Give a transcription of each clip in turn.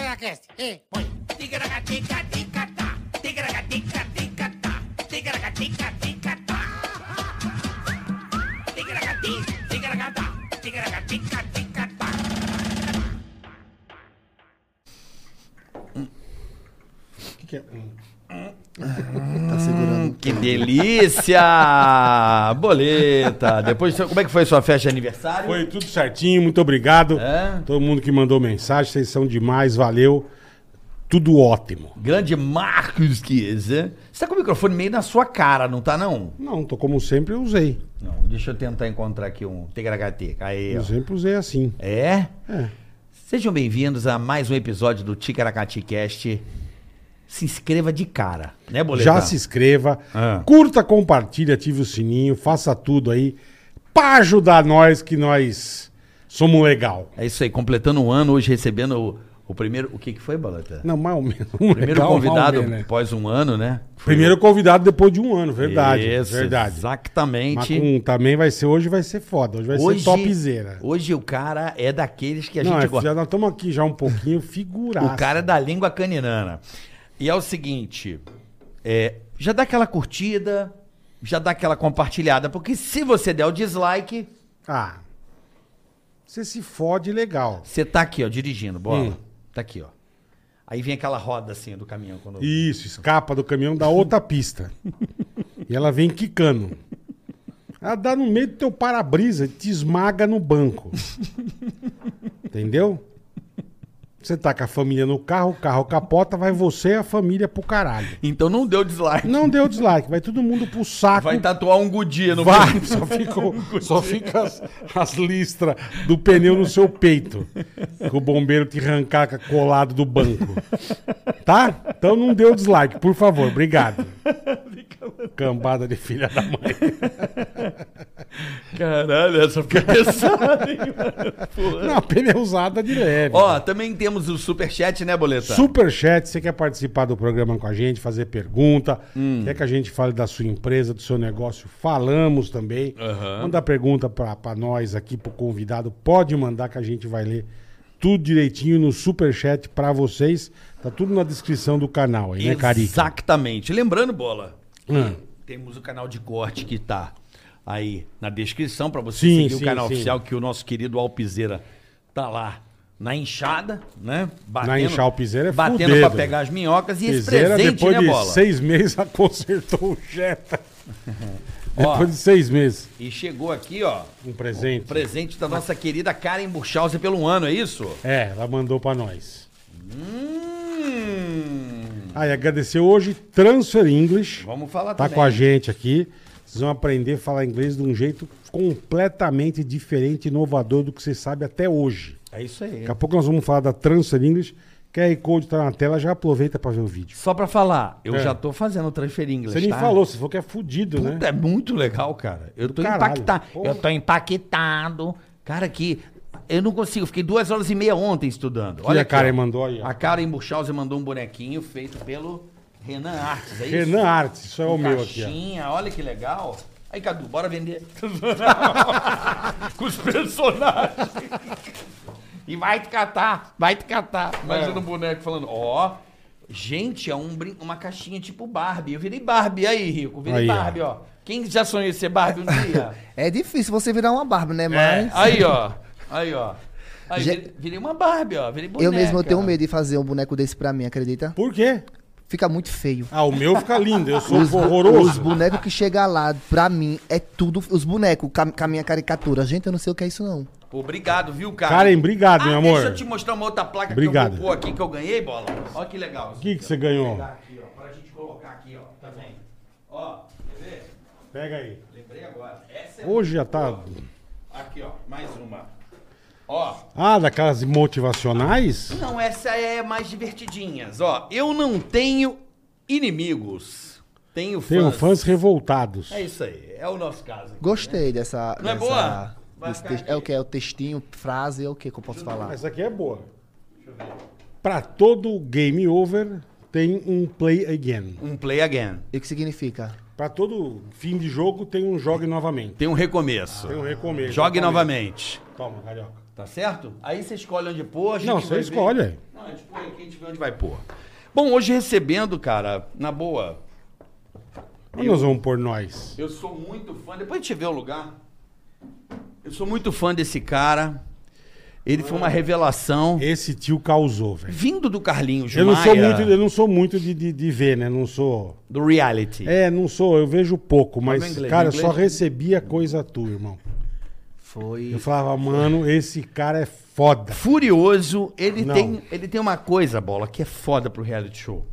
Ticaracast. E põe. tá. Ticaracatica-ticatá, ticaracatica-ticatá, ticaracatica-ticatá. Ticaracati, ticaracatá, ticaracatica-ticatá. Tá segurando. Que delícia! Boleta! Depois, como é que foi sua festa de aniversário? Foi tudo certinho, muito obrigado. É? Todo mundo que mandou mensagem, vocês são demais, valeu. Tudo ótimo. Grande Marcos Chiesa. Você tá com o microfone meio na sua cara, não tá não? Não, tô como sempre eu usei. Não, deixa eu tentar encontrar aqui um Ticaracati. Aí, Eu ó. sempre usei assim. É? É. Sejam bem-vindos a mais um episódio do Ticaracati Cast. Se inscreva de cara, né, Boleta? Já se inscreva, Ah. curta, compartilha, ative o sininho, faça tudo aí pra ajudar nós que nós somos legal. É isso aí, completando um ano, hoje recebendo o, o primeiro... O que que foi, Boleta? Não, mais ou menos. Primeiro Legal, mais ou convidado menos, né? após um ano, né? Foi Primeiro convidado depois de um ano, verdade. Isso, verdade. Mas Exatamente. com- também vai ser, hoje vai ser foda, hoje vai Hoje, ser topzera. hoje o cara é daqueles que a Não, gente é, gosta. já nós estamos aqui já um pouquinho figurado. O cara é da língua caninana. E é o seguinte, é, já dá aquela curtida, já dá aquela compartilhada, porque se você der o dislike, Ah. Você se fode legal. você tá aqui, ó, dirigindo, bola. Hum. Tá aqui, ó. Aí vem aquela roda assim do caminhão quando Isso, escapa do caminhão da outra pista. e ela vem quicando. Ela dá no meio do teu para-brisa e te esmaga no banco. Entendeu? Você tá com a família no carro, o carro capota, vai você e a família pro caralho. Então não deu dislike. Não deu dislike, vai todo mundo pro saco. Vai tatuar um gudia no Vai, só ficou, só fica as, as listras do pneu no seu peito. Que o bombeiro te arrancar ca- colado do banco. Tá? Então não dê o dislike, por favor. Obrigado. Cambada de filha da mãe. Caralho, essa fica pesada, hein, mano? Porra. Não, pneu usada de leve. Ó, também temos o superchat, né, Boleta? Superchat, você quer participar do programa com a gente, fazer pergunta, Hum. quer que a gente fale da sua empresa, do seu negócio, falamos também. Manda pergunta pra pra nós aqui, pro convidado, pode mandar que a gente vai ler tudo direitinho no Superchat pra vocês. Tá tudo na descrição do canal aí, né, Carica? Exatamente. Lembrando, Bola, Hum. temos o canal de corte que tá aí na descrição pra você Sim, seguir sim, o canal sim. oficial que o nosso querido Alpizeira tá lá na enxada, né? Batendo, Na enxada, Alpizeira é Batendo fudido. pra pegar as minhocas e Piseira, esse presente, depois né, de Bola? seis meses, ela consertou o Jetta. Ó. depois de seis meses. E chegou aqui, ó, Um presente. presente da nossa querida Karen Burchauser pelo ano, é isso? É, ela mandou pra nós. Hum... Ah, e agradeceu hoje Transfer English. Vamos falar tá também. com a gente aqui. Vocês vão aprender a falar inglês de um jeito completamente diferente, inovador do que você sabe até hoje. É isso aí. Daqui a pouco nós vamos falar da Transfer English. QR Code tá na tela, já aproveita pra ver o vídeo. Só pra falar, eu É. já tô fazendo o transfer inglês, Você nem tá? falou, você falou que é fudido, né? Puta, é muito legal, cara. Eu tô caralho. impactado. Porra. Eu tô impactado. Cara, que. Eu não consigo. Fiquei duas horas e meia ontem estudando. Olha a aqui, Karen ó. mandou aí, ó. A Karen Burchauser mandou um bonequinho feito pelo Renan Artes, é isso? Renan Artes, isso é o Com meu aqui, ó. caixinha, olha que legal. Aí, Cadu, bora vender. Com os personagens. E vai te catar, vai te catar. É. Imagina o boneco falando, ó. Gente, é um brin- uma caixinha tipo Barbie. Eu virei Barbie aí, Rico. Virei Aí, ó. Barbie, ó. Quem já sonhou em ser Barbie um dia? É difícil você virar uma barba, né? É, Mas Aí, ó. Aí, ó. Aí, Já- virei- virei uma Barbie, ó. Virei boneca. eu mesmo eu tenho medo de fazer um boneco desse pra mim, acredita? Por quê? Fica muito feio. Ah, o meu fica lindo, eu sou bo- os horroroso. bonecos que chegam lá, pra mim, é tudo. Os bonecos com a- com a minha caricatura. Gente, eu não sei o que é isso, não. Obrigado, viu, cara? Ah, Karen, obrigado, meu amor. Deixa eu te mostrar uma outra placa Obrigado. que eu vou pôr aqui que eu ganhei, bola. Olha que legal. O que, que você ganhou? pegar aqui, ó, pra gente colocar aqui, ó, também. Ó, quer ver? Pega aí. Lembrei agora. Essa é Hoje já tá. aqui, ó, mais uma. Ó, Ah, daquelas motivacionais? não, essa é mais divertidinhas, ó. Eu não tenho inimigos. Tenho fãs. Tem um fãs revoltados. É isso aí, é o nosso caso. aqui, Gostei dessa. Não é dessa- boa? Vai desse ficar texto. aqui. É o que? É o textinho, frase, é o que que eu posso falar? Essa aqui é boa. Pra todo game over tem um play again. Um play again. E o que significa? Pra todo fim de jogo tem um jogue novamente. Tem um recomeço. Tem um recomeço. Jogue Recomeço. novamente. Toma, carioca. Tá certo? Aí você escolhe onde pôr, a gente Não, vai você ver. escolhe. Não, a gente põe aqui, a gente vê onde vai pôr. Bom, hoje recebendo, cara, na boa, Onde nós vamos pôr nós? eu sou muito fã. Depois a gente vê o lugar. Eu sou muito fã desse cara. Ele foi uma revelação. Esse tio causou, velho. Vindo do Carlinhos Eu não sou Maia, muito, eu não sou muito de, de, de ver, né? Não sou. do reality. É, não sou, eu vejo pouco, mas, no inglês, cara, no eu só inglês- recebia coisa tua, irmão. Foi... Eu falava, mano, esse cara é foda. Furioso, ele Não. tem, ele tem uma coisa, bola, que é foda pro reality show.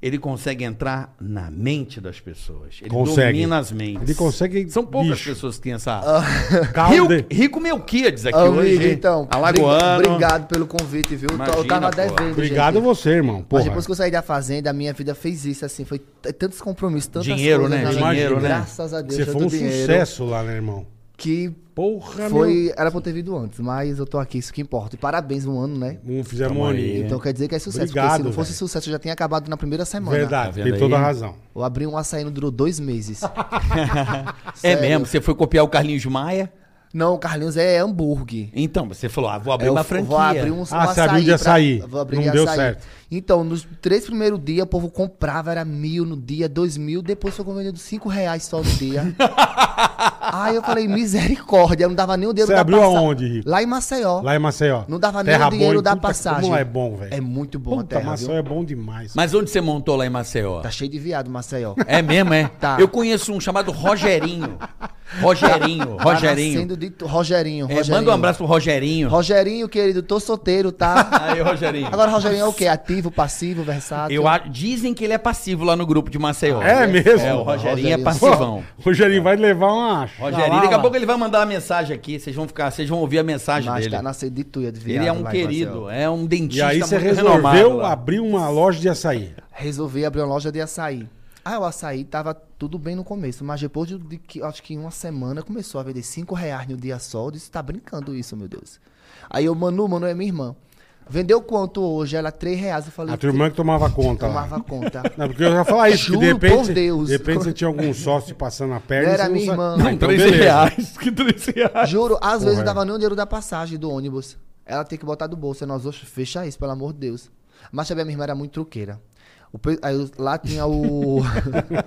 Ele consegue entrar na mente das pessoas. Ele Consegue. domina as mentes. Ele consegue- São poucas bicho. pessoas que têm essa. Caldo. Rio- Rico Melquiades aqui Amigo, É hoje. tá então. Alagoano. bri- Obrigado pelo convite, viu? Eu Imagina, tava pô. devendo. Obrigado gente. você, irmão. Mas Porra. depois que eu saí da fazenda, a minha vida fez isso, assim. Foi t- tantos compromissos, tantas Dinheiro, coisas. né? na Dinheiro, vida, né? Graças a Deus. Você tanto foi um dinheiro sucesso lá, né, irmão? Que Porra, meu. foi... Era pra eu ter vindo antes, mas eu tô aqui, isso que importa. E parabéns, um ano, né? Não fizemos um aninho. Então quer dizer que é sucesso. Obrigado, porque se não fosse velho. sucesso, eu já tinha acabado na primeira semana. Verdade, Tá vendo tem toda aí? a razão. Eu abri um açaí, não durou dois meses. É Sério. mesmo, você foi copiar o Carlinhos Maia? Não, o Carlinhos é hambúrguer. Então, você falou, ah, vou abrir É, Eu uma f- franquia. Vou abrir um, um Ah, você abriu de açaí. Vou abrir Não de deu açaí. certo. Então, nos três primeiros dias, o povo comprava, era mil no dia, dois mil. Depois foi vendendo cinco reais só no dia. Aí eu falei, misericórdia, não dava nem o dinheiro Você da abriu passa- aonde, Rico? Lá em Maceió. Lá em Maceió. Não dava nem Terra o dinheiro boa, da puta, passagem. Como é bom, velho. É muito bom a Puta, terra, Maceió viu? é bom demais. Mas onde você montou lá em Maceió? Tá cheio de viado, Maceió. É mesmo, é? Tá. Eu conheço um chamado Rogerinho. Rogerinho, Tá Rogerinho. nascendo de tu- Rogerinho, É, Rogerinho. manda um abraço pro Rogerinho. Rogerinho, querido, tô solteiro, tá? Aí, Rogerinho. Agora, Rogerinho é o quê? Ativo, passivo, versátil? Eu a- Dizem que ele é passivo lá no grupo de Maceió. É mesmo? É, o Rogerinho é Rogerinho. Pô, passivão. Rogerinho vai levar uma. Rogerinho, lá, daqui a lá. pouco ele vai mandar uma mensagem aqui, vocês vão ficar, vocês vão ouvir a mensagem Mas dele. tá nascendo de tuia de viado. Ele é um lá em Maceió. querido, é um E dentista aí você muito renomado resolveu lá. abrir uma loja de açaí. resolvi abrir uma loja de açaí. Ah, o açaí tava tudo bem no começo, mas depois de, de que- acho que uma semana começou a vender 5 reais no dia só. Eu disse, tá brincando isso, meu Deus. Aí eu, Manu, Manu é minha irmã. Vendeu quanto hoje? Ela 3 reais. Eu falei, A tua irmã que tomava conta lá. tomava conta. Não, porque eu já falar isso, que Juro de repente, por Deus. de repente você tinha algum sócio passando a perna. Não e era você minha sabe. irmã. Ah, Não, então Três beleza. reais, que 3 reais. Juro, às Porra. vezes não dava nem o dinheiro da passagem do ônibus. Ela tem que botar do bolso. Nós hoje fecha isso, pelo amor de Deus. Mas também a minha irmã era muito truqueira. O pe- aí eu- lá tinha o.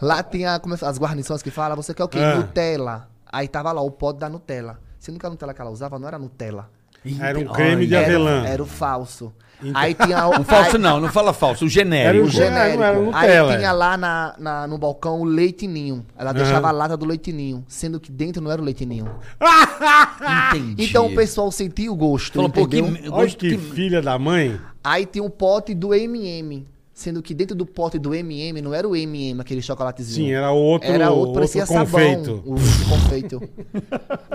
lá tinha como é, as guarnições que fala, você quer o quê? Ah. Nutella. Aí tava lá o pote da Nutella. Você nunca a Nutella que ela usava? Não era Nutella. Era um creme de Era- avelã. Então, Era o falso. Aí tinha o. Não um falso aí- não, não fala falso, o Era genérico. o o genérico. Era Nutella, Aí tinha é. lá na, na- no balcão o leitinho. Ela deixava a lata do leitinho, sendo que dentro não era o leitinho. Ah, Entendi. Então o pessoal sentia o gosto, Falou, pô, que entendeu? eu Olha gosto que que- filha da mãe. Aí tem um pote do M&M, sendo que dentro do pote do M&M não era o M&M, aquele chocolatezinho. Sim, era outro, Era outro, parecia outro confeito. sabão. O confeito.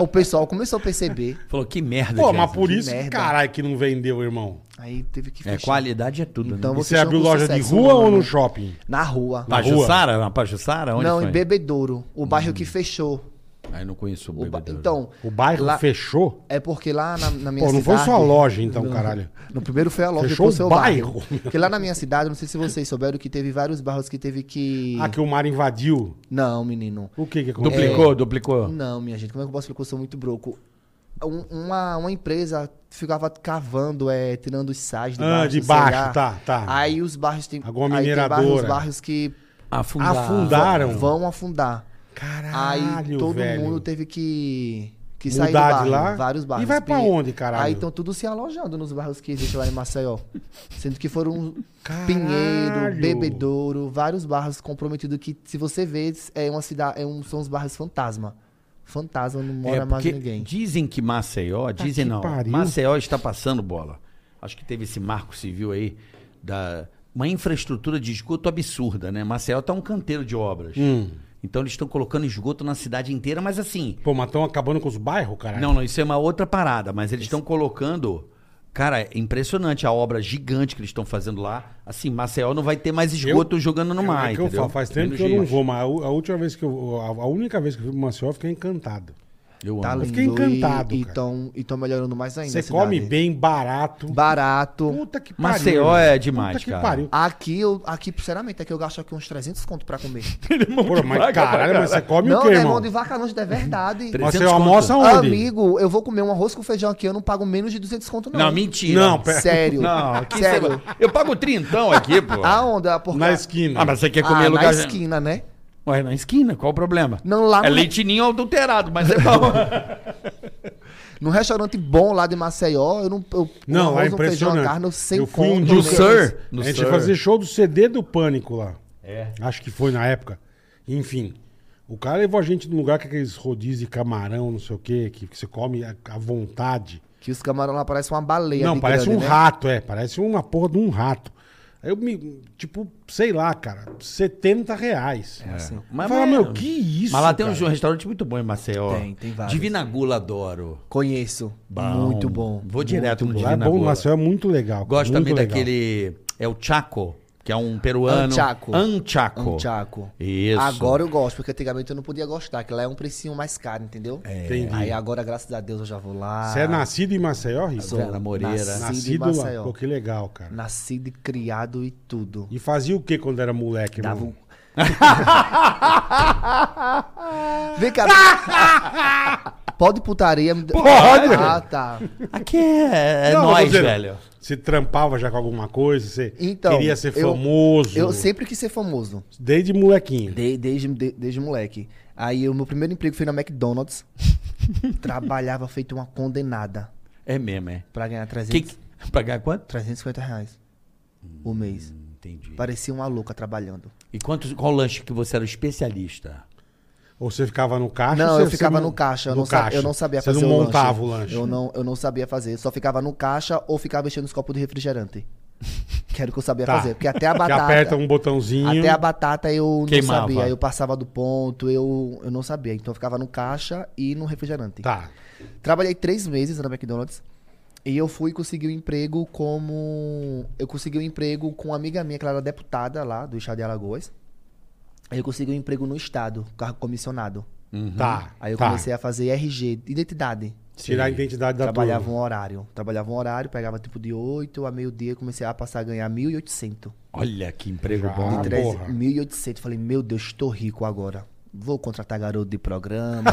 o pessoal começou a perceber. Falou, que é merda, Pô, Jesus. mas por que isso, que merda. caralho, que não vendeu, irmão. Aí teve que É, qualidade é tudo, Então né? Você fechou abriu com loja de sucesso, rua ou mano. no shopping? Na rua. Na rua? Pajussara? Na Pajussara? Tá, Onde não, foi? em Bebedouro, o bairro que fechou. Aí não conheço o O ba- bebedouro. Então, O bairro lá- fechou? é porque lá na, na minha Pô, não cidade... foi só a loja, então, caralho. No primeiro foi a loja, Fechou depois foi o o bairro. bairro. Porque lá na minha cidade, não sei se vocês souberam, que teve vários bairros que teve que... Ah, que o mar invadiu. Não, menino. O que que aconteceu? Duplicou, é, duplicou. Não, minha gente, como é que eu posso explicar? Eu sou muito broco. Um- uma, uma empresa ficava cavando, é, tirando os sais de Ah, baixo. de sei baixo, lá. tá, tá. Aí os bairros tem. Alguma aí tem bairros, mineradora. os bairros que Afundar. Afundaram. vão afundar. Caralho, É. aí todo velho. mundo teve que. Que Mudar sair do bairro, de lá? vários E bairros. vai pra Pi- onde, caralho? Aí estão tudo se alojando nos bairros que existem lá em Maceió. Sendo que foram Caralho. Pinheiro, Bebedouro, vários bairros comprometidos que, se você vê, é uma cidade, é um, são os bairros fantasma. Fantasma, não mora É, mais porque ninguém. Tá Dizem que Maceió, dizem que não. pariu. Maceió está passando bola. Acho que teve esse marco civil aí da uma infraestrutura de esgoto absurda, né? Maceió tá um canteiro de obras. Então eles estão colocando esgoto na cidade inteira, mas assim, Hum. Pô, mas estão acabando com os bairros, caralho. não, não, isso é uma outra parada, mas eles estão colocando Cara, é impressionante a obra gigante que eles estão fazendo lá. Assim, Maceió não vai ter mais esgoto jogando no É, mar, é que eu entendeu? falo, faz tempo Menos que eu não gente. vou, mas a u- a última vez que eu. A a única vez que eu fui pro Maceió, eu fiquei encantado. Eu Tá amo. lindo. fiquei encantado, E, e, cara. tão, e tão melhorando mais ainda. né? Você a cidade. come bem, barato. Barato. Puta que pariu. Maceió irmão. é Puta demais, que cara. pariu. Aqui, eu, aqui, sinceramente, é que eu gasto aqui uns 300 conto pra comer. Pô, mas caralho, mas você come não, o quê, não é irmão? mão de vaca longe, é verdade. Tre- Mas você 300 conto. almoça onde? Amigo, eu vou comer um arroz com feijão aqui, eu não pago menos de 200 conto, não. Não, mentira. Não, pera. Sério. Não, aqui Sério. você- Eu pago trintão aqui, pô. Aonde? Ah, porque... Na esquina. Ah, mas você quer Ah, comer na lugar... esquina, né? Ué, na esquina, qual o problema? Não, lá É no- leitinho adulterado, mas é bom. Num restaurante bom lá de Maceió, eu não. Eu, Não, um é arroz, um feijão, uma impressionante. carne, eu sem Eu fui um conto dia- No mesmo. Sir. No a gente Sir. fazia show do CD do Pânico lá. É. Acho que foi na época. Enfim. O cara levou a gente num lugar que é aqueles rodízios de camarão, não sei o quê, que, que você come à à vontade. Que os camarões lá parecem uma baleia. não, de parece grande, um né? rato, é. Parece uma porra de um rato. Aí eu me. Tipo, sei lá, cara. 70 reais. Sim. Mas, Fala, meu, que isso? Mas lá tem cara? um restaurante muito bom em Maceió. Tem, tem vários. Divina Gula adoro. Conheço. Muito bom. Vou um direto no Lá é né, Divina bom, Gula. Maceió é muito legal. Gosto muito também legal. daquele... É o Chaco, que é um peruano. Anchaco. Anchaco. Anchaco. Isso. Agora eu gosto, porque antigamente eu não podia gostar, que lá é um precinho mais caro, entendeu? É. Entendi. Aí agora, graças a Deus, eu já vou lá. Você é nascido em Maceió, Rico? Sou Vera Moreira. Ah. Nascido em Nascido lá. Maceió. Pô, que legal, cara. Nascido e criado e tudo. E fazia o que quando era moleque, Dava irmão? um... Ah. Vem cá. Pode putaria. me- Pode. Ah, tá. Aqui é, é Não, nós, vou dizer, velho. Você trampava já com alguma coisa? Você Então, queria ser eu- famoso? Eu sempre quis ser famoso. Desde molequinho. De- desde, de- desde moleque. Aí o meu primeiro emprego foi na McDonald's. Trabalhava feito uma condenada É mesmo, é. pra ganhar Que, 300, que- pagar quanto? 350 reais o mês. Hum. Entendi. Parecia uma louca trabalhando. E quantos, qual lanche que você era o especialista? Ou você ficava no caixa? não, ou eu você- ficava você no caixa, eu no não, sa- caixa. eu não sabia você fazer não o lanche. montava o lanche. Eu não, eu não sabia fazer, eu só ficava no caixa ou ficava enchendo os copos de refrigerante. Que era o que eu sabia Tá. fazer, porque até a Que batata... aperta um botãozinho. Até a batata eu Queimava. não sabia, eu passava do ponto, eu, eu não sabia. Então eu ficava no caixa e no refrigerante. Tá. Trabalhei três meses na McDonald's. E eu fui conseguir um emprego como. Eu consegui um emprego com uma amiga minha, que ela era deputada lá do estado de Alagoas. Aí eu consegui um emprego no estado, cargo comissionado. Tá. Uhum. Aí eu tá. comecei a fazer RG, identidade. Tirar a identidade da Trabalhava turma. um horário. Trabalhava um horário, pegava tipo de 8 a meio-dia, comecei a passar a ganhar 1.800. Olha que emprego Já. bom. Ah, Treze- porra. 1.800. Falei, meu Deus, tô rico agora. Vou contratar garoto de programa.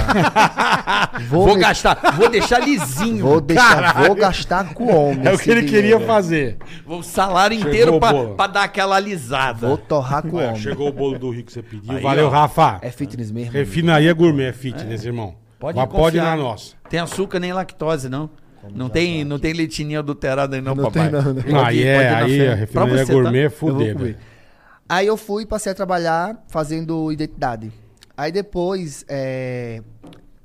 Vou, me- gastar, vou deixar lisinho. Vou deixar, Caralho. vou gastar com homem. É o esse que ele dinheiro. queria fazer. Vou o salário Chegou inteiro o pra, bolo. pra dar aquela alisada. Vou torrar com Ué, homem. chegou o bolo do Rico que você pediu. Aí, Valeu, ó. Rafa. É fitness mesmo? Refinaria gourmet, é fitness, irmão. Pode Mas pode ir confiar. na nossa. Tem açúcar nem lactose, não. não, tem, não tem leitinha adulterada aí, não, Não papai. tem não, né? Pode ir- aí é, pode ir na aí fé. a Pra refinaria você, tá? gourmet é Eu vou fuder, comer. velho. Aí eu fui, passei a trabalhar fazendo identidade. Aí depois, é,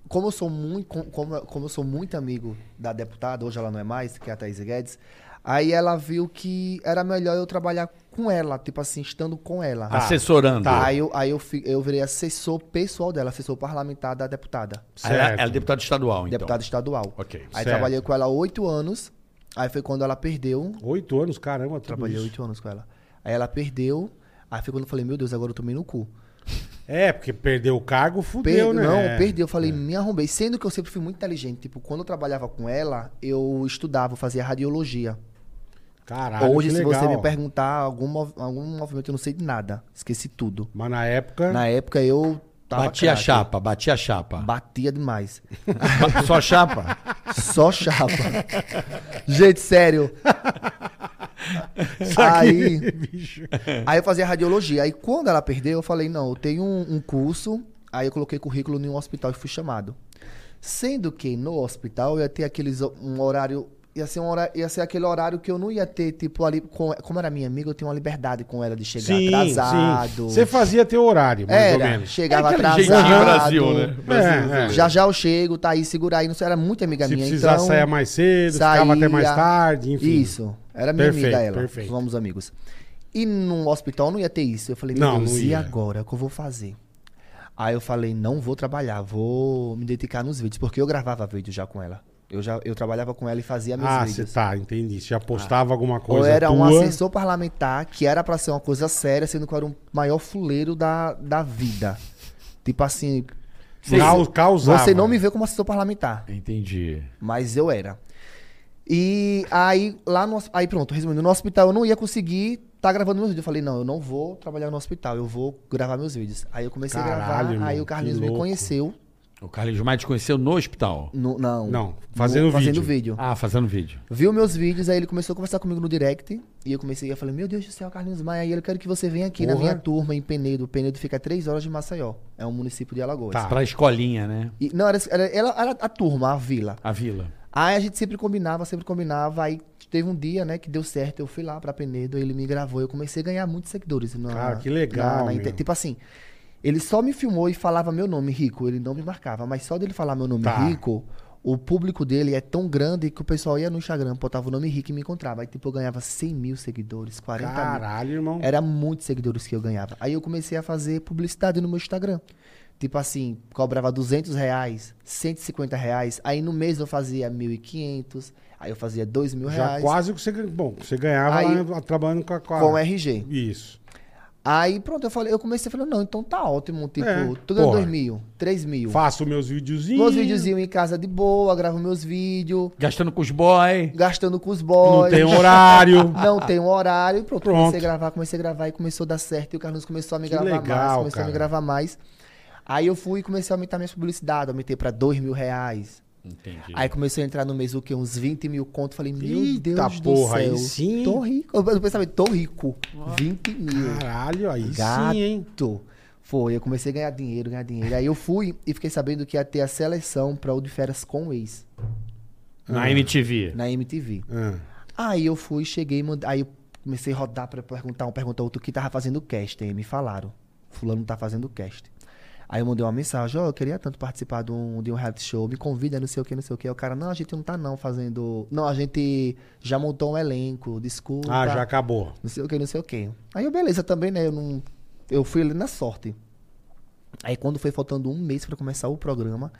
como, eu sou muito, com- como, como eu sou muito amigo da deputada, hoje ela não é mais, que é a Thaís Guedes, aí ela viu que era melhor eu trabalhar com ela, tipo assim, estando com ela. Ah, Tá. Assessorando. Aí, eu, aí eu, fi- eu virei assessor pessoal dela, assessor parlamentar da deputada. Aí Ela, Certo. ela é deputada estadual, então. Deputada estadual. Ok, Aí certo. trabalhei com ela oito anos. Aí foi quando ela perdeu. Oito anos, caramba, tudo Trabalhei isso. oito anos com ela. Aí ela perdeu. Aí foi quando eu falei, meu Deus, agora eu tomei no cu. É, porque perdeu o cargo, fudeu, Per né? não, É. perdeu. Eu falei, me arrombei. Sendo que eu sempre fui muito inteligente. Tipo, quando eu trabalhava com ela, eu estudava, eu fazia radiologia. Caralho, Hoje, Ah, que se legal. você me perguntar algum, mov- algum movimento, eu não sei de nada. Esqueci tudo. Mas na época... Na época, eu tava Batia a craque. chapa, batia a chapa. Batia demais. Ba- Só chapa? Só chapa. Gente, sério. Isso aqui, Aí- bicho. Aí eu fazia radiologia. Aí quando ela perdeu, eu falei, não, eu tenho um, um curso. Aí eu coloquei currículo em um hospital e fui chamado. Sendo que no hospital ia ter aqueles ho- um horário. Ia ser, um hora, ia ser aquele horário que eu não ia ter, tipo, ali. com- como era minha amiga, eu tinha uma liberdade com ela de chegar Sim, sim. atrasado. Você fazia teu horário, mais ou Era, menos. chegava Aquele atrasado. jeitinho Brasil, né? Brasil, É, é. Já já eu chego, tá aí, segura aí. Não sei, era muito amiga Se minha. precisar, então, saia mais cedo, ficava até mais saía. tarde, enfim. Isso. Era minha Perfeito, amiga ela. perfeito. Somos amigos. E num hospital não ia ter isso. Eu falei, meu Não, Deus, não e ia. agora? O que eu vou fazer? Aí eu falei, não vou trabalhar, vou me dedicar nos vídeos, porque eu gravava vídeo já com ela. Eu já eu trabalhava com ela e fazia meus Ah, você vídeos. tá, entendi. Você já postava alguma Eu coisa era tua. um assessor parlamentar que era pra ser uma coisa séria, sendo que eu era o maior fuleiro da, da vida. Tipo assim, Você- Caus- causava. Você não me vê como assessor parlamentar. Entendi. Mas eu era. E aí, lá no hos- Aí pronto, resumindo, no hospital eu não ia conseguir estar gravando meus vídeos. Eu falei, não, eu não vou trabalhar no hospital, eu vou gravar meus vídeos. Aí eu comecei a gravar, Caralho, aí irmão, o Carlinhos que me louco. conheceu. O Carlinhos Maia te conheceu no hospital? No, não. Não, fazendo no, vídeo. Fazendo vídeo. Ah, fazendo vídeo. Viu meus vídeos, aí ele começou a conversar comigo no direct. E eu comecei, eu falei, meu Deus do céu, Carlinhos Maia, e eu quero que você venha aqui na Porra. minha turma em Penedo. Penedo fica a três horas de Maceió. É um município de Alagoas. Tá. Pra escolinha, né? E, não, era, era, era era a turma, a vila. A vila. Aí a gente sempre combinava, sempre combinava. Aí teve um dia, né, que deu certo. Eu fui lá pra Penedo, ele me gravou. Eu comecei a ganhar muitos seguidores. né, Na, Cara, Ah, que legal, inter- meu. Tipo assim, ele só me filmou e falava meu nome, Rico. Ele não me marcava. Mas só dele falar meu nome, Tá. Rico, o público dele é tão grande que o pessoal ia no Instagram, botava o nome Rico e me encontrava. Aí, tipo, eu ganhava 100 mil seguidores, 40 mil. Caralho, irmão. Era muitos seguidores que eu ganhava. Aí eu comecei a fazer publicidade no meu Instagram. Tipo assim, cobrava 200 reais, 150 reais. Aí no mês eu fazia 1.500, aí eu fazia 2 mil Já reais quase que você ganhava. Bom, você ganhava Aí- lá, trabalhando com a. Com a- com RG. Isso. Aí pronto, eu falei, eu comecei a falar, não, então tá ótimo. Tipo, É, tô ganhando porra. 2 mil, 3 mil. Faço meus videozinhos. Meus videozinhos em casa de boa, gravo meus vídeos, Gastando com os boy. gastando com os Não boys. tem horário. Não tem um horário. Pronto, Pronto. comecei a gravar, comecei a gravar e começou a dar certo. E o Carlos começou a me Que gravar mais, legal, começou a me cara. gravar mais. Aí eu fui e comecei a aumentar minhas publicidades, aumentei pra dois mil reais. Entendi. Aí começou a entrar no mês o quê? Uns 20 mil conto. Falei, meu Eita Deus porra, do céu. aí sim. Tô rico. Eu pensava, tô rico. 20 mil. Caralho, aí Gato. sim, hein? Foi, eu comecei a ganhar dinheiro, ganhar dinheiro. Aí eu fui e fiquei sabendo que ia ter a seleção pra o de férias com o ex, Na MTV. na MTV. Ah, Aí eu fui, cheguei, mand- aí eu comecei a rodar pra perguntar um, perguntar outro que tava fazendo cast. Aí me falaram, fulano tá fazendo cast. Aí eu mandei uma mensagem, ó, eu queria tanto participar de um, de um reality show, me convida, não sei o que, não sei o que. Aí o cara, não, a gente não tá não fazendo... Não, a gente já montou um elenco, desculpa. Ah, já acabou. Não sei o que, não sei o que. Aí eu, beleza, também, né, eu não... Eu fui ali na sorte. Aí quando foi faltando um mês pra começar o programa,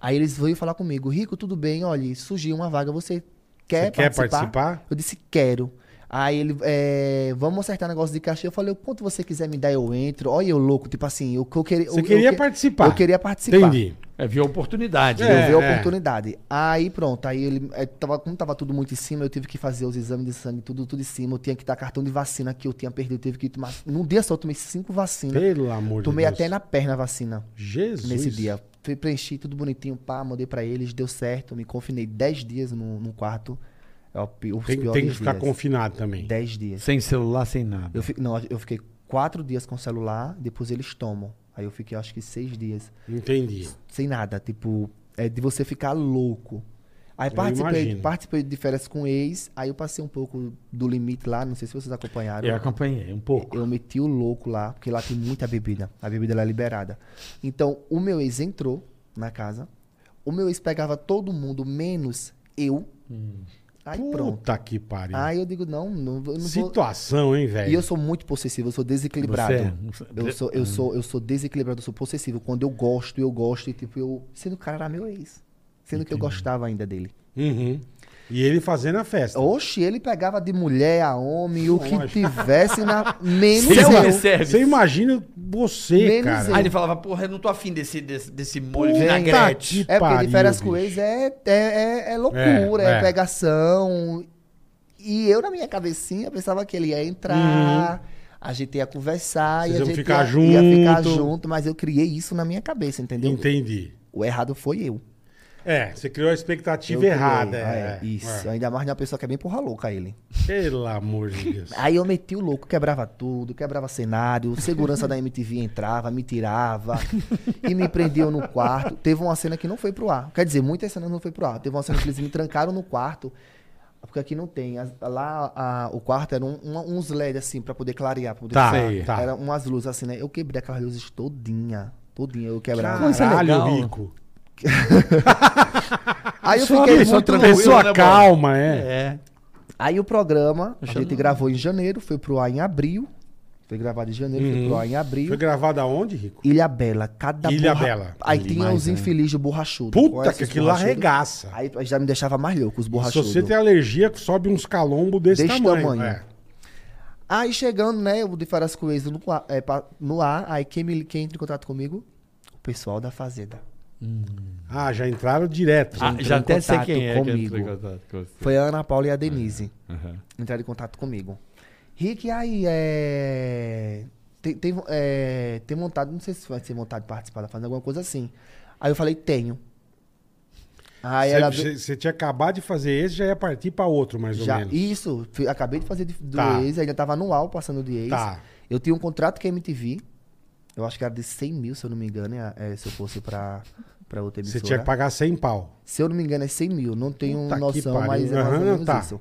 aí eles veio falar comigo, Rico, tudo bem, olha, surgiu uma vaga, você quer Você quer participar? participar? Eu disse, quero. Aí ele, é, vamos acertar negócio de cachê. Eu falei, o quanto você quiser me dar, eu entro. Olha eu louco, tipo assim, eu, eu queria... Você eu- eu queria que- participar. Eu queria participar. Entendi. É, viu a oportunidade. É. Eu vi a é. oportunidade. Aí pronto, aí ele é, tava, como tava tudo muito em cima, eu tive que fazer os exames de sangue, tudo, tudo em cima. Eu tinha que dar cartão de vacina que eu tinha perdido, eu tive que tomar. Num dia só eu tomei cinco vacinas. Pelo amor Né? tomei de Deus. até na perna a vacina Jesus. nesse dia. Fui- Preenchi tudo bonitinho, pá, mandei pra eles, deu certo. Me confinei 10 dias num, num quarto. É o, pi- os Tem, piores tem que ficar dias. confinado também. 10 dias. Sem celular, sem nada. Eu fi- não, eu fiquei quatro dias com o celular, depois eles tomam. Aí eu fiquei acho que seis dias Entendi. sem nada, tipo, é de você ficar louco. Aí Eu participei, imagino. participei de férias com ex, aí eu passei um pouco do limite lá, não sei se vocês acompanharam. Eu é acompanhei um pouco. Eu meti o louco lá, porque lá tem muita bebida. A bebida lá é liberada. Então, o meu ex entrou na casa. O meu ex pegava todo mundo, menos eu. Aí pronto. Hum. Puta que pariu. Aí eu digo, não, não, vou- eu não vou... Situação, hein, E eu velho? sou muito possessivo, eu sou desequilibrado. Você é? Eu sou, eu sou, eu sou desequilibrado, eu sou possessivo. Quando eu gosto, eu gosto, e tipo, eu. Sendo que o cara era meu ex. Sendo que eu gostava ainda dele. Uhum. E ele fazendo a festa. Oxe, ele pegava de mulher a homem, o que Lógico. tivesse na. Menos Self eu. service. Você imagina você, Menos cara. eu. Aí ele falava, porra, eu não tô afim desse, desse, desse molho Puta vinagrete. que É porque pariu, de férias com bicho. ex é, é, é, é loucura, É, é, é. pegação. E eu, na minha cabecinha, pensava que ele ia entrar, a gente ia conversar, e Uhum. Vocês a iam gente ficar ia, ia ficar junto. junto, mas eu criei isso na minha cabeça, entendeu? Entendi. O errado foi eu. É, você criou a expectativa Eu criei, errada. ah, É, Isso, É. ainda mais de uma pessoa que é bem porra louca ele. Pelo amor de Deus. Aí eu meti o louco, quebrava tudo, quebrava cenário, segurança da MTV entrava, me tirava e me prendiam no quarto. Teve uma cena que não foi pro ar. Quer dizer, muitas cenas não foi pro ar. Teve uma cena que eles me trancaram no quarto. Porque aqui não tem. As- Lá a- o quarto era um- uma- uns LED assim, pra poder clarear. Pra poder Tá, ficar- tá. Era umas luzes assim, né? Eu quebrei aquelas luzes todinha. Todinha, eu quebrava. Mas isso é Caralho, legal. rico. Aí eu Só fiquei isso, muito outra louco. Pessoa né, calma, é. Aí o programa, a Já gente não- gravou em janeiro, foi pro ar em abril. Foi gravado em janeiro, foi pro ar em abril. Uhum. é. Foi gravado aonde, rico? Ilha Bela, cada Ilha Bela. Aí Ali tinha mais, os né? infelizes do borrachudo. Puta Conhece que os aquilo lá borrachudo? arregaça. Aí já me deixava mais louco, os Se borrachudos. você tem alergia, sobe uns calombos desse, Desse tamanho. tamanho. é. Aí chegando, né, o de Faras Coelho no, qua- é, pa- no ar, aí quem, me, quem entra em contato comigo? O pessoal da Fazenda. Ah, já entraram direto. Ah, já em até sei contato quem é que comigo. entrou em contato com você. Foi a Ana Paula e a Denise. Aham. entraram em contato comigo. Rick, e aí, é... Tem, tem, vo- é, tem vontade, não sei se vai ser vontade de participar da fazenda, alguma coisa assim. Aí eu falei, tenho. Aí ela Você você tinha acabado de fazer esse, já ia partir pra outro, mais ou já, menos. isso, fui- acabei de fazer de- do Tá. ex, ainda tava anual passando de ex. Tá. Eu tinha um contrato com a MTV, eu acho que era de 100 mil, se eu não me engano, é- é, se eu fosse pra, pra outra Você emissora. tinha que pagar 100 pau. Se eu não me engano, é 100 mil. Não tenho Puta que noção, pariu. mas é mais ou Aham, menos tá. isso.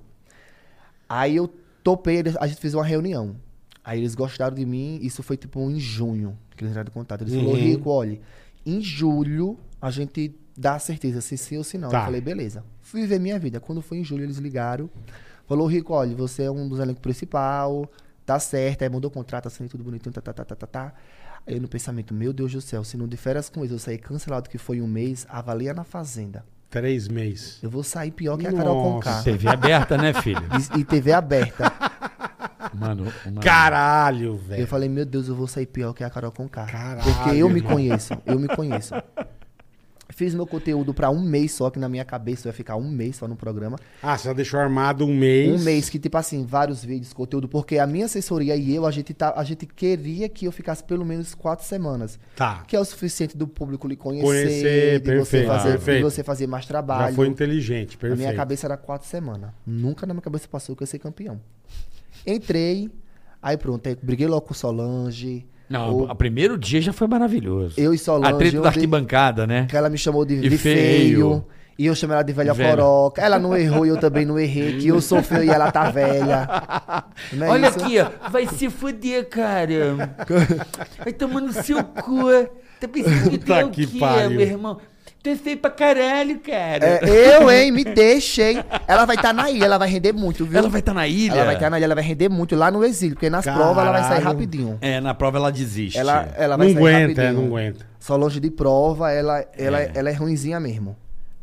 Aí eu topei, eles- a gente fez uma reunião. Aí eles gostaram de mim, isso foi tipo em junho que eles entraram em contato. Eles falaram, Uhum. Rico, olha, em julho a gente dá a certeza se sim ou se não. Tá. Eu falei, beleza. Fui ver minha vida. Quando foi em julho, eles ligaram. Falou, Rico, olha, você é um dos elencos principal, tá certo. Aí mandou o contrato, assinei tudo bonitinho, tá, tá, tá, tá, tá, tá. Aí eu no pensamento, meu Deus do céu, se não de férias com eles, eu sair cancelado que foi um mês, avalia na fazenda. Três meses. Eu vou sair pior que a Carol Conká. Nossa. TV aberta, né, filho? E, e TV aberta. Mano, mano. Caralho, Eu velho. falei, meu Deus, eu vou sair pior que a Carol Conká. É. Caralho, Porque eu me irmão. conheço, eu me conheço. Fiz meu conteúdo pra um mês só, que na minha cabeça eu ia ficar um mês só no programa. Ah, você já deixou armado um mês. Um mês que, tipo assim, vários vídeos, conteúdo, porque a minha assessoria e eu, a gente, tá, a gente queria que eu ficasse pelo menos quatro semanas. Tá. Que é o suficiente do público lhe conhecer, Conhecer, de, você perfeito, fazer, de perfeito. você fazer mais trabalho. Já foi inteligente, Na perfeito. minha cabeça era quatro semanas. Nunca na minha cabeça passou que eu ia ser campeão. Entrei, aí pronto, aí briguei logo com Solange. Não, O- o primeiro dia já foi maravilhoso. Eu e Solange, A treta eu da dei- arquibancada, né? que ela me chamou de, E de feio. feio. E eu chamei ela de velha Velha. coroca. Ela não errou e eu também não errei. Que eu sou feio e ela tá velha. Não é Olha isso? aqui, ó. Vai se fuder, cara. Vai tomando seu cu. Tá pensando que tu é Puta o que quê, pariu. meu irmão? Tu é feio pra caralho, cara. É, eu, hein? Me deixem. Ela vai estar na ilha, ela vai render muito, viu? Ela vai estar na ilha. Ela vai tá estar na ilha, ela vai render muito lá no exílio. Porque nas Caralho. provas ela vai sair rapidinho. É, na prova ela desiste. Ela, ela vai Não sair aguenta, é, Tá, rapidinho. né? não aguenta. Solange de prova, ela, ela, ela é ruinzinha mesmo.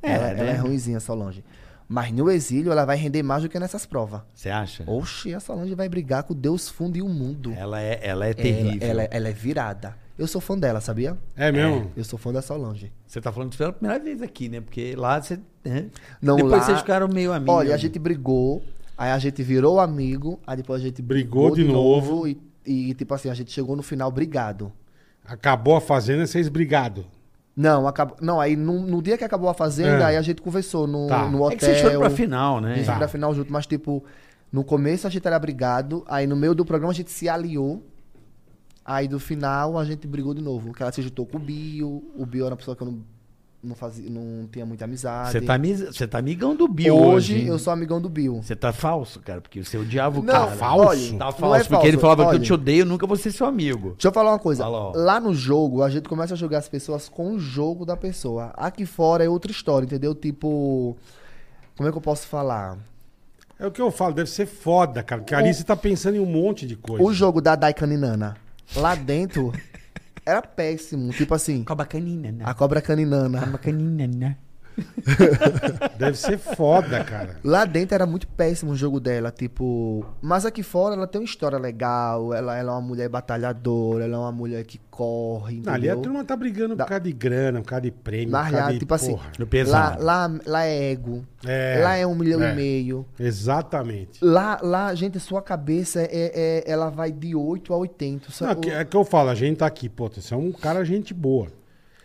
É, ela, né? ela é ruinzinha, Solange. Mas no exílio, ela vai render mais do que nessas provas. Você acha? Oxi, a Solange vai brigar com Deus, fundo e o mundo. Ela é, ela é Ela, terrível. ela, ela é virada. Eu sou fã dela, sabia? É mesmo? Eu sou fã da Solange. Você tá falando isso pela primeira vez aqui, né? Porque lá você. né? Não, Depois lá- vocês ficaram meio amigos. Olha, a gente brigou, aí a gente virou amigo, aí depois a gente Brigou de novo. e, e, tipo assim, a gente chegou no final brigado. É. Acabou a fazenda, vocês brigados. Não, acabou. Não, aí no, no dia que acabou a fazenda, É. aí a gente conversou no, Tá. no hotel. É que vocês foram pra final, A gente né? Tá. foi pra final junto, mas tipo, no começo a gente era brigado, aí no meio do programa a gente se aliou. Aí do final a gente brigou de novo. Porque ela se juntou com o Bio, o Bio era uma pessoa que eu não, não, fazia, não tinha muita amizade. Você tá, ami- você tá amigão do Bill hoje. hoje, hein? eu sou amigão do Bio. Você tá falso, cara, porque você odiava o Não, cara. falso? olha, Tá não falso, é porque falso, ele falava que eu olha. te odeio, nunca vou ser seu amigo. Deixa eu falar uma coisa. Fala, ó. Lá no jogo, a gente começa a jogar as pessoas com o jogo da pessoa. Aqui fora é outra história, entendeu? Tipo. Como é que eu posso falar? É o que eu falo, deve ser foda, cara. Porque ali você tá pensando em um monte de coisa. é. O jogo da Daikana e Nana lá dentro era péssimo. Tipo assim, Com a bacaninha, né? a cobra caninana. bacaninha, né? Deve ser foda, cara. Lá dentro era muito péssimo o jogo dela, tipo. Mas aqui fora ela tem uma história legal, ela, ela é uma mulher batalhadora, ela é uma mulher que corre, entendeu? Ali a turma tá brigando Da- por causa de grana, por causa de prêmio, Mas por causa lá, de tipo assim, porra. No lá, pesado. lá, lá é ego, É, lá é um milhão é. e meio. Exatamente. Lá, lá, gente, sua cabeça é, é- ela vai de 8 a 80. só- Não, que- é que eu falo, a gente tá aqui, pô, você é um cara gente boa.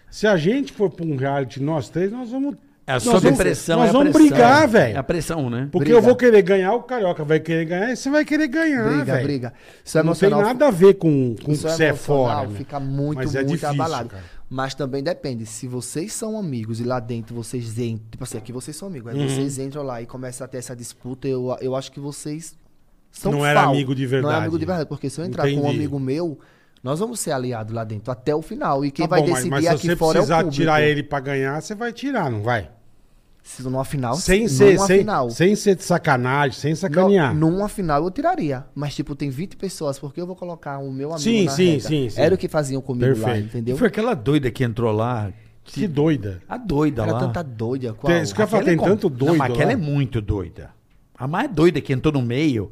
Se a gente for pra um reality, nós três, nós vamos... É nós só vamos- depressão, Nós é a vamos pressão. brigar, É a velho. pressão, né? Porque Briga. eu vou querer ganhar, o Carioca vai querer ganhar, e você vai querer ganhar, ah, velho. briga, briga. Isso é Não tem emocional. nada a ver com, com o que Isso você é emocional, fora. né? Fica muito, Mas é muito difícil, abalado. cara. Mas também depende. Se vocês são amigos e lá dentro vocês entram. Tipo assim, aqui vocês são amigos. Uhum. Aí vocês entram lá e começa a ter essa disputa. Eu, eu acho que vocês são Não era fal- amigo de Não verdade. é amigo de verdade. Porque se eu entrar com um Entendi. amigo meu, nós vamos ser aliados lá dentro até o final. E quem Tá vai bom, mas- decidir mas, se aqui você fora é o precisar público. tirar ele pra ganhar, você vai tirar, não vai? Se numa final, Sem numa ser, sem, é final. sem ser de sacanagem, sem sacanear. Não, numa final eu tiraria. Mas, tipo, tem 20 pessoas, porque eu vou colocar o meu amigo Sim, na sim, reta. sim, sim. Era o que faziam comigo lá, Perfeito. entendeu? Foi aquela doida que entrou lá. Que doida. A doida Era lá. tanta tá doida. Qual? Tem- isso que eu ia falar, Aquela é tem com- tanto doido Não, mas aquela lá. é muito doida. A mais doida que entrou no meio.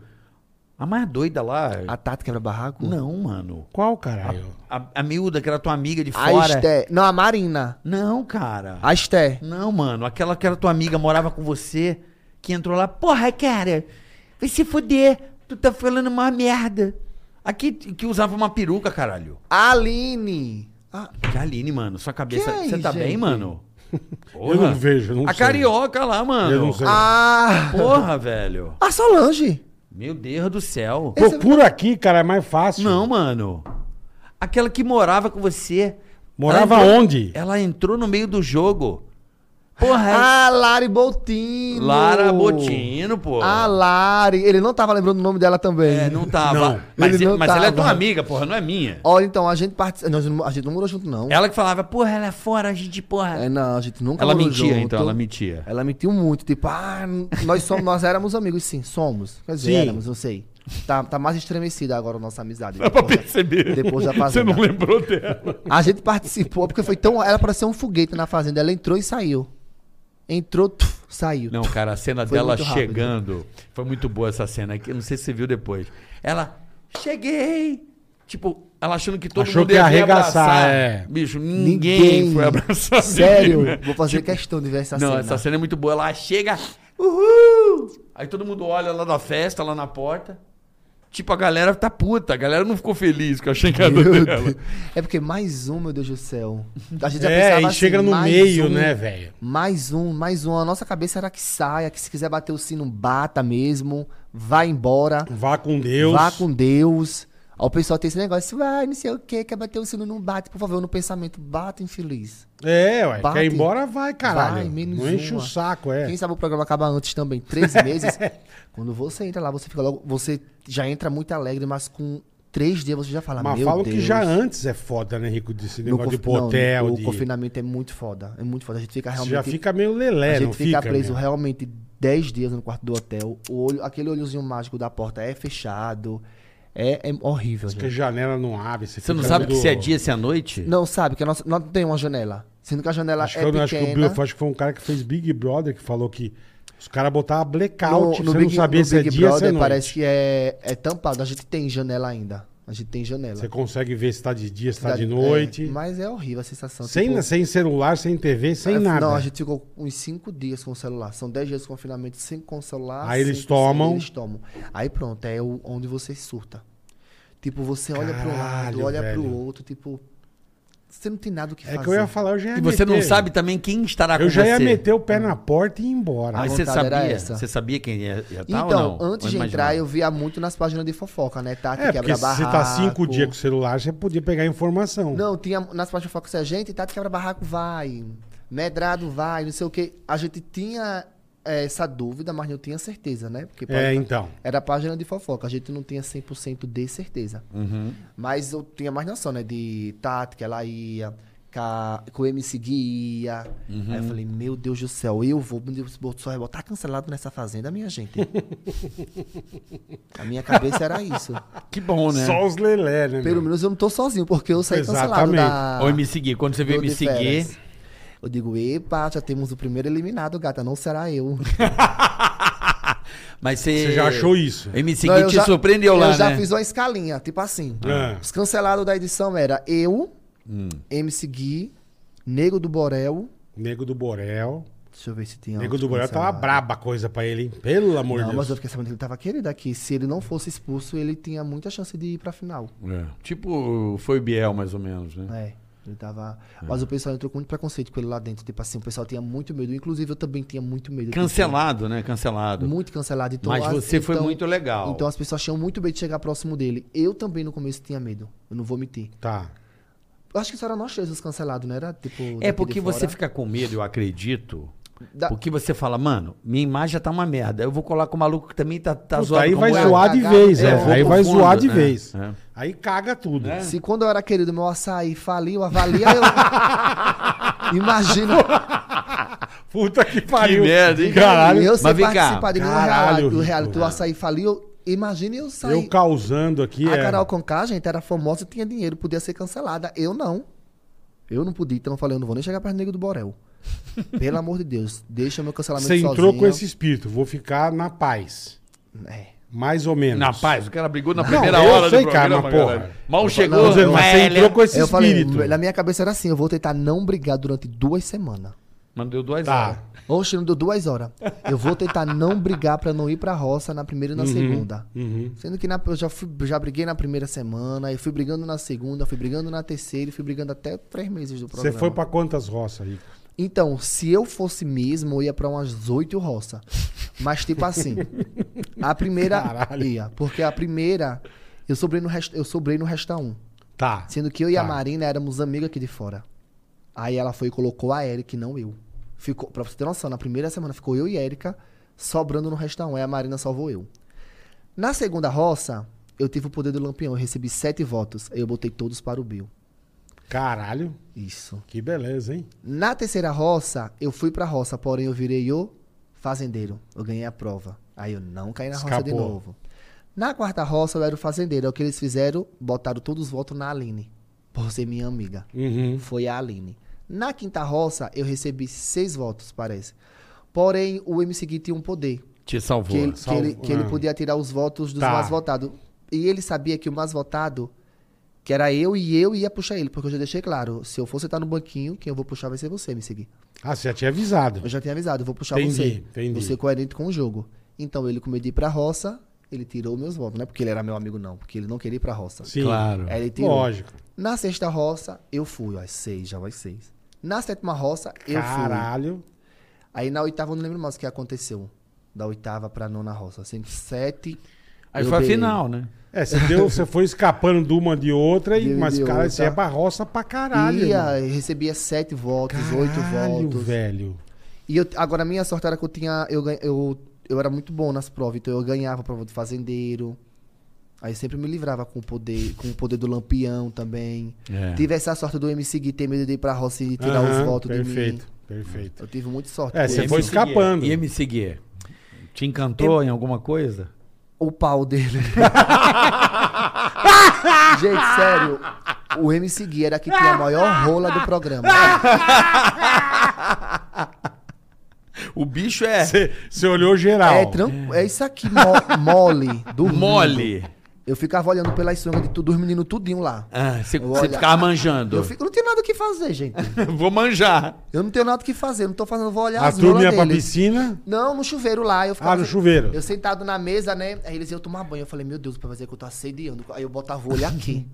A mais doida lá. A Tati quebra barraco? Não, mano. Qual, caralho? Ah, A, a miúda, que era tua amiga de A fora. Esté. Não, a Marina. Não, cara. A Esté. Não, mano. Aquela que era tua amiga, morava com você, que entrou lá. Porra, cara, vai se fuder. Tu tá falando uma merda. Aqui que usava uma peruca, caralho. A Aline. Ah, Que Aline, mano, sua cabeça. Quem, Você tá gente? bem, mano? é Eu não vejo, eu não A sei. carioca lá, mano. Eu não sei. a... Porra, velho. a Solange. Meu Deus do céu. um- Procura aqui, cara, é mais fácil. Não, mano. Aquela que morava com você. Morava Ela entrou- onde? Ela entrou no meio do jogo. Porra, A Lari Botino. É. Lara Botino, pô. A Lari. Ele não tava lembrando o nome dela também. É, não tava. Não, mas ele não mas ela é tua tava. amiga, porra, não é minha. Olha, então, a gente participa. Nós não- A gente não morou junto, não. Ela que falava, porra, ela é fora, a gente, porra. É, não, a gente nunca ela morou mentia, junto. então, ela mentia. Ela mentiu muito, tipo, ah, n- nós, somos, nós éramos amigos, sim, somos. Quer dizer, Sim. éramos, não sei. Tá, tá mais estremecida agora a nossa amizade. Dá pra perceber. Depois da Você fazenda. não lembrou dela. A gente participou, porque foi tão. Ela parecia um foguete na fazenda. Ela entrou e saiu. Entrou, tuf, saiu. Não, cara, a cena Foi dela muito rápido. né? chegando. Foi muito boa essa cena aqui. Eu não sei se você viu depois. Ela, cheguei! Tipo, ela achando que todo Achou mundo que ia ia vir arregaçar, abraçar. é. Bicho, ninguém, foi abraçar. Sério? ninguém. Vou fazer Tipo, questão de ver essa não, cena. essa cena é muito boa. Ela chega, uhul! Aí todo mundo olha lá da festa, lá na porta. Tipo, a galera tá puta. A galera não ficou feliz com a chegada dela. Meu Deus. É porque mais um, meu Deus do céu. A gente já É, pensava e assim, chega no mais meio, um, né, velho? Mais um, mais um. A nossa cabeça era que saia, que se quiser bater o sino, bata mesmo. Vai embora. Vá com Deus. Vá com Deus. Aí o pessoal tem esse negócio, vai, não sei o que, quer bater o sino, não bate, por favor, no pensamento, bata, infeliz. É, ué. Bate. Quer ir embora, vai, caralho. Vai, menos não enche uma. o saco, é. Quem sabe o programa acaba antes também, três meses. Quando você entra lá, você fica logo, você já entra muito alegre, mas com três dias você já fala, Mas meu falam Deus. que já antes é foda, né, Rico? Desse No negócio de confi- não, hotel, o de... confinamento é muito foda, é muito foda, a gente fica Você realmente... já fica meio a lelé, gente não fica, fica, preso meu? realmente dez dias no quarto do hotel, o olho, aquele olhozinho mágico da porta é fechado, é, é horrível, Porque a gente. janela não abre. Você, Você não fica sabe que meio- se é dia, se é noite? Não, sabe, que a nossa, nós não tem uma janela, sendo que a janela Acho é que, eu- pequena... acho, que o Bill- acho que foi um cara que fez Big Brother que falou que os caras botavam No, blackout. no você Big, não sabia no se é Big dia, se é Brother noite. parece que é, é tampado. A gente tem janela ainda. A gente tem janela. Você consegue ver se tá de dia, se tá de É, noite. mas é horrível a sensação. sem, tipo, sem celular, sem TV, sem é, nada. Não, a gente ficou uns 5 dias com o celular. São 10 dias de confinamento, 5 com o celular. Aí cinco eles sem- tomam. Eles tomam. Aí pronto, é o- onde você surta. Tipo, você olha para um lado, Caralho, olha para velho. o outro, tipo... Você não tem nada o que fazer. É que eu ia falar, eu já ia E você não meter. sabe tá também quem estará com Eu você. já ia meter o pé na porta e ir embora. Mas A você vontade era sabia? essa. Você sabia quem ia estar Então, Tá ou não? antes Ou de imaginava? entrar, eu via muito nas páginas de fofoca, né? Tati é, porque quebra se você tá barraco. cinco dias com o celular, você podia pegar informação. Não, tinha nas páginas de fofoca se a gente, Tati quebra-barraco vai, medrado vai, não sei o quê. A gente tinha eh, essa dúvida, mas não tinha certeza, né? Porque pode- É, então. era a página de fofoca, a gente não tinha 100% de certeza. Uhum. Mas eu tinha mais noção, né? De Tati, que ela ia, que, a, que o MC Gui ia. Uhum. Aí eu falei, meu Deus do céu, eu vou, meu Deus, só vai botar cancelado nessa fazenda, minha gente. a minha cabeça era isso. Que bom, né? Só os lelé, né? Pelo meu? menos eu não tô sozinho, porque eu saí cancelado Exatamente. da... Ou me seguir. Quando você veio Tô me de seguir, férias. Eu digo, epa, já temos o primeiro eliminado, gata, não será eu. mas você... Você já achou isso? Eu me Não, seguir eu te já- surpreendeu lá, Eu já né? fiz uma escalinha, tipo assim. Ah. Os cancelados da edição era eu, Hum. MC Gui, Nego do Borel. Nego do Borel. Deixa eu ver se tinha Nego outro do Borel tava cancelado. braba a coisa pra ele, hein? Pelo amor de Não, mas eu Deus. fiquei sabendo que ele tava querido aqui. Se ele não fosse expulso, ele tinha muita chance de ir pra final. É. Tipo, foi o Biel, mais ou menos, né? É. Ele tava. É. Mas o pessoal entrou com muito preconceito com ele lá dentro. Tipo assim, o pessoal tinha muito medo. Inclusive, eu também tinha muito medo. Tipo, Cancelado, né? Cancelado. Muito cancelado. Então, Mas as- você foi então- muito legal. Então as pessoas tinham muito medo de chegar próximo dele. Eu também no começo tinha medo. Eu não vou mentir. Tá. Eu acho que só era nós três os cancelados, não era? Tipo, daqui é de porque fora. você fica com medo, eu acredito. Da- Porque você fala, mano, minha imagem já tá uma merda. Eu vou colar com o maluco que também tá, tá Puta, zoado. aí como vai eu. zoar de Cagar, vez, é, é. eu vou Aí pro vai fundo, zoar de né? vez. É. Aí caga tudo. Se quando eu era querido, meu açaí faliu, avalia, eu. Imagina. Puta que pariu. merda, hein? Caralho. eu Mas sem vem cá. participar de nenhum Caralho, reality, do Rico. reality. O açaí faliu. Imagina eu sair. Eu causando aqui. A é. Carol Conká, gente, era famosa, tinha dinheiro, podia ser cancelada. Eu não. Eu não podia, então eu falei, eu não vou nem chegar perto do Nego do Borel. Pelo amor de Deus, deixa meu cancelamento Você entrou sozinho. com esse espírito, vou ficar na paz. É. Mais ou menos. Na paz, o cara brigou na Não, primeira eu hora sei, do cara, programa, mas porra. caralho. Mal Tô chegou, né? dizendo, mas você velho. é- entrou com esse eu falei, espírito. na minha cabeça era assim, eu vou tentar não brigar durante duas semanas. Mas deu duas Tá. horas. Oxe, não deu duas horas. Eu vou tentar não brigar pra não ir pra roça na primeira Uhum. e na segunda. Sendo que na- eu já, fui- já briguei na primeira semana, eu fui brigando na segunda, fui brigando na terceira, e fui brigando até três meses do Você programa. foi pra quantas roças aí? Então, se eu fosse mesmo, eu ia pra umas oito roças. Mas, tipo assim, a primeira Caralho. ia. Porque a primeira, eu sobrei no, rest, eu sobrei no Resta 1. Tá. Sendo que eu e a Tá. Marina éramos amigos aqui de fora. Aí ela foi e colocou a Erika, e não eu. Ficou, pra você ter noção, na primeira semana ficou eu e Erika sobrando no restaurante. Aí a Marina salvou eu. Na segunda roça, eu tive o poder do lampião. Eu recebi sete votos. Aí eu botei todos para o Bill. Caralho, Isso. que beleza, hein? Na terceira roça, eu fui pra roça, porém eu virei o fazendeiro. Eu ganhei a prova. Aí eu não caí na roça de Escapou. novo. Na quarta roça, eu era o fazendeiro. É o que eles fizeram, botaram todos os votos na Aline. Por ser minha amiga. Uhum. Foi a Aline. Na quinta roça, eu recebi seis votos, parece. Porém, o MC Gui tinha um poder. Te Que, ele, salvou. que, salvo- ele, que ele ah. podia tirar os votos dos Tá. mais votados. E ele sabia que o mais votado, que era eu, e eu ia puxar ele. Porque eu já deixei claro, se eu for sentar no banquinho, quem eu vou puxar vai ser você, me seguir. Ah, você já tinha avisado. Eu já tinha avisado, eu vou puxar Entendi, você. entendi. Você é coerente com o jogo. Então ele, como eu ia pra roça, ele tirou meus votos. Não é porque ele era meu amigo, não. Porque ele não queria ir pra roça. Sim. Claro. Aí ele tirou. Lógico. Na sexta roça, eu fui. Ó, às seis, já vai seis. Na sétima roça, eu fui. Caralho. Aí na oitava, eu não lembro mais o que aconteceu. Da oitava pra nona roça. Sempre sete. Aí eu foi a beirei. final, né? É, você, deu, você foi escapando de uma de outra, e, De- mas, de cara, outra. você é barroça pra caralho. Ia, mano. eu recebia sete votos, Caralho, oito votos. velho. E eu, agora a minha sorte era que eu tinha. Eu, ganha- eu, eu era muito bom nas provas, então eu ganhava a prova do fazendeiro. Aí sempre me livrava com o poder, com o poder do lampião também. É. Tive essa sorte do MC Gui ter medo de ir pra roça e tirar Aham, os votos de Perfeito, mim. perfeito. Eu tive muita sorte. É, com você isso. foi escapando. E me seguir. Te encantou em alguma coisa? O pau dele. Gente, sério. O MC Gui era que tinha a maior rola do programa. O bicho é Você, você olhou geral. É, tran- é isso aqui, mo- mole. Dormindo. mole. Eu ficava olhando pelas sungas de tudo, os meninos tudinho lá. Ah, você Eu você olho- ficava manjando. Eu fico, não tenho nada o que fazer, gente. Vou manjar. Eu não tenho nada o que fazer, não tô fazendo, vou olhar A as rolas turma ia pra deles. piscina. Não, no chuveiro lá. Eu ficava, assim, Ah, no chuveiro. Eu sentado na mesa, né? Aí eles iam tomar banho. Eu falei, meu Deus, pra fazer que eu tô assediando. Aí eu botava o olho aqui.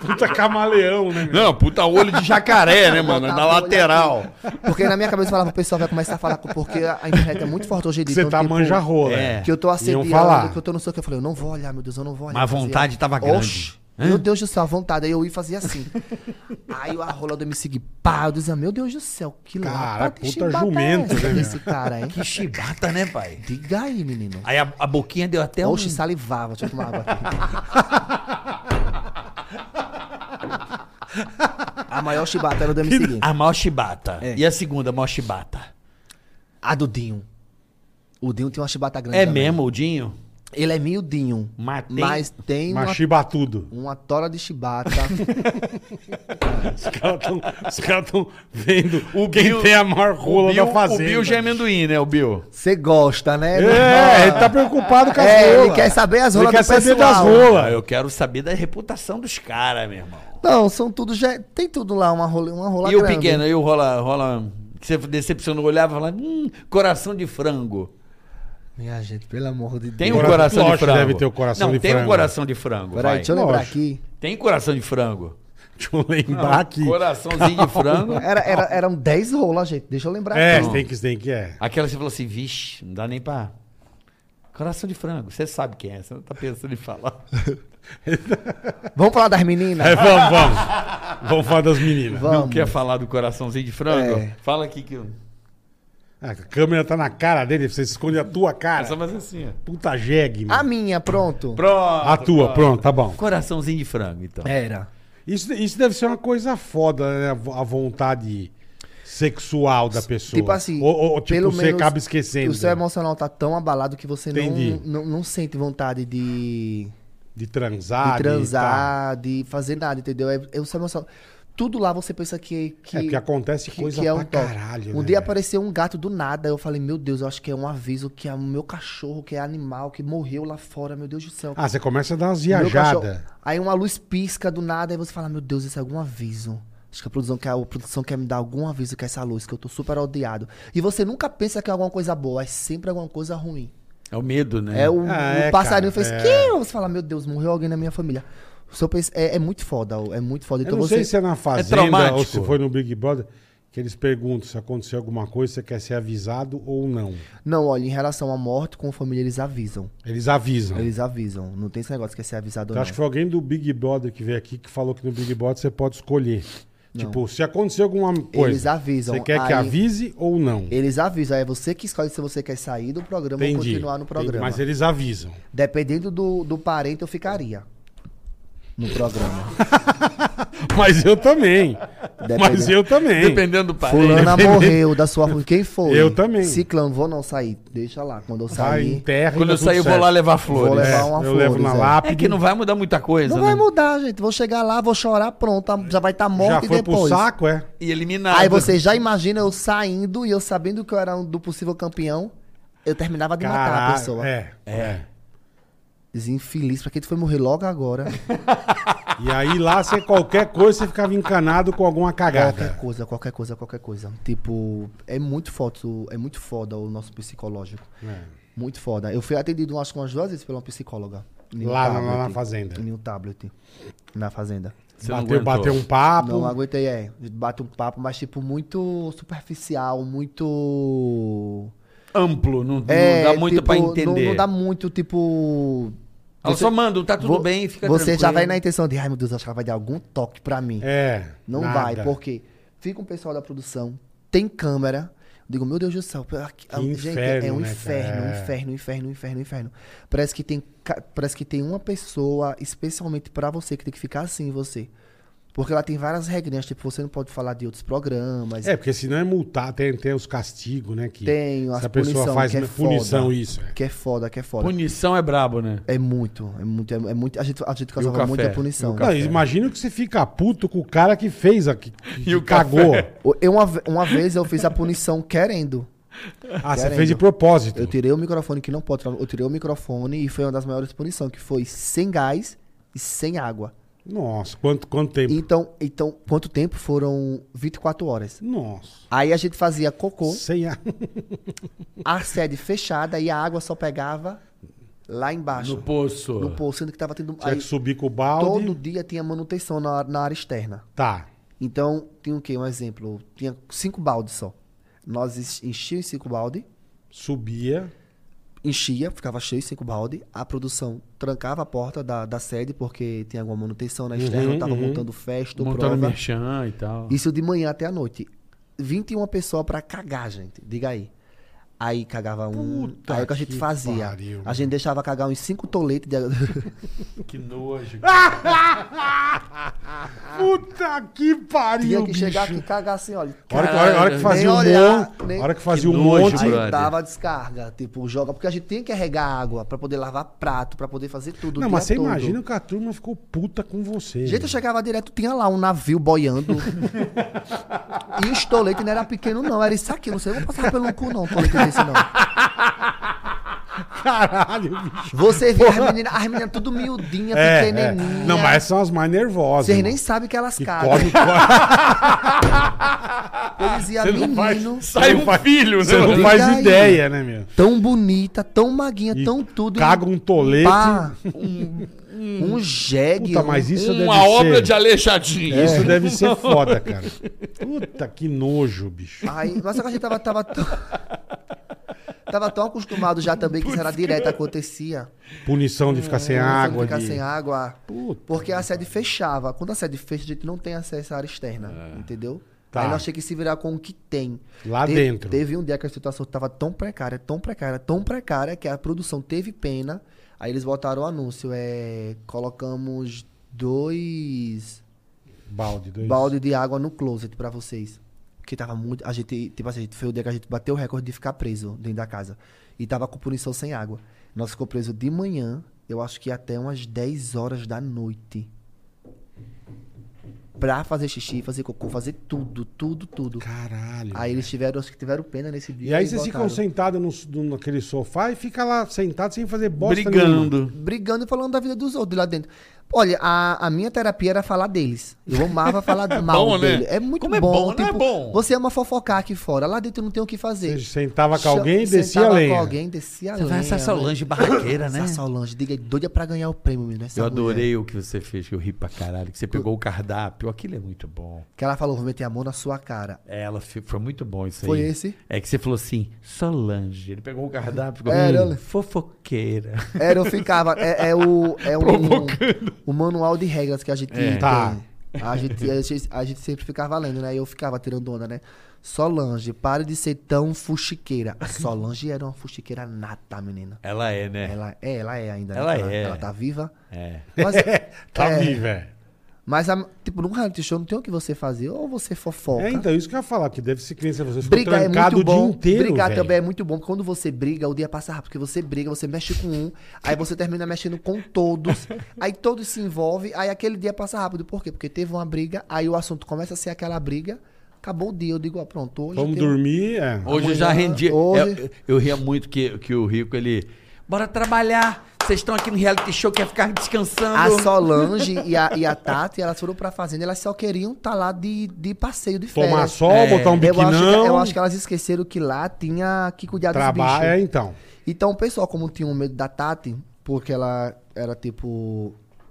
Puta camaleão, né? Então, meu? Não, puta olho de jacaré, né, mano? Botava Na o olho lateral. Porque na minha cabeça eu falava, o pessoal vai começar a falar, com- porque a internet é muito forte hoje em Que dia. você então, tá tipo, manja rola. é. Que eu tô Iam falar. assediando, que eu tô não sei o que. Eu falei, eu não vou olhar, meu Deus, eu não vou olhar. Mas a Eu fazia- vontade tava grande. meu Deus do céu, a vontade. Aí eu ia e fazia assim. Aí a rola do me seguir, pá, eu dizia, meu Deus do céu, que Cara, lata de puta chibata jumento, é essa né, meu? desse cara, hein? Que chibata, né, pai? Diga aí, menino. Aí a, a boquinha deu é até um... Oxe, salivava. Deixa eu tomar água aqui. a maior chibata era do MC. A maior chibata. Ah, É. E a segunda, a maior chibata. A do Dinho. O Dinho tem uma chibata grande. É também. mesmo, o Dinho? Ele é miudinho. Mas tem- Mas tem Tipo, uma, Machibatudo. uma tora de chibata. Os caras tão, os caras tão vendo quem Bill- tem a maior rola Bill- da fazenda. O Bill já é amendoim, né, o Bill? Você gosta, né? É, ele tá preocupado com as É, ele rolas. quer saber as rolas Ele quer do saber pessoal. das Ah, rolas. eu quero saber da reputação dos caras, meu irmão. Não, são tudo já. Tem tudo lá, uma rola, uma rola e o grande. pequeno, aí o rola, rola. Que você decepcionou, olhava e falava, hum, coração de frango. Minha gente, pelo amor de Deus. Tem um Cora- coração de Lógico que frango. deve ter o coração Não, de tem frango. um coração de frango. Peraí, vai. deixa eu lembrar Lógico. aqui. Tem coração de frango. Deixa eu Ah, lembrar aqui. Coraçãozinho de frango. Era, era, eram 10 rolas, gente. Deixa eu lembrar É, aqui. tem que, tem que, é. Aquela que você falou assim, vixe, não dá nem pra. Coração de frango, você sabe quem é, você não tá pensando em falar. Vamos falar das meninas? É, vamos, vamos. Vamos falar das meninas. Não Vamos. quer falar do coraçãozinho de frango? É. Fala aqui que eu. Ah, A câmera tá na cara dele, você esconde a tua cara. Só mais assim, ó. Puta jegue, A mano. minha, pronto. Pronto. A tua, pronto, tá bom. Coraçãozinho de frango, então. Era. Isso, isso deve ser uma coisa foda, né? A vo- A vontade sexual da pessoa. Tipo assim, Ou, ou, tipo, você acaba esquecendo né? O seu emocional tá tão abalado que você não, Entendi. não, não sente vontade de, de de transar. Ah, tá. transar, de fazer nada, entendeu? É, é o seu emocional. Tudo lá você pensa que. que É, porque acontece coisa pra top. caralho, Um né, dia velho? apareceu um gato do nada. Eu falei, meu Deus, eu acho que é um aviso que é o meu cachorro, que é animal, que morreu lá fora, meu Deus do céu. Ah, você começa a dar umas Meu viajadas. cachorro. Aí uma luz pisca do nada e você fala, meu Deus, isso é algum aviso. Acho que a produção quer, a produção quer me dar algum aviso que é essa luz, que eu tô super odiado. E você nunca pensa que é alguma coisa boa, é sempre alguma coisa ruim. É o medo, né? É o, Ah, o é, passarinho cara, fez é. que eu você fala, meu Deus, morreu alguém na minha família. O senhor pensa, é, é muito foda, é muito foda. Eu Então não você sei se é na Fazenda traumático. ou se foi no Big Brother, que eles perguntam se aconteceu alguma coisa, você quer ser avisado ou não. Não, olha, em relação à morte com a família, eles avisam. Eles avisam. Eles avisam. Não tem esse negócio que é ser avisado Eu ou não. acho que foi alguém do Big Brother que veio aqui que falou que no Big Brother você pode escolher. Tipo, se acontecer alguma coisa, Eles avisam. você quer que Aí- avise ou não? Eles avisam. Aí é você que escolhe se você quer sair do programa ou Entendi. continuar no programa. Entendi, Mas eles avisam. Dependendo do, do parente, eu ficaria no programa. Mas eu também. Mas eu também. Dependendo do parente. Fulana morreu da sua rua. Quem foi? Eu também. Ciclano, vou não sair. Deixa lá. Quando eu Vai sair, em terra Tá, e Quando dá eu tudo sair, eu vou certo. lá levar vou flores. levar É, uma eu flores, levo na é. lápide. É que não vai mudar muita coisa, Não né? vai mudar, gente. Vou chegar lá, vou chorar, pronto. Já vai estar tá Já morto e foi pro depois. saco, é? E eliminar. né? Aí você já imagina eu saindo e eu sabendo que eu era um do possível campeão, eu terminava de matar a Caralho. pessoa. É, é. Desinfeliz, pra que tu foi morrer logo agora? E aí lá, você qualquer coisa, você ficava encanado com alguma qualquer cagada. coisa, qualquer coisa, qualquer coisa. Tipo, é muito foda, é muito foda o nosso psicológico. É. Muito foda. Eu fui atendido, acho que umas duas vezes, pela uma psicóloga. Em um Lá na- lá tablet. na fazenda. Em um tablet. Na fazenda. Você não Bateu, aguentou. bateu um papo. Não aguentei, é. Bate um papo, mas tipo, muito superficial, muito. Amplo, não, não É, dá muito pra tipo, entender. Não, não dá muito, tipo. Ela Você- só manda, tá tudo vo- bem, fica Você tranquilo. já vai na intenção de, ai meu Deus, acho que ela vai dar algum toque pra mim. É. Não nada. vai, porque fica um pessoal da produção, tem câmera. Eu Digo, meu Deus do céu, aqui- Que gente, é- é inferno, um né, inferno, cara? um inferno, um inferno, um inferno, um inferno. Parece que tem, ca- parece que tem uma pessoa especialmente pra você que tem que ficar assim em você. Porque ela tem várias regrinhas, tipo, você não pode falar de outros programas. É, porque senão é multar, tem, tem os castigos, né? Que Tem as se a pessoa punição, faz que é né, punição, foda. isso. é. Que é foda, que é foda. Punição é brabo, né? É muito, é muito, é, é muito. A gente, a gente o causava café? muita E punição. o Não, imagina que você fica puto com o cara que fez aqui. Que cagou. Eu, uma, ve- uma vez eu fiz a punição querendo. Ah, você Querendo. fez de propósito. Eu tirei o microfone que não pode. tra- Eu tirei o microfone e foi uma das maiores punições, que foi sem gás e sem água. Nossa, quanto, quanto tempo? Então, então, quanto tempo? Foram 24 horas. Nossa. Aí a gente fazia cocô, Sem a... a sede fechada e a água só pegava lá embaixo. No poço. No poço, sendo que tava tendo. Tinha Aí, que subir com o balde. todo dia tinha manutenção na, na área externa. Tá. Então, tinha o quê? Um exemplo. Tinha cinco baldes só. Nós enchi- enchíamos cinco baldes. Subia. enchia, ficava cheio, cinco balde. A produção trancava a porta da, da sede, porque tinha alguma manutenção na externa, Uhum, tava montando festa, Montando prova. merchan e tal. Isso de manhã até a noite. 21 pessoa pra cagar, gente. Diga aí. Aí cagava um. Puta aí o que a gente que fazia? pariu, a gente deixava cagar uns cinco toletes de. Que nojo. Puta que pariu, Tinha que bicho. chegar aqui e cagar assim, olha. A hora que, a hora- a hora Caralho, que fazia nem um olhar, monte, nem- a hora que fazia Que um nojo, monte, Aí brother. dava a descarga, tipo, joga, porque a gente tinha que regar água pra poder lavar prato, pra poder fazer tudo. o Não, mas dia você todo. imagina que a turma ficou puta com você. Gente, eu meu. chegava direto, tinha lá um navio boiando. e o tolete não era pequeno, não. Era isso aqui. Você não passava pelo cu, não, tolete desse, não. Caralho, bicho. Você vê as meninas, as meninas tudo miudinha, É, é. pequenininha. Não, mas essas são as mais nervosas. né? Vocês mano. nem sabem que elas que cagam. come, come. Eu dizia, Você não faz- menino, Sai um filho, Você não né? faz Diga aí. ideia, né, meu? tão bonita, tão maguinha, E tão tudo. Caga um tolete. Hum, Pá, um, um jegue. Puta, mas um- isso deve Uma obra ser... de Alexadinho. É. Isso deve ser foda, cara. Puta, que nojo, bicho. Aí, mas só que a gente tava, tava tão... Tava tão acostumado já também que isso era direto, acontecia. Punição de ficar sem Não água. Ficar de... sem água. Puta. Porque a sede fechava. Quando a sede fecha, a gente não tem acesso à área externa, entendeu? Tá. Aí nós temos que se virar com o que tem. Lá dentro. Teve um dia que a situação estava tão precária, tão precária, tão precária, que a produção teve pena. Aí eles botaram o anúncio. É, colocamos dois Balde, dois. balde de água no closet pra vocês. Porque tava muito. A gente, tipo assim, foi o dia que a gente bateu o recorde de ficar preso dentro da casa. E tava com punição sem água. Nós ficou preso de manhã, eu acho que até umas 10 horas da noite. pra fazer xixi, fazer cocô, fazer tudo, tudo, tudo. Caralho. Aí eles tiveram, acho que tiveram pena nesse dia. e aí vocês ficam botaram. sentados no, no- naquele sofá e fica lá sentado sem fazer bosta nenhuma. Brigando. brigando e falando da vida dos outros lá dentro. Olha, a, a minha terapia era falar deles. Eu amava falar mal bom, né? dele. É muito Como é bom. bom, não é bom? Você ama fofocar aqui fora. Lá dentro não tem o que fazer. Você sentava com alguém e Chama- descia a sentava com lenha. É, alguém, descia a Você vai lenha. essa Solange barraqueira, né? Essa Solange, diga aí, doida pra ganhar o prêmio, menino. essa Eu mulher. adorei o que você fez, que eu ri pra caralho. Que você pegou o cardápio. Aquilo é muito bom. Que ela falou, vou meter a mão na sua cara. É, Ela fi- foi muito bom isso Foi aí. esse? É que você falou assim, Solange. Ele pegou o cardápio e ficou, É, hum, olha. fofoqueira. Era, eu ficava. É, é o. É um, o manual de regras que a gente tem. Tá. A gente, a, gente, a gente sempre ficava lendo, né? E Eu ficava tirando onda, né? Solange, pare de ser tão fuxiqueira. A Solange era uma fuxiqueira nata, menina. Ela é, né? Ela é, ela é ainda. né? Ela é. Ela tá viva. É. Mas, Tá é, vivo, é. Mas, a- tipo, num reality show não tem o que você fazer. Ou você fofoca. É, então, isso que eu ia falar, que deve ser criança, você ficou Brigar é trancado muito o bom. dia inteiro, Brigar velho. também é muito bom. porque Quando você briga, o dia passa rápido. Porque você briga, você mexe com um, aí você termina mexendo com todos. aí todos se envolvem, aí aquele dia passa rápido. Por quê? Porque teve uma briga, aí o assunto começa a ser aquela briga, acabou o dia. Eu digo, ó, pronto, hoje. Vamos tem- dormir, é. Hoje eu já Amanhã, rendi. hoje. Eu, eu ria muito que, que o Rico, ele... Bora trabalhar. Vocês estão aqui no reality show, quer ficar descansando. A Solange e a, e a Tati, elas foram pra fazenda, elas só queriam estar lá de, de passeio, de férias. Tomar sol, É. botar um eu acho, que, biquinão, eu acho que é elas esqueceram que lá tinha que cuidar dos bichos. trabalha, é, então. Então o pessoal, como tinha um medo da Tati, porque ela era tipo.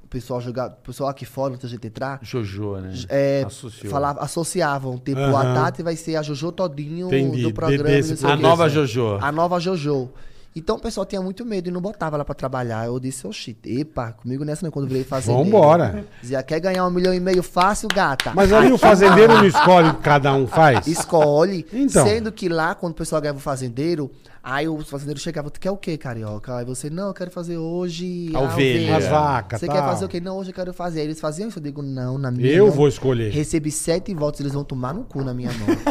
O pessoal jogava. O pessoal aqui fora, antes da gente entrar, Jojo, né? é, Associou. falava, associavam. Tipo, Aham. a Tati vai ser a Jojo Todinho Entendi, do programa. desse não sei o A programa. quê. nova Jojo. A nova Jojo. Então o pessoal tinha muito medo e não botava ela pra trabalhar. Eu disse, oxi, epa, comigo nessa não, quando virei fazendeiro. Vambora. Dizia, quer ganhar um milhão e meio fácil, gata? Mas ali o fazendeiro não escolhe o que cada um faz? Escolhe. Então. Sendo que lá, quando o pessoal ganhava o fazendeiro, aí o fazendeiro chegava, tu quer o quê, carioca? Aí você, não, eu quero fazer hoje. A ovelha. As vacas, Você tá. quer fazer o quê? Não, hoje eu quero fazer. Aí eles faziam isso, eu digo, não, na minha Eu não. vou escolher. Recebi sete votos, eles vão tomar no cu na minha mão.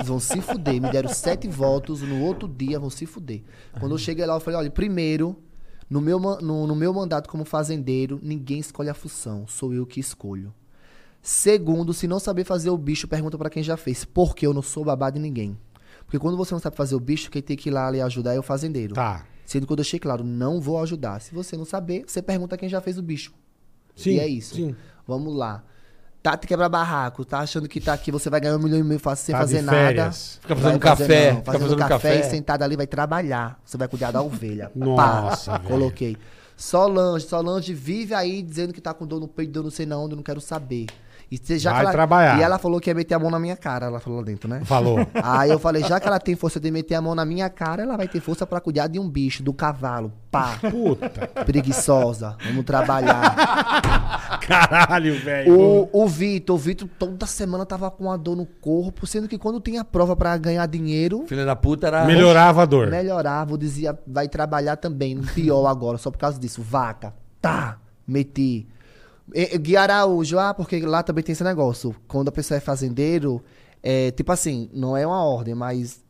Eles vão se fuder. Me deram sete votos, no outro dia vão se fuder. Quando eu cheguei lá, eu falei, olha, primeiro, no meu, ma- no, no meu mandato como fazendeiro, ninguém escolhe a função, sou eu que escolho. Segundo, se não saber fazer o bicho, pergunta pra quem já fez. Porque eu não sou babá de ninguém. Porque quando você não sabe fazer o bicho, quem tem que ir lá lhe ajudar é o fazendeiro. Tá. Sendo que eu deixei claro, não vou ajudar. Se você não saber, você pergunta quem já fez o bicho. Sim, e é isso. sim. Vamos lá. Tati quebra barraco, tá achando que tá aqui, você vai ganhar um milhão e meio fácil sem Tá de fazer nada. férias. Fica fazendo Vai fazer café, não, fica fazendo, fazendo café, café. sentado ali vai trabalhar. Você vai cuidar da ovelha. Pá, Nossa, velho. Coloquei. Solange, Solange vive aí dizendo que tá com dor no peito, dor não sei na onde, eu não quero saber. E você já Vai que ela- trabalhar. E ela falou que ia meter a mão na minha cara, ela falou lá dentro, né? Falou. Aí eu falei, já que ela tem força de meter a mão na minha cara, ela vai ter força pra cuidar de um bicho, do cavalo. Pá, Puta. preguiçosa. Vamos trabalhar. Caralho, velho. O, o Vitor, o Vitor toda semana tava com uma dor no corpo, sendo que quando tinha prova pra ganhar dinheiro, Filha da puta era... Melhorava a dor. melhorava, eu dizia, vai trabalhar também, no pior agora, só por causa disso. Vaca, tá, meti. E- e Gui Araújo, ah, porque lá também tem esse negócio, quando a pessoa é fazendeiro, é, tipo assim, não é uma ordem, mas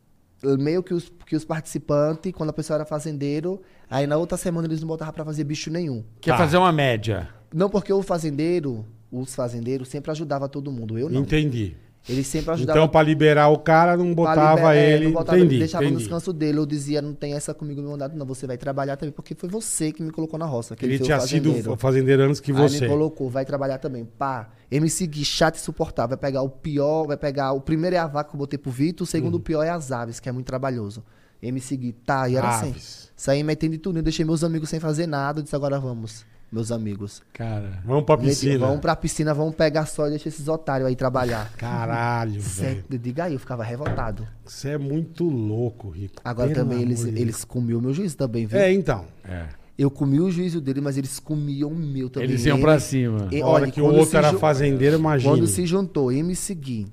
meio que os, que os participantes, quando a pessoa era fazendeiro, aí na outra semana eles não botavam pra fazer bicho nenhum. Quer Tá. fazer uma média. Não porque o fazendeiro, os fazendeiros sempre ajudava todo mundo, eu não. Entendi. Ele sempre ajudava. Então, pra liberar o cara, não pra botava liber- é, ele. não botava- entendi. deixava no entendi. descanso dele. Eu dizia, não tem essa comigo no meu mandato, não. Você vai trabalhar também, porque foi você que me colocou na roça. que Ele foi o tinha sido fazendeiro. fazendeiro antes que Aí você. me colocou, vai trabalhar também. Pá. MC Gui, chato e suportável. Vai pegar o pior, vai pegar. O primeiro é a vaca que eu botei pro Vitor, o segundo Uhum. pior é as aves, que é muito trabalhoso. MC Gui, tá, e era assim. Aves. Saí metendo de tudo, eu deixei meus amigos sem fazer nada. Eu disse, agora vamos, meus amigos. Cara... Vamos pra piscina. Vamos pra piscina, vamos pegar sol e deixa esses otários aí trabalhar. Caralho, velho. Certo, diga aí, eu ficava revoltado. Você é muito louco, Rico. Agora Pelo também eles, amor de eles comiam o meu juízo também, viu? Deus. É, então. É. Eu comi o juízo dele, mas eles comiam o meu também. Eles iam pra cima. E A hora olha, que o quando outro se era ju- fazendeiro, imagina. Quando se juntou MC Gui,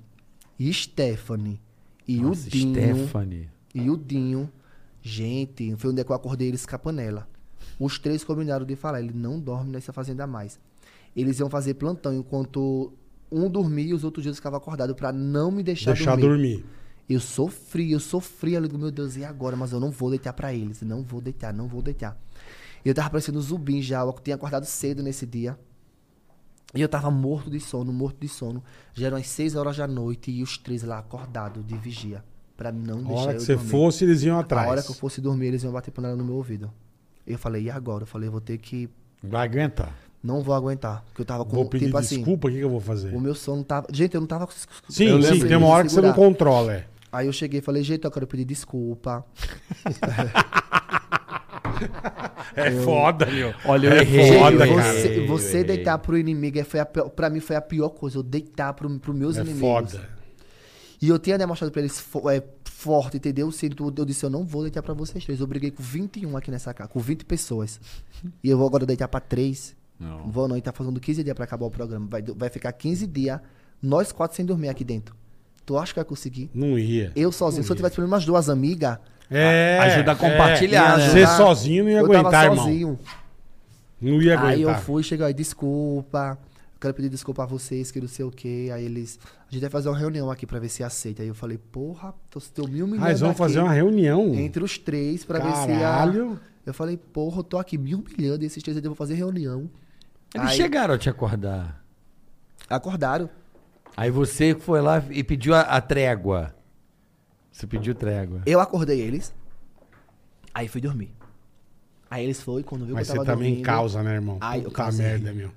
e Stephanie e o Dinho Stephanie. e o Dinho, gente, foi onde é que eu acordei eles com a panela. Os três combinaram de falar, ele não dorme nessa fazenda mais. Eles iam fazer plantão enquanto um dormia e os outros dias ficavam acordados pra não me deixar, Deixar dormir. dormir. Eu sofri, eu sofri. Eu digo, meu Deus, e agora? Mas eu não vou deitar pra eles. Não vou deitar, não vou deitar. Eu tava parecendo um zumbi já. Eu tinha acordado cedo nesse dia. E eu tava morto de sono, morto de sono. Já eram as 6 horas da noite e os três lá acordados de vigia. Pra não A deixar hora eu que você dormir. fosse, eles iam A atrás. hora que eu fosse dormir, eles iam bater panela no meu ouvido. Eu falei, e agora? Eu falei, eu vou ter que. Vai aguentar. Não vou aguentar. Porque eu tava com. Vou pedir tipo assim, desculpa, o que, que eu vou fazer? o meu sono tava. Gente, eu não tava. conseguindo- Sim, eu sim, lembro tem uma de hora que você não segurar. controla, é. Aí eu cheguei e falei, gente, eu quero pedir desculpa. É foda, meu. Olha, eu é errei, foda, Gente, cara. você, Eu você errei. deitar pro inimigo é- foi a, pior- pra mim foi a pior coisa. Eu deitar pro, pro meus É inimigos. foda. E eu tinha demonstrado pra eles fo- é, forte, entendeu? Sim, tu- Eu disse, eu não vou deitar pra vocês três. Eu briguei com 21 aqui nessa casa, com 20 pessoas. E eu vou agora deitar pra três. Não. Vou não, e tá faltando 15 dias pra acabar o programa. Vai, do- vai ficar 15 dias, nós quatro sem dormir aqui dentro. Tu acha que vai conseguir? Não ia. Eu sozinho, se eu tivesse pelo menos umas duas amigas, É, Ajuda a é. compartilhar, me né? Você ajudar. sozinho não ia eu aguentar, tava irmão. sozinho. Não ia aguentar. Aí eu fui, cheguei aí, desculpa, eu quero pedir desculpa a vocês, que não sei o quê. Aí eles, a gente vai fazer uma reunião aqui pra ver se aceita. Aí eu falei, porra, tô se me humilhando Ah, eles vão aqui fazer uma reunião. Entre os três pra ver se a... Caralho. Eu falei, porra, eu tô aqui me humilhando e esses três aí vão fazer reunião. Eles Aí- chegaram a te acordar. Acordaram. Aí você foi lá e pediu a, a trégua. Você pediu trégua. Eu acordei eles, aí fui dormir. Aí eles foram, quando viu Mas que você eu tava também dormindo... causa, né, irmão? Ai, eu Puta causei. merda, meu.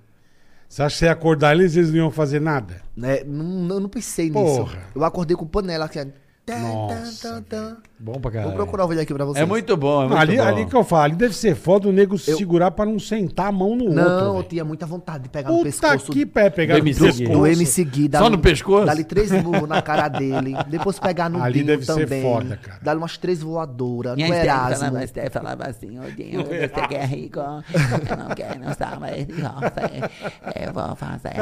Você acha que você ia acordar eles e eles não iam fazer nada? Né? Não, eu não pensei Porra. nisso. Eu acordei com panela, assim... tan, Nossa, tan, tan, tan. Bom pra caralho. Vou procurar o vídeo aqui pra vocês. É muito bom, é muito ali, bom. ali que eu falo, ali deve ser foda o nego se segurar pra não sentar a mão no Não, eu outro. velho. tinha muita vontade de pegar no Puta pescoço. que pé, pegar Do MC Gui. Do MC Gui. Só no pescoço? Dali três murros na cara dele. Depois pegar no Ali Dinho deve ser também. foda, cara. Dali umas três voadoras. No Minha Esther Erasmo. né? falava, Esther falava assim, ô Dinho, você que é rico, eu não quero saber de você, eu vou fazer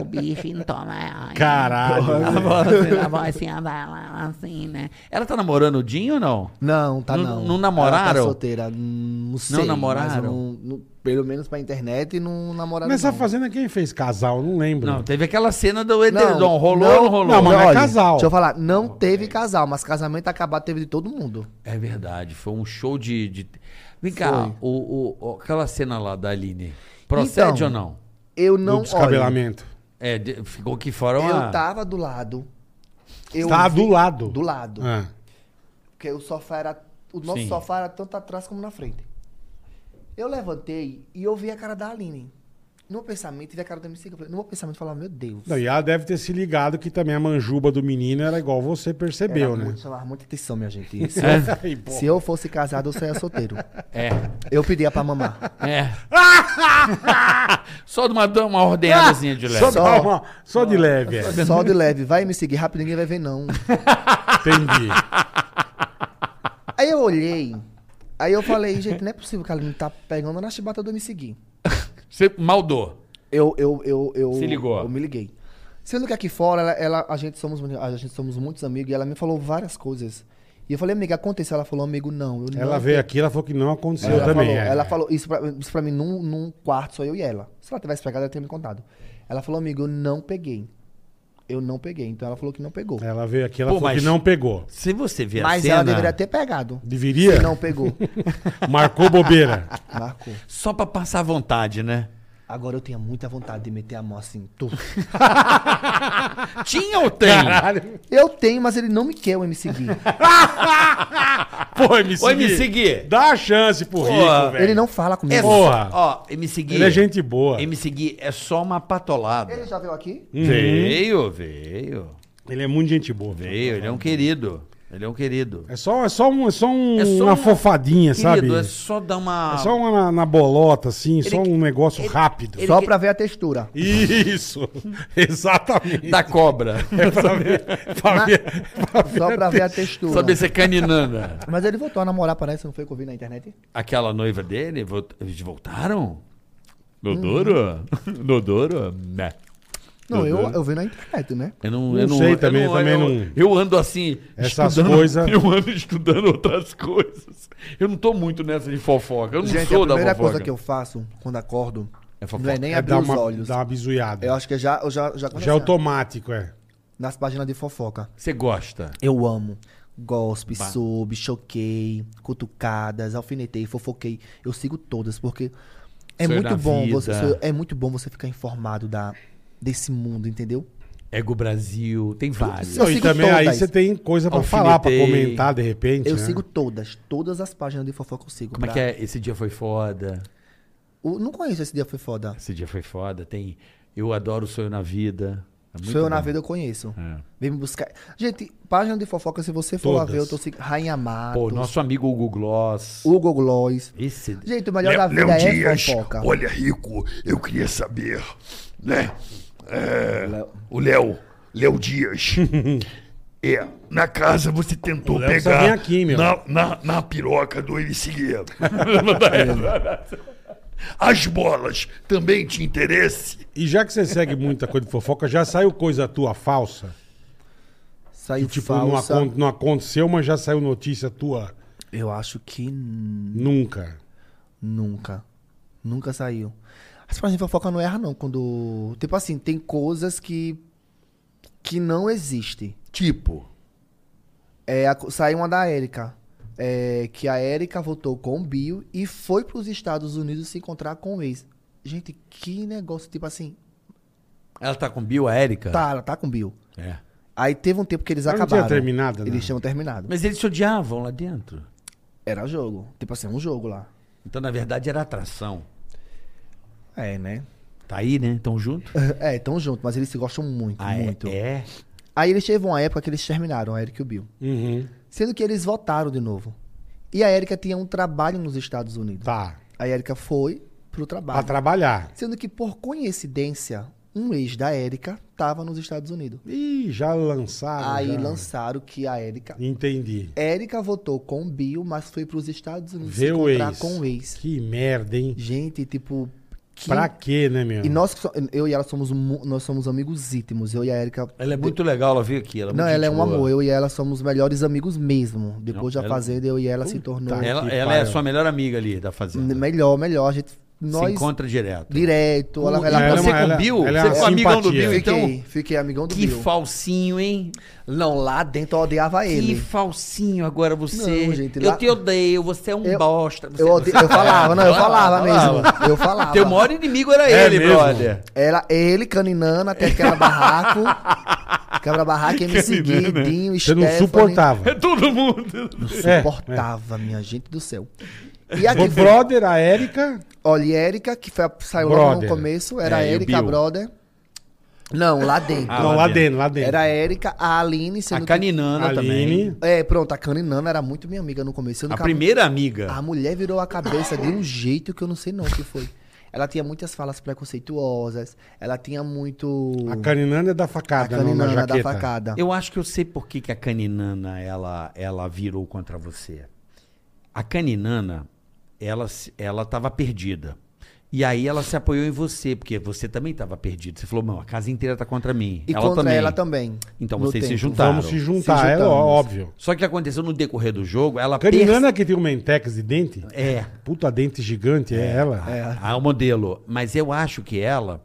o bicho em tomar. Caralho. A vozinha, a vozinha vai lá assim, né? Ela tá namorando o Dinho ou não? Não, tá Não- não. não namoraram? Ela tá solteira. Não sei. mas namoraram? não- não- pelo menos pra internet, não namoraram Nessa não. fazenda quem fez casal? Não lembro. Não, teve aquela cena do edredom. rolou ou não rolou? Não, mas não é Olha, casal. Deixa eu falar, não teve casal, mas casamento acabado teve de todo mundo. É verdade, foi um show de... de- Vem cá, Foi. o, o- o- aquela cena lá da Aline, procede Então, ou não? Eu não. Do descabelamento. É, de- ficou aqui fora olha, uma... eu tá- tava do lado. Eu Tá vi- do lado. Do lado. Ah. Porque o sofá era. O nosso Sim. sofá era tanto atrás como na frente. Eu levantei e eu vi a cara da Aline. No meu pensamento, vi a cara da MC. Eu falei, no meu pensamento, eu falava, meu Deus. Não, e ela deve ter se ligado que também a manjuba do menino era igual você Era percebeu, né? muito, chamava muita atenção, minha gente. Se, Aí, pô. eu, se eu fosse casado, eu saia solteiro. É, Eu pedia pra mamar. é. Só de uma, uma ordenhadazinha de leve. Só, Ah, Só- dá uma- só de leve, é. Só de leve. Vai me seguir rápido, ninguém vai ver, não. Entendi. Aí eu olhei. Aí eu falei, gente, não é possível que a Aline tá pegando na chibata do MC Gui. Você maldou. Eu, eu, eu, eu. Se ligou. Eu me liguei. Sendo que aqui fora, ela, ela- a, gente somos, muni- a gente somos muitos amigos e ela me falou várias coisas. E eu falei, amiga, aconteceu? Ela falou, amigo, não. Eu Ela não veio tenho- aqui, ela falou que não aconteceu Ela também. falou, é. ela falou isso pra, isso pra mim num, num quarto, só eu e ela. Se ela tivesse pegado, ela teria me contado. Ela falou, amigo, eu não peguei. Eu não peguei. Então ela falou que não pegou. Ela veio aqui, ela Pô, falou mas- que não pegou. Se você ver a Mas cena... ela deveria ter pegado. Deveria? Se não pegou. Marcou bobeira. Marcou. Só pra passar vontade, né? Agora eu tinha muita vontade de meter a mão assim. tu. Tinha ou tem? Caralho. Eu tenho, mas ele não me quer o MC Gui. Tá Pô, MC Ô, Gui, MC Gui. Dá a chance pro rico, velho. ele não fala comigo. É, Porra. Ó, MC Gui... Ele é gente boa. é Hum. MC Gui é só uma patolada. Ele já veio aqui? Uhum. Veio, veio. Ele é muito gente boa, velho. Veio, ele é um querido. Ele é um querido. Uhum. É só, é só, um, é só, um- É só uma um- fofadinha, Querido, sabe? é só dar uma. É só uma na, na bolota, assim, só um negócio rápido. Só pra ver a textura. Isso, exatamente. Da cobra. um É pra ver, pra ver- pra ver Só pra ver a Só textura. Saber se é caninana. Mas ele voltou a namorar, parece, não foi o que eu vi na internet? Aquela noiva dele, volt- eles voltaram? Hum. Nodoro? Nodoro? Né. Não, eu, eu vi na internet, né? Eu não, Não eu não sei eu também, não- também eu, não- Eu ando assim. Essas estudando- coisa- Eu ando estudando outras coisas. Eu não tô muito nessa de fofoca. Eu não Gente, sou da a fofoca. primeira coisa que eu faço quando acordo É fofoca. não é nem É abrir dar os uma, olhos. dar uma bisuiada. Eu acho que já, eu já, já, comecei Já é automático, é. nas páginas de fofoca. Você gosta? Eu amo. Gospe, soube, choquei, cutucadas, alfinetei, fofoquei. Eu sigo todas, porque É Senhor da muito bom vida. você é muito bom você ficar informado da desse mundo, entendeu? Ego Brasil, tem vários. Eu Não, e sigo também aí todas. você tem coisa pra falar, pra Alfinetei. comentar de repente. Eu né? sigo todas, todas as páginas de fofoca eu sigo. Como é que é? Esse dia foi foda. O- não conheço esse dia foi foda. Esse dia foi foda. Tem Eu Adoro Sonho na Vida. É muito Sou eu na bom. vida eu conheço. É. Vem me buscar. Gente, página de fofoca se você for lá Todas. ver, eu tô seguindo Rainha Matos, Pô, nosso amigo Hugo Gloss. Hugo Gloss. Esse... Gente, o melhor da vida é fofoca. olha, Rico, eu queria saber, né? É, o Léo, Léo Dias. é, na casa você tentou O Léo precisa pegar vir aqui, meu. Na, na, na piroca do MC Guia. As bolas também te interesse? E já que você segue muita coisa de fofoca, já saiu coisa tua falsa? Saiu Que, tipo, não, falsa. acon- não aconteceu, mas já saiu notícia tua Eu acho que n- nunca. nunca. Nunca saiu. As páginas de fofoca não erram, não. Quando. Tipo assim, tem coisas que. que não existem. Tipo. É, a co- saiu uma da Érica. é, que a Érica votou com o Bill e foi pros Estados Unidos se encontrar com o ex. Gente, que negócio. Tipo assim, Ela tá com Bill, a Erika? tá, ela tá com o Bill. É. Aí teve um tempo que eles Mas não tinha acabaram. terminado, né? Eles tinham terminado. Mas eles se odiavam lá dentro. Era jogo. Tipo assim, um jogo lá. Então, na verdade, era atração. É, né? Tá aí, né? Tão junto? É, tão junto, mas eles se gostam muito, Ah, é- muito. É, Aí eles teve uma época que eles terminaram, a Erika e o Bill. Uhum. Sendo que eles votaram de novo. E a Erika tinha um trabalho nos Estados Unidos. Tá. A Erika foi Pra pro trabalho. trabalhar. Sendo que, por coincidência, um ex da Erika tava nos Estados Unidos. Ih, já Ah, lançaram. Aí já. lançaram que a Erika. Entendi. Erika votou com o Bill, mas foi pros Estados Unidos Vê o ex. com o ex. Que merda, hein? Gente, tipo. Que... Pra quê, né, meu? E nós, que so- eu e ela somos, mu- nós somos amigos íntimos. Eu e a Erika. Ela é muito legal, ela veio aqui. Ela é Não, muito ela é gente um boa. amor. Eu e ela somos melhores amigos mesmo. Depois Não, da ela- é Fazenda, eu e ela se tornou. Ela, que ela é a pariu. sua melhor amiga ali da N- fazenda. Melhor, melhor. A gente, nós Se encontra direto. direto. Ela, ela, ela é você uma- com o ela- Bill? ela é você uma ficou amigão do simpatia. Bill, fiquei, então? fiquei amigão do Que Bill. falsinho, hein? Não, lá dentro eu odiava ele. Que falsinho agora você. Não, gente, eu lá- te odeio, você é um Eu- bosta. Você... Eu, odi- eu falava, não, eu falava Falava. mesmo. Eu falava. Teu maior inimigo era É ele, mesmo? brother. Era ele, Caninana, até quebra-barraco. Quebra-barraco, MC né? Guidinho, Você não Stephanie. suportava. Todo mundo. Não É, suportava, minha gente do céu. E aqui, O brother, a Érica. olha, e Érica, que foi, a- saiu logo no Brother. começo, era a É, e o Érica, a Bill. brother. Não, lá dentro. Ah, não, lá lá dentro. dentro, lá dentro. Era a Érica, a Aline, sendo A que- Caninana também. Aline. É, pronto, a Caninana era muito minha amiga no começo. sendo A que primeira É. amiga. A mulher virou a cabeça de um jeito que eu não sei não o que foi. Ela tinha muitas falas preconceituosas, ela tinha muito... A caninana é da facada, não, na Hum. caninana jaqueta. da facada. Eu acho que eu sei por que, que a caninana ela, ela virou contra você. A caninana, ela se- ela estava perdida. E aí ela se apoiou em você, porque você também estava perdido. Você falou, não, a casa inteira tá contra mim. E contra ela também. Então no vocês se tempo. juntaram. Vamos se Se juntar, é juntamos. óbvio. Só que aconteceu no decorrer do jogo, ela Caninana que tem um mentex de dente? perce- É, Puta dente gigante, é, ela. a, o modelo. Mas eu acho que ela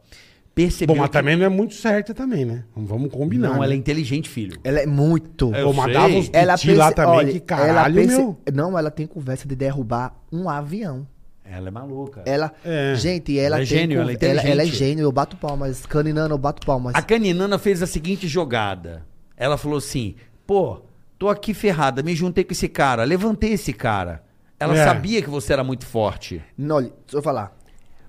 percebeu Bom, mas que- também não é muito certa também, né? Não Vamos combinar. Não, né? ela é inteligente, filho. Ela é muito... Pô, mas sei. dava uns Ela piti lá perce- também, olha, que caralho, perce- meu. Não, ela tem conversa de derrubar um avião. Ela é maluca. Ela... É. Gente, Ela ela, é tem... gênio, ela é ela, ela é inteligente. gênio, eu bato palmas. Caninana, eu bato palmas. Assim. A caninana fez a seguinte jogada. Ela falou assim: pô, tô aqui ferrada, me juntei com esse cara, levantei esse cara. Ela É. sabia que você era muito forte. Não, olha, deixa eu falar.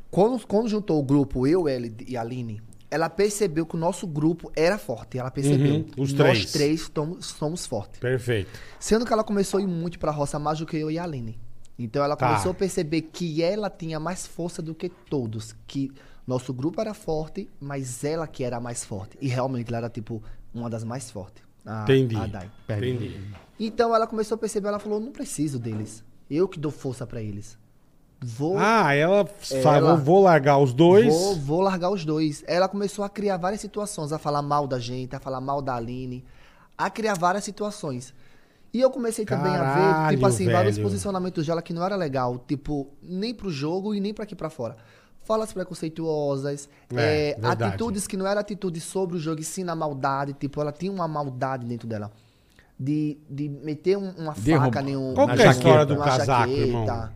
Quando, quando juntou o grupo, eu, ela e a Aline, ela percebeu que o nosso grupo era forte. Ela percebeu. Uhum, os Nós três. três tomo- somos fortes. Perfeito. Sendo que ela começou a ir muito pra roça mais do que eu e a Aline. Então ela Tá. começou a perceber que ela tinha mais força do que todos. Que nosso grupo era forte, mas ela que era a mais forte. E realmente ela era, tipo, uma das mais fortes. A, Entendi. A Dai. Entendi. Então ela começou a perceber, ela falou, não preciso deles. Eu que dou força pra eles. Vou Ah, ela Ela- falou, vou largar os dois. Vou, vou largar os dois. Ela começou a criar várias situações, a falar mal da gente, a falar mal da Aline, a criar várias situações. E eu comecei também a ver, Caralho, tipo assim, vários velho. posicionamentos dela que não era legal, tipo, nem pro jogo e nem pra aqui pra fora. Falas preconceituosas, É, eh, verdade. atitudes que não eram atitudes sobre o jogo, e sim na maldade. Tipo, ela tinha uma maldade dentro dela. De, de meter um- uma Derruba- faca em um. Qual Na que é a história jaqueta. do numa casaco, jaqueta. irmão?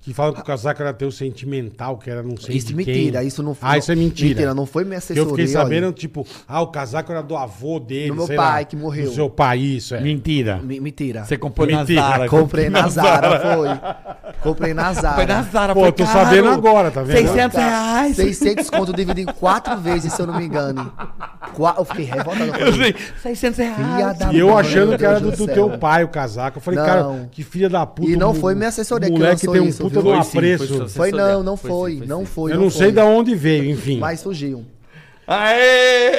Que falam que o casaco era teu sentimental, que era não sei Isso de é quem. mentira, isso não Ah, isso é mentira. Mentira, não foi minha Que Eu fiquei assessoria, sabendo, olha. tipo, ah, o casaco era do avô dele. Do meu sei pai, lá. que morreu. Do seu pai, isso, é. Mentira. Me- Mentira. Você comprou na Mentira. Zara. Comprei na Zara, foi. Comprei na Foi na Zara. Tá Zara, Pô, foi tô caro. sabendo agora, tá vendo? 600 reais. 600 conto dividido em quatro vezes, se eu não me engano. Qua- Eu fiquei revoltado. Eu falei, 600 filha reais. da E eu mãe, achando meu que era do, Deus do céu. teu pai o casaco. Eu falei, Não. cara, que filha da puta. E o não mo- foi minha assessoria o que moleque lançou tem um isso, puta de viu? um Foi sim, apreço. Foi não, não foi, não foi. eu não sei foi. de onde veio, enfim. Mas surgiu. Aê!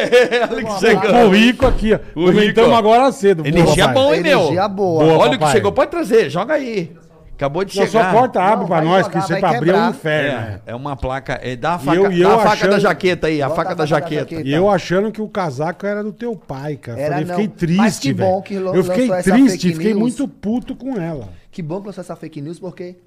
Olha que chegou. o rico aqui, ó. O rico. Comentamos agora cedo. pô, Energia papai. bom, hein, meu? Energia boa. Boa, Olha o que papai. chegou. Pode trazer, joga aí. Acabou de Não, chegar. só corta, abre Não, pra vai nós, jogar, que você vai pra abrir é um quebrar. inferno. É, é. é uma placa. É, dá a E faca, eu- e eu dá a faca achando- da jaqueta aí, a Bota faca a da faca da jaqueta. E eu achando que o casaco era do teu pai, cara. Era Falei, não. fiquei triste, Mas que velho. bom que lo- Eu fiquei lançou essa triste, fake fiquei news. muito puto com ela. Que bom que lançou essa fake news, porque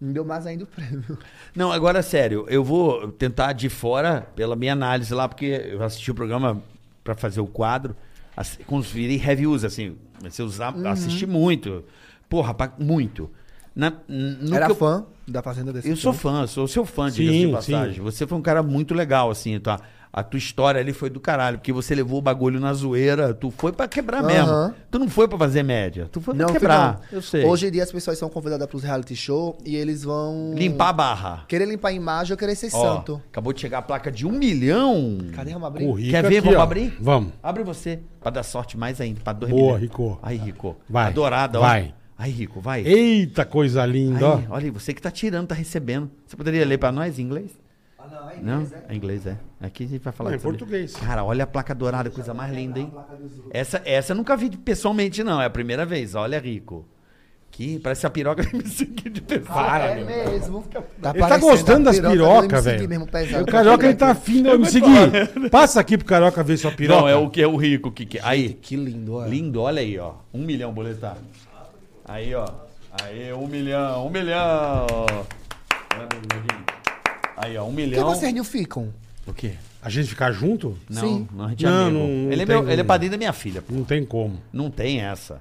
me deu mais ainda o prêmio. Não, agora sério, eu vou tentar de fora pela minha análise lá, porque eu assisti o programa pra fazer o quadro, ass- com os virei reviews, assim, comecei a usar, Uhum. assisti muito. Porra, pra- muito. Na- n- no Era que eu- fã né? da Fazenda desse Eu sou fã, sou seu fã, Sim, diga-se de passagem. sim. Você foi um cara muito legal, assim, tá? A tua história ali foi do caralho, porque você levou o bagulho na zoeira, tu foi pra quebrar mesmo. Aham. Tu não foi pra fazer média, tu foi pra Não, quebrar. fica- Eu sei. Hoje em dia as pessoas são convidadas para os reality show e eles vão. Limpar a barra. Querer limpar a imagem ou querer ser Ó, santo. acabou de chegar a placa de um milhão. Cadê a O Ramabri? rico Quer ver? aqui, Vamos ó. abrir? Vamos. Abre você, pra dar sorte mais ainda, pra dois Boa, milhões. Rico. Aí, Rico. Vai, Adorada, vai. ó. Aí, Rico, vai. Eita, coisa Aí, linda, ó. olha aí, você que tá tirando, tá recebendo. Você poderia ler pra nós em inglês? Ah, não, é Não? É inglês, é. Aqui a gente vai falar Não, é disso ali. português. Cara, olha a placa dourada, coisa mais linda, hein? Essa, essa eu nunca vi pessoalmente, não. É a primeira vez. Olha, Rico. Que parece a piroca do MC aqui de pessoa. Para, É mesmo. Ele tá gostando das pirocas, velho. O Carioca, É ele tá afim de eu me seguir. Passa aqui pro Carioca ver sua piroca. Não, é o que é o Rico. Que, que... Aí, Que lindo, olha. lindo, olha aí, ó. Um milhão, boletar. Aí, ó. Aí, um milhão, um milhão. Aí, ó, um Por que milhão. vocês não ficam? O quê? A gente ficar junto? Não, Sim. não, a gente Não, é amigo. não- não ele, é tem meu, ele é como. padrinho da minha filha. Não tem como. Não tem essa.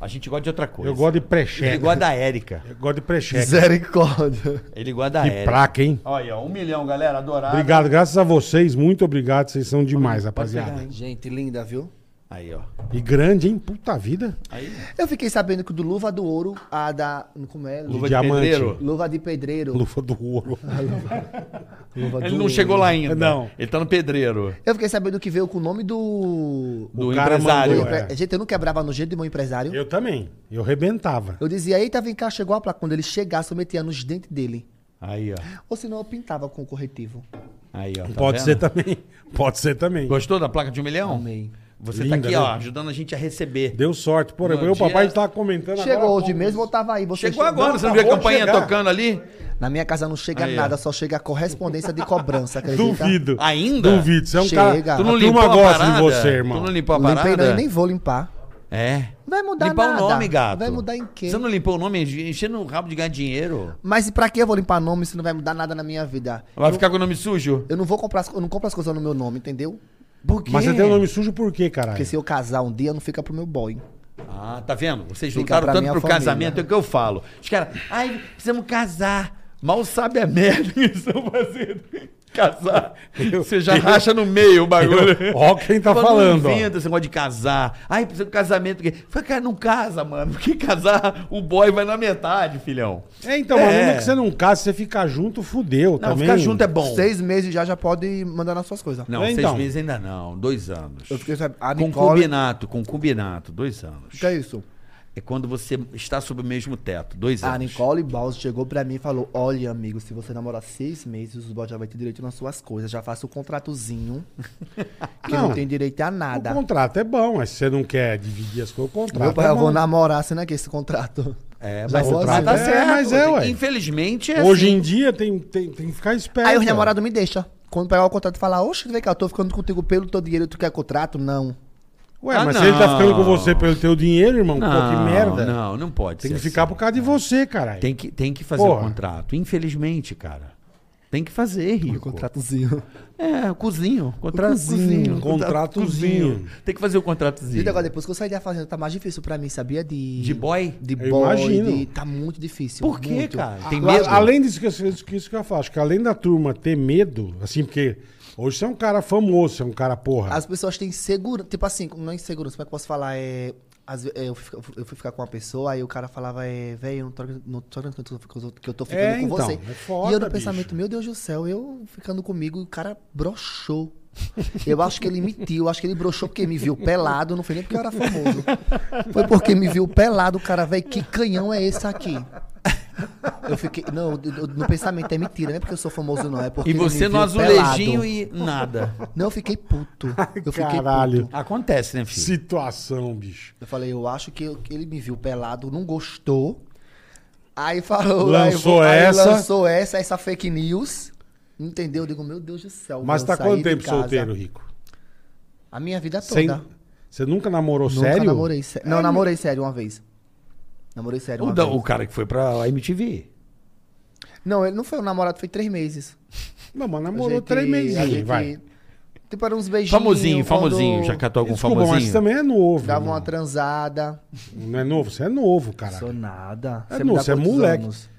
A gente gosta de outra coisa. Eu gosto de Ele precheca. gosta da Érica. Eu gosto de precheca. Misericórdia. Ele gosta da Que Érica. placa, hein? Olha, aí, ó, um milhão, galera, adorado. Obrigado, graças a vocês. Muito obrigado, vocês são demais, rapaziada. Gente, linda, viu? Aí, ó. E grande, hein? Puta vida. Aí, Eu fiquei sabendo que do Luva do Ouro, a da. Como é? luva Luva, de diamante. pedreiro. de Pedreiro. Lufa do ouro. Luva Ele do não Ouro. chegou lá ainda. Não. Ele tá no pedreiro. Eu fiquei sabendo que veio com o nome do. Do cara do empresário. mandou, é. empre- Gente, eu não quebrava no jeito de meu empresário. Eu... Eu também. Eu rebentava. Tá dizia, eita, vem cá, chegou a placa. Quando ele chegasse, eu metia nos dentes dele. Aí, ó. Ou senão eu pintava com o corretivo. Aí, ó. tá Pode vendo? ser também. Pode ser também. Gostou da placa de um milhão? Amei. Você Linda, tá aqui, né? ó, ajudando a gente a receber. Deu sorte. Por No exemplo, o dia- papai tava comentando Chegou agora, hoje pô, mesmo ou tava aí? Você Chegou agora, você não Acabou viu a campainha de um chegar. tocando ali? Na minha casa não chega Aí, ó. nada, só chega a correspondência de cobrança, acredita? Duvido. Ainda? Duvido. Você é um Chega. cara. Tu não a limpou turma a gosta parada? de você, irmão. Tu não limpou a Não parada? Limpei não, e nem vou limpar. É. Vai mudar limpar nada. o nome, gato. Vai mudar em quê? Você não limpou o nome? Enchendo o rabo de ganhar dinheiro. Mas e pra que eu vou limpar nome se não vai mudar nada na minha vida? Vai ficar com o nome sujo? Eu não vou comprar, as, eu não compro as coisas no meu nome, entendeu? Por quê? Mas você tem o nome sujo por quê, caralho? É. Porque se eu casar um dia, não fica pro meu boy. Ah, tá vendo? Vocês Fica lutaram pra tanto minha pro família. casamento, é o que eu falo. Os caras, ai, precisamos casar. Mal sabe a merda que eles estão fazendo. Casar. Você já racha no meio o bagulho. Eu- ó quem tá Fala, falando, ó. Não inventa esse negócio de casar. Ai, precisa de casamento. porque- Fala, cara, não casa, mano. Porque casar, o boy vai na metade, filhão. É, então, mas É. mesmo que você não case, você ficar junto, fudeu Não, também. ficar junto é bom. Seis meses já já pode mandar nas suas coisas. Não, É, então. seis meses ainda não. Dois anos. Eu fiquei sabendo. A Nicole. Concubinato, concubinato. Dois anos. O que é isso? É quando você está sob o mesmo teto. Dois A anos. Ah, Nicole Balls chegou pra mim e falou: Olha, amigo, se você namorar seis meses, os boys já vai ter direito nas suas coisas. Já faça o contratozinho. que não, Não. tem direito a O nada. contrato é bom, mas se você não quer dividir as coisas, o contrato Meu pai, é eu vou bom. namorar, sendo aqui esse contrato. É, Já mas, vou mas tá assim. certo. É, mas é, ué. Infelizmente é Hoje assim. em dia tem, tem, tem que ficar esperto. Aí os cara. namorados me deixam. Quando pegar o contrato e falar, oxe, vem cá, eu tô ficando contigo pelo teu dinheiro, tu quer contrato? Não. Ué, Ah, mas se ele tá não. ficando com você pelo teu dinheiro, irmão, pô, que Não, um merda. Não, não pode Tem ser que ficar assim. por causa de você, caralho. Tem que, tem que fazer Porra. o contrato. Infelizmente, cara. Tem que fazer, Um Rico. contratozinho. É, cozinho. Contrato cozinho. cozinho. Contratozinho. cozinho. Tem que fazer o contratozinho. E agora, depois que eu saí da fazenda, tá mais difícil pra mim, sabia? De. De boy? De Eu boy. imagino. de- tá muito difícil. Por quê, muito. cara? Tem A- medo? Além disso que, eu- que isso que eu falo, acho que além da turma ter medo, assim, porque hoje você é um cara famoso, você é um cara porra. As pessoas têm segurança. Tipo assim, não é insegurança, como é que eu posso falar? É. às ve- é, eu, fui, ficar- eu fui ficar com uma pessoa, aí o cara falava, é, velho, eu não tô, não tô acreditando que eu tô- que eu tô- que eu tô ficando É, com então, você. é foda, e eu no bicho. pensamento, meu Deus do céu, eu ficando comigo, o cara broxou. Eu acho que ele mentiu, acho que ele broxou porque me viu pelado, não foi nem porque eu era famoso. Foi porque me viu pelado, o cara, velho, que canhão é esse aqui? Eu fiquei, não, eu- eu- no pensamento é mentira, não é porque eu sou famoso, não, é porque E ele me você no viu azulejinho pelado. e nada. Não, eu fiquei puto. Eu fiquei Caralho. puto. Acontece, né, filho? Situação, bicho. Eu falei, eu acho que eu- que ele me viu pelado, não gostou. Aí falou, Lançou aí eu vou- aí essa. lançou essa, essa fake news. Entendeu? Eu digo, meu Deus do céu. Mas eu tá saí quanto de tempo casa solteiro, Rico? A minha vida toda. Sem- Você nunca namorou Nunca sério? namorei sério. Não, namorei sério uma vez. Namorei sério O, uma da- vez. o cara que foi pra MTV. Não, ele não foi um namorado, foi três meses. Não, mas A namorou gente- três meses, a gente- vai. Tipo, eram uns beijinhos. Famosinho, famosinho. quando Já catou algum Desculpa, mas famosinho? você também é novo. Dava uma irmão. transada. Não é novo? Você é novo, cara. Sou nada. É, me não, dá você é quantos moleque. anos?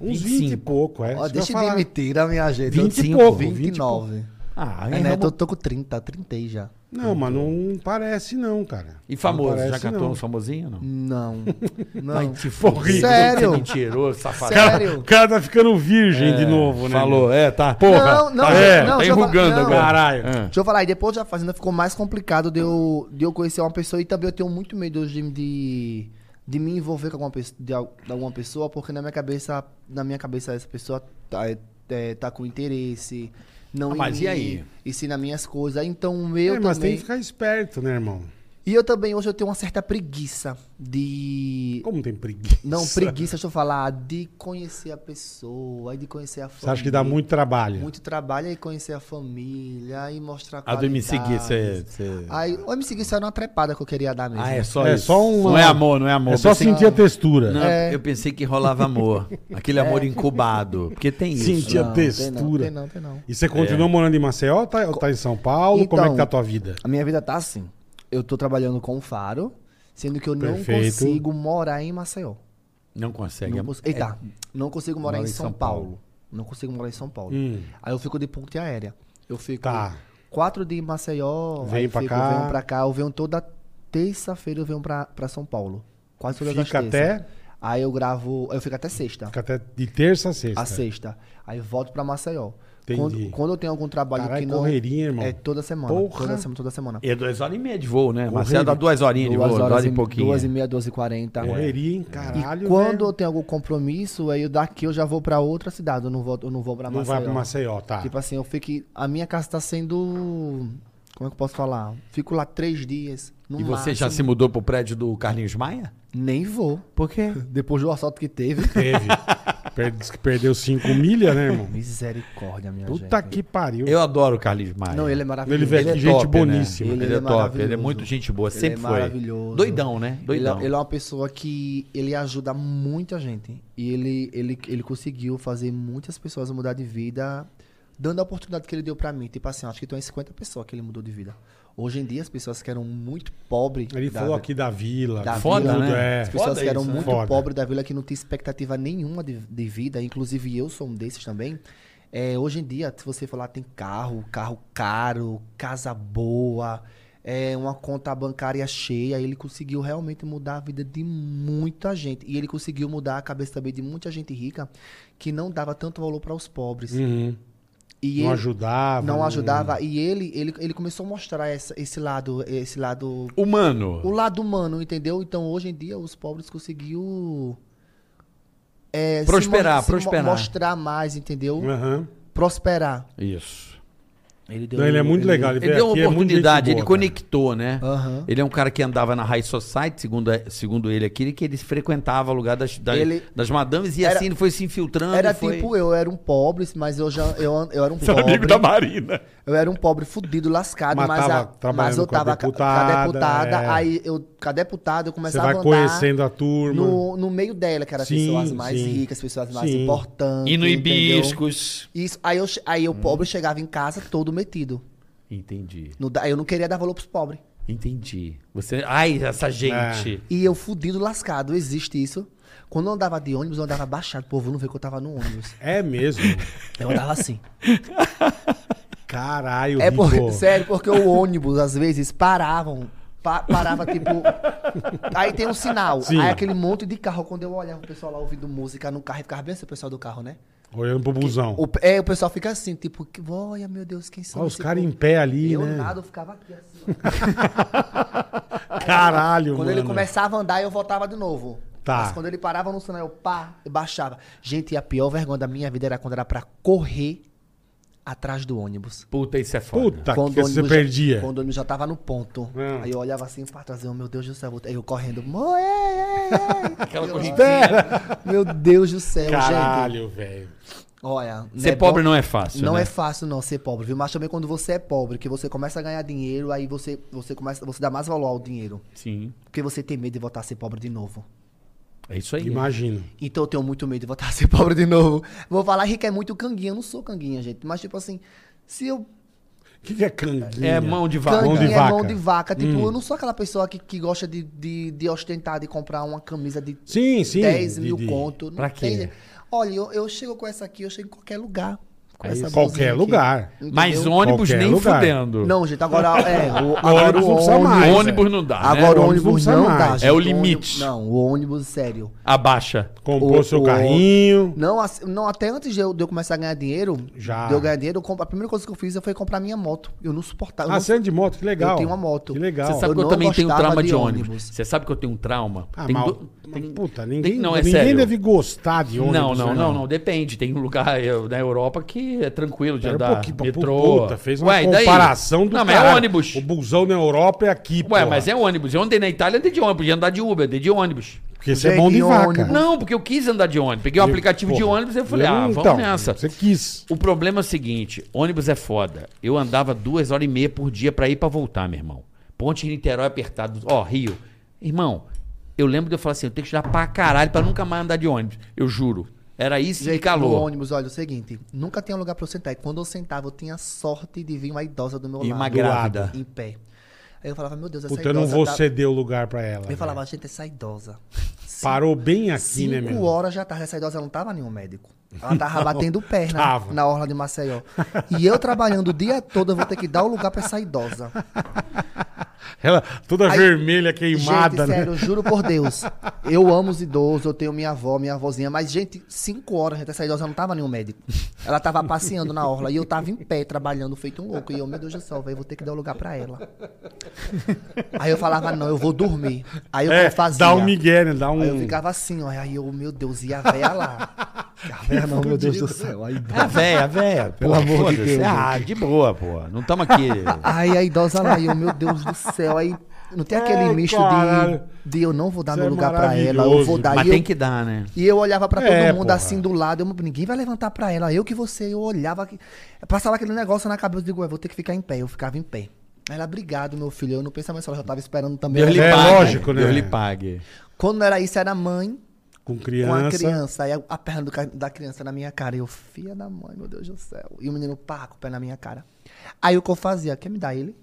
Uns 25. 20 e pouco, é. Ó, Isso que eu deixa ia falar. de mentira, minha gente. 20 e 25, pouco, 29. Ah, É, é, né? Tô, tô com 30, 30 já. Não, mas não parece não, cara. E famoso, Não parece, já catou não. um famosinho não? Não. Ai, Não. se for rico, Sério? você é mentiroso, safado. Cara, Sério? O cara tá ficando virgem É, de novo, né? Falou, é, tá. Ah. Porra, Não, não, tá, não, é, não, tá deixa eu falar- enrugando não. agora. Caralho. Deixa eu falar, aí depois da fazenda ficou mais complicado de eu, de eu conhecer uma pessoa e também eu tenho muito medo hoje de, de, de me envolver com alguma pessoa, de, al- de alguma pessoa, porque na minha cabeça, na minha cabeça essa pessoa tá, é, tá com interesse. Não Ah, em mas mim, e aí? E sim nas minhas coisas. Então o É, mas meu tem também. que ficar esperto, né, irmão? E eu também hoje eu tenho uma certa preguiça de. Como tem preguiça? Não, preguiça, deixa eu falar, de conhecer a pessoa, de conhecer a família. Você acha que dá muito trabalho? Muito trabalho aí conhecer a família e mostrar A do MC Gui, você... é- qualidades. Aí, o MC Gui só era uma trepada que eu queria dar mesmo. Ah, é só É isso. só um- Não é amor, não é amor. É só Pensei- sentir a textura. Não, É. Eu pensei que rolava amor. Aquele amor incubado. Porque tem isso. né? Sentir a Não, textura. Tem não, tem não, tem não. E você É. continua morando em Maceió ou tá, ou tá em São Paulo? Como é Então- que tá a tua vida? A minha vida tá assim. Eu tô trabalhando com o Faro, sendo que eu Perfeito. não consigo morar em Maceió. Não consegue. Não cons... Eita, não consigo morar mora em em São, São Paulo. Paulo. Não consigo morar em São Paulo. Hum. Aí eu fico de ponte aérea. Eu fico Tá. então, quatro de Maceió, Vem aí pra fico, cá. venho pra cá, eu venho toda terça-feira, eu venho pra, pra São Paulo. Quase todas Fica as terças. até, Aí eu gravo, eu fico até sexta. fica até de terça a sexta. a sexta. Aí volto pra Maceió. Entendi. Quando, quando eu tenho algum trabalho Caralho, que não. correria, irmão. É toda semana. Porra. Toda semana, toda semana. É duas horas e meia de voo, né? Correria. Marcelo dá duas horinhas de voo, duas horas e um pouquinho. duas e meia, duas e quarenta. É. Correria, hein? é. E Caralho. né? quando eu velho. tenho algum compromisso, aí eu daqui eu já vou pra outra cidade. Eu não vou, eu não vou pra Não Maceió. vai pra Maceió, Ah. tá. Tipo assim, eu fico. A minha casa tá sendo. Como é que eu posso falar? Fico lá três dias. No E você máximo. já se mudou pro prédio do Carlinhos Maia? Nem vou. Por quê? Depois do assalto que teve. Teve. Per- Diz que perdeu 5 milhas, né, irmão? Misericórdia, minha Puta gente. que pariu. Eu adoro o Carlinhos Maia. Não, ele é maravilhoso. Ele veio é aqui, gente top, né? boníssima. Ele, Ele é, é top, ele é maravilhoso. muito gente boa, Ele é sempre foi. maravilhoso. Doidão, né? Ele é, Doidão. ele é uma pessoa que ele ajuda muita gente. E ele, ele, ele conseguiu fazer muitas pessoas mudar de vida, dando a oportunidade que ele deu pra mim. Tipo assim, acho que tem umas 50 pessoas que ele mudou de vida. Hoje em dia, as pessoas que eram muito pobres. Ele da- falou aqui da vila. Da de Foda, tudo, né? é. As pessoas Foda que eram isso, né? muito Foda. pobres da vila, que não tinha expectativa nenhuma de, de vida, inclusive eu sou um desses também. É, hoje em dia, se você falar, tem carro, carro caro, casa boa, é, uma conta bancária cheia. Ele conseguiu realmente mudar a vida de muita gente. E ele conseguiu mudar a cabeça também de muita gente rica que não dava tanto valor para os pobres. Uhum. Não E ele ajudava. né? um não ajudava. E ele, ele, ele começou a mostrar essa- esse lado, esse lado Humano. o lado humano, entendeu? Então hoje em dia os pobres conseguiu é, se Prosperar, mo- se mo- prosperar. É. mostrar mais, entendeu? Aham. Prosperar. Isso. Ele, deu- Uhum. Não, ele é muito legal. Ele, Ele, veio deu aqui, uma é muito gente oportunidade, boa, ele cara. conectou, né? Aham. Ele é um cara que andava na High Society, segundo, eh, segundo ele aqui, que ele frequentava o lugar das, das, Ele- das madames e Era- assim ele foi se infiltrando. Era e foi... tipo eu, eu era um pobre, mas eu já eu, eu era um Você era pobre. amigo tá da Marina. Eu era um pobre fudido, lascado, Mas mas, tava a- mas trabalhando eu com a tava ca- deputada, deputada, é. aí eu, com a deputada, eu Você começava vai a andar conhecendo a turma. no, no meio dela, que era as Sim, pessoas mais sim. ricas, as pessoas mais Sim. importantes. E no entendeu? Hibiscos. Isso, aí eu, che- aí eu Hum. pobre chegava em casa todo metido. Entendi, Não dá- eu não queria dar valor pros pobres. entendi. Você... Ai, essa É. gente. E eu fudido, lascado, existe isso. Quando eu andava de ônibus, eu andava baixado, o povo não vê que eu tava no ônibus. É mesmo. Eu andava assim. Caralho, É Rico. porque, sério, porque o ônibus às vezes paravam. pa- parava, tipo. aí tem um sinal. Sim. Aí aquele monte de carro, quando eu olhava o pessoal lá ouvindo música no carro, e ficava bem assim, o pessoal do carro, né? Olhando pro busão. O, é, o pessoal fica assim, tipo, que, olha, meu Deus, quem são Olha os esse caras em povo?" pé ali, Eu né? nada, eu ficava aqui assim. ó. Caralho, Quando mano. ele começava a andar, eu voltava de novo. Tá. Mas quando ele parava no sinal, eu pá, eu baixava. Gente, e a pior vergonha da minha vida era quando era pra correr atrás do ônibus. Puta, isso é foda. Puta, Quando Tá, que o você ônibus já- perdia. Quando o ônibus já tava no ponto. Ah. Aí eu olhava assim pra trás, eu, meu Deus do céu, vou- aí eu correndo. "Mô, é, é, é." Aquela Eu, corridinha. é Meu Deus do um céu, gente. Caralho, velho. Olha. Ser pobre não é fácil, Não né? é fácil não ser pobre, viu? Mas também quando você é pobre, que você começa a ganhar dinheiro, aí você, você começa, você dá mais valor ao dinheiro. Sim, Porque você tem medo de voltar a ser pobre de novo. é isso aí. Imagino. Então eu tenho muito medo de voltar a ser pobre de novo. Vou falar rico é muito canguinha, eu não sou canguinha, gente. Mas tipo assim, se eu O que, que é canguinha? É mão de vaca. Canguinha Mão de é vaca. Hum. mão de vaca. Tipo, eu não sou aquela pessoa que, que gosta de, de, de ostentar, de comprar uma camisa de Sim, sim. 10 de- mil de- conto. Não Pra quê? tem- Olha, eu, eu chego com essa aqui, eu chego em qualquer lugar. Com É essa isso. blusinha Qualquer aqui, lugar. entendeu? Mas ônibus Qualquer nem lugar. Ah, fudendo. Não, gente, agora é. O, O agora ônibus o não precisa ônibus, mais. ônibus não dá, né? agora ônibus não o ônibus precisa não mais. dá, É gente. o ônibus- limite. Não, o ônibus, sério. Abaixa. Comprou O- seu o- carrinho. Não, ass- não, até antes de eu, de eu começar a ganhar dinheiro, Já. de eu ganhar dinheiro, eu comp- a primeira coisa que eu fiz foi comprar minha moto. Eu não suportava. eu Ah, não- você anda de moto, que legal. Eu tenho uma moto. Que legal. Você sabe Eu que eu não também tenho gostava trauma de, de ônibus. ônibus. Você sabe que eu tenho um trauma? Ah, Tem mal. do- mas, tem- puta, tem- ninguém, Não, é ninguém sério. deve gostar de ônibus. Não, não, né? não, não, depende. Tem um lugar eu, na Europa que é tranquilo de Pera um andar. pouquinho, pô, metrô. puta, fez uma Ué, e daí? comparação do Não, mas cara. é ônibus. O busão na Europa é aqui, pô. Ué, mas é ônibus. Eu andei na Itália, andei de ônibus. Podia andar de Uber, andei de ônibus. Porque você é mão de Gente, vaca. ônibus. Não, porque eu quis andar de ônibus. Peguei o aplicativo de Porra. ônibus e eu falei, ah, vamos Então, nessa. Você quis. O problema é o seguinte, ônibus é foda. Eu andava duas horas e meia por dia pra ir e pra voltar, meu irmão. Ponte Niterói apertado, ó, Rio. Irmão, eu lembro de eu falar assim, eu tenho que estudar pra caralho pra nunca mais andar de ônibus. Eu juro. Era isso e Gente, no calor. ônibus, olha, é o seguinte, nunca tinha lugar pra eu sentar. E quando eu sentava, eu tinha sorte de vir uma idosa do meu E lado. uma do grávida. lado, Em pé. Aí eu falava, meu Deus, essa Puta, eu idosa... não vou tá- ceder o lugar pra ela. Eu falava, velho. gente, essa idosa. Parou bem aqui, Cinco né, meu? horas já tarde, essa idosa não tava nenhum médico. Ela tava batendo perna tava. na orla de Maceió. E eu trabalhando o dia todo, eu vou ter que dar o lugar pra essa idosa. Ela toda Aí- vermelha, queimada, gente, né? sério, eu juro por Deus. Eu amo os idosos, eu tenho minha avó, minha avózinha, mas, gente, cinco horas, gente, essa idosa não tava nenhum médico. Ela tava passeando na orla e eu tava em pé, trabalhando, feito um louco. E eu, meu Deus do céu, velho, vou ter que dar o lugar pra ela. Aí eu falava, não, eu vou dormir. Aí eu É, fazia. dá um migué, né? Dá um... Aí eu ficava assim, ó. Aí eu, meu Deus, e a véia lá? A véia não, meu Deus do céu. A idosa. Ah, véia, véia. Pelo amor de Deus. Ah, de boa, pô. Não estamos aqui. é Aí a idosa lá, e eu, meu Deus do céu. Aí não tem aquele Ai, misto caralho. de, de eu não vou dar Isso meu é lugar pra ela, eu vou dar. Mas e, tem eu, que dar, né? e eu olhava pra todo É, mundo porra. assim do lado, eu, ninguém vai levantar pra ela, eu que você. Eu olhava, que- passava aquele negócio na cabeça, eu digo, eu vou ter que ficar em pé. Eu ficava em pé. Aí Ela, obrigado, meu filho. Eu não pensava nisso, ela já tava esperando também. Deus lhe É, Ela- pague. lógico, né? Deus lhe pague. Quando não era isso, era mãe Com com a criança. criança, aí a, a perna do ca- da criança na minha cara. Eu, filha da mãe, meu Deus do céu. E o menino pá, com o pé na minha cara. Aí o que eu fazia? Quer me dar ele?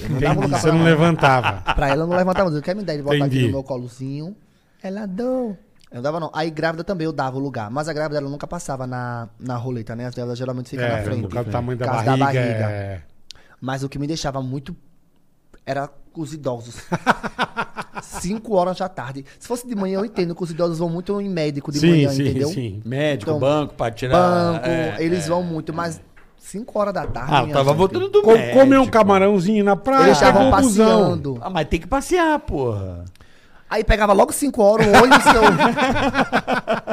Eu não dava Entendi, lugar você pra não ela. levantava. Pra ela eu não levantava, eu quer me dar ele, botar Entendi. aqui no meu colozinho. Ela dou. Eu não dava não. Aí grávida também eu dava o lugar. Mas a grávida ela nunca passava na, na roleta, né? As grávidas geralmente ficam na É, frente. por causa do tamanho da Por barriga. causa da barriga. é. Mas o que me deixava muito era os idosos. Cinco horas da tarde. Se fosse de manhã, eu entendo que os idosos vão muito em médico de Sim, manhã, sim, entendeu? sim. Médico, Então, banco, pra tirar... Banco, é, eles vão muito, mas cinco horas da tarde. Ah, eu minha tava gente, voltando do Co- médico. Comer um camarãozinho na praia, Eles estavam pegou o busão. passeando. Ah, mas tem que passear, porra. Aí pegava logo 5 horas o ônibus que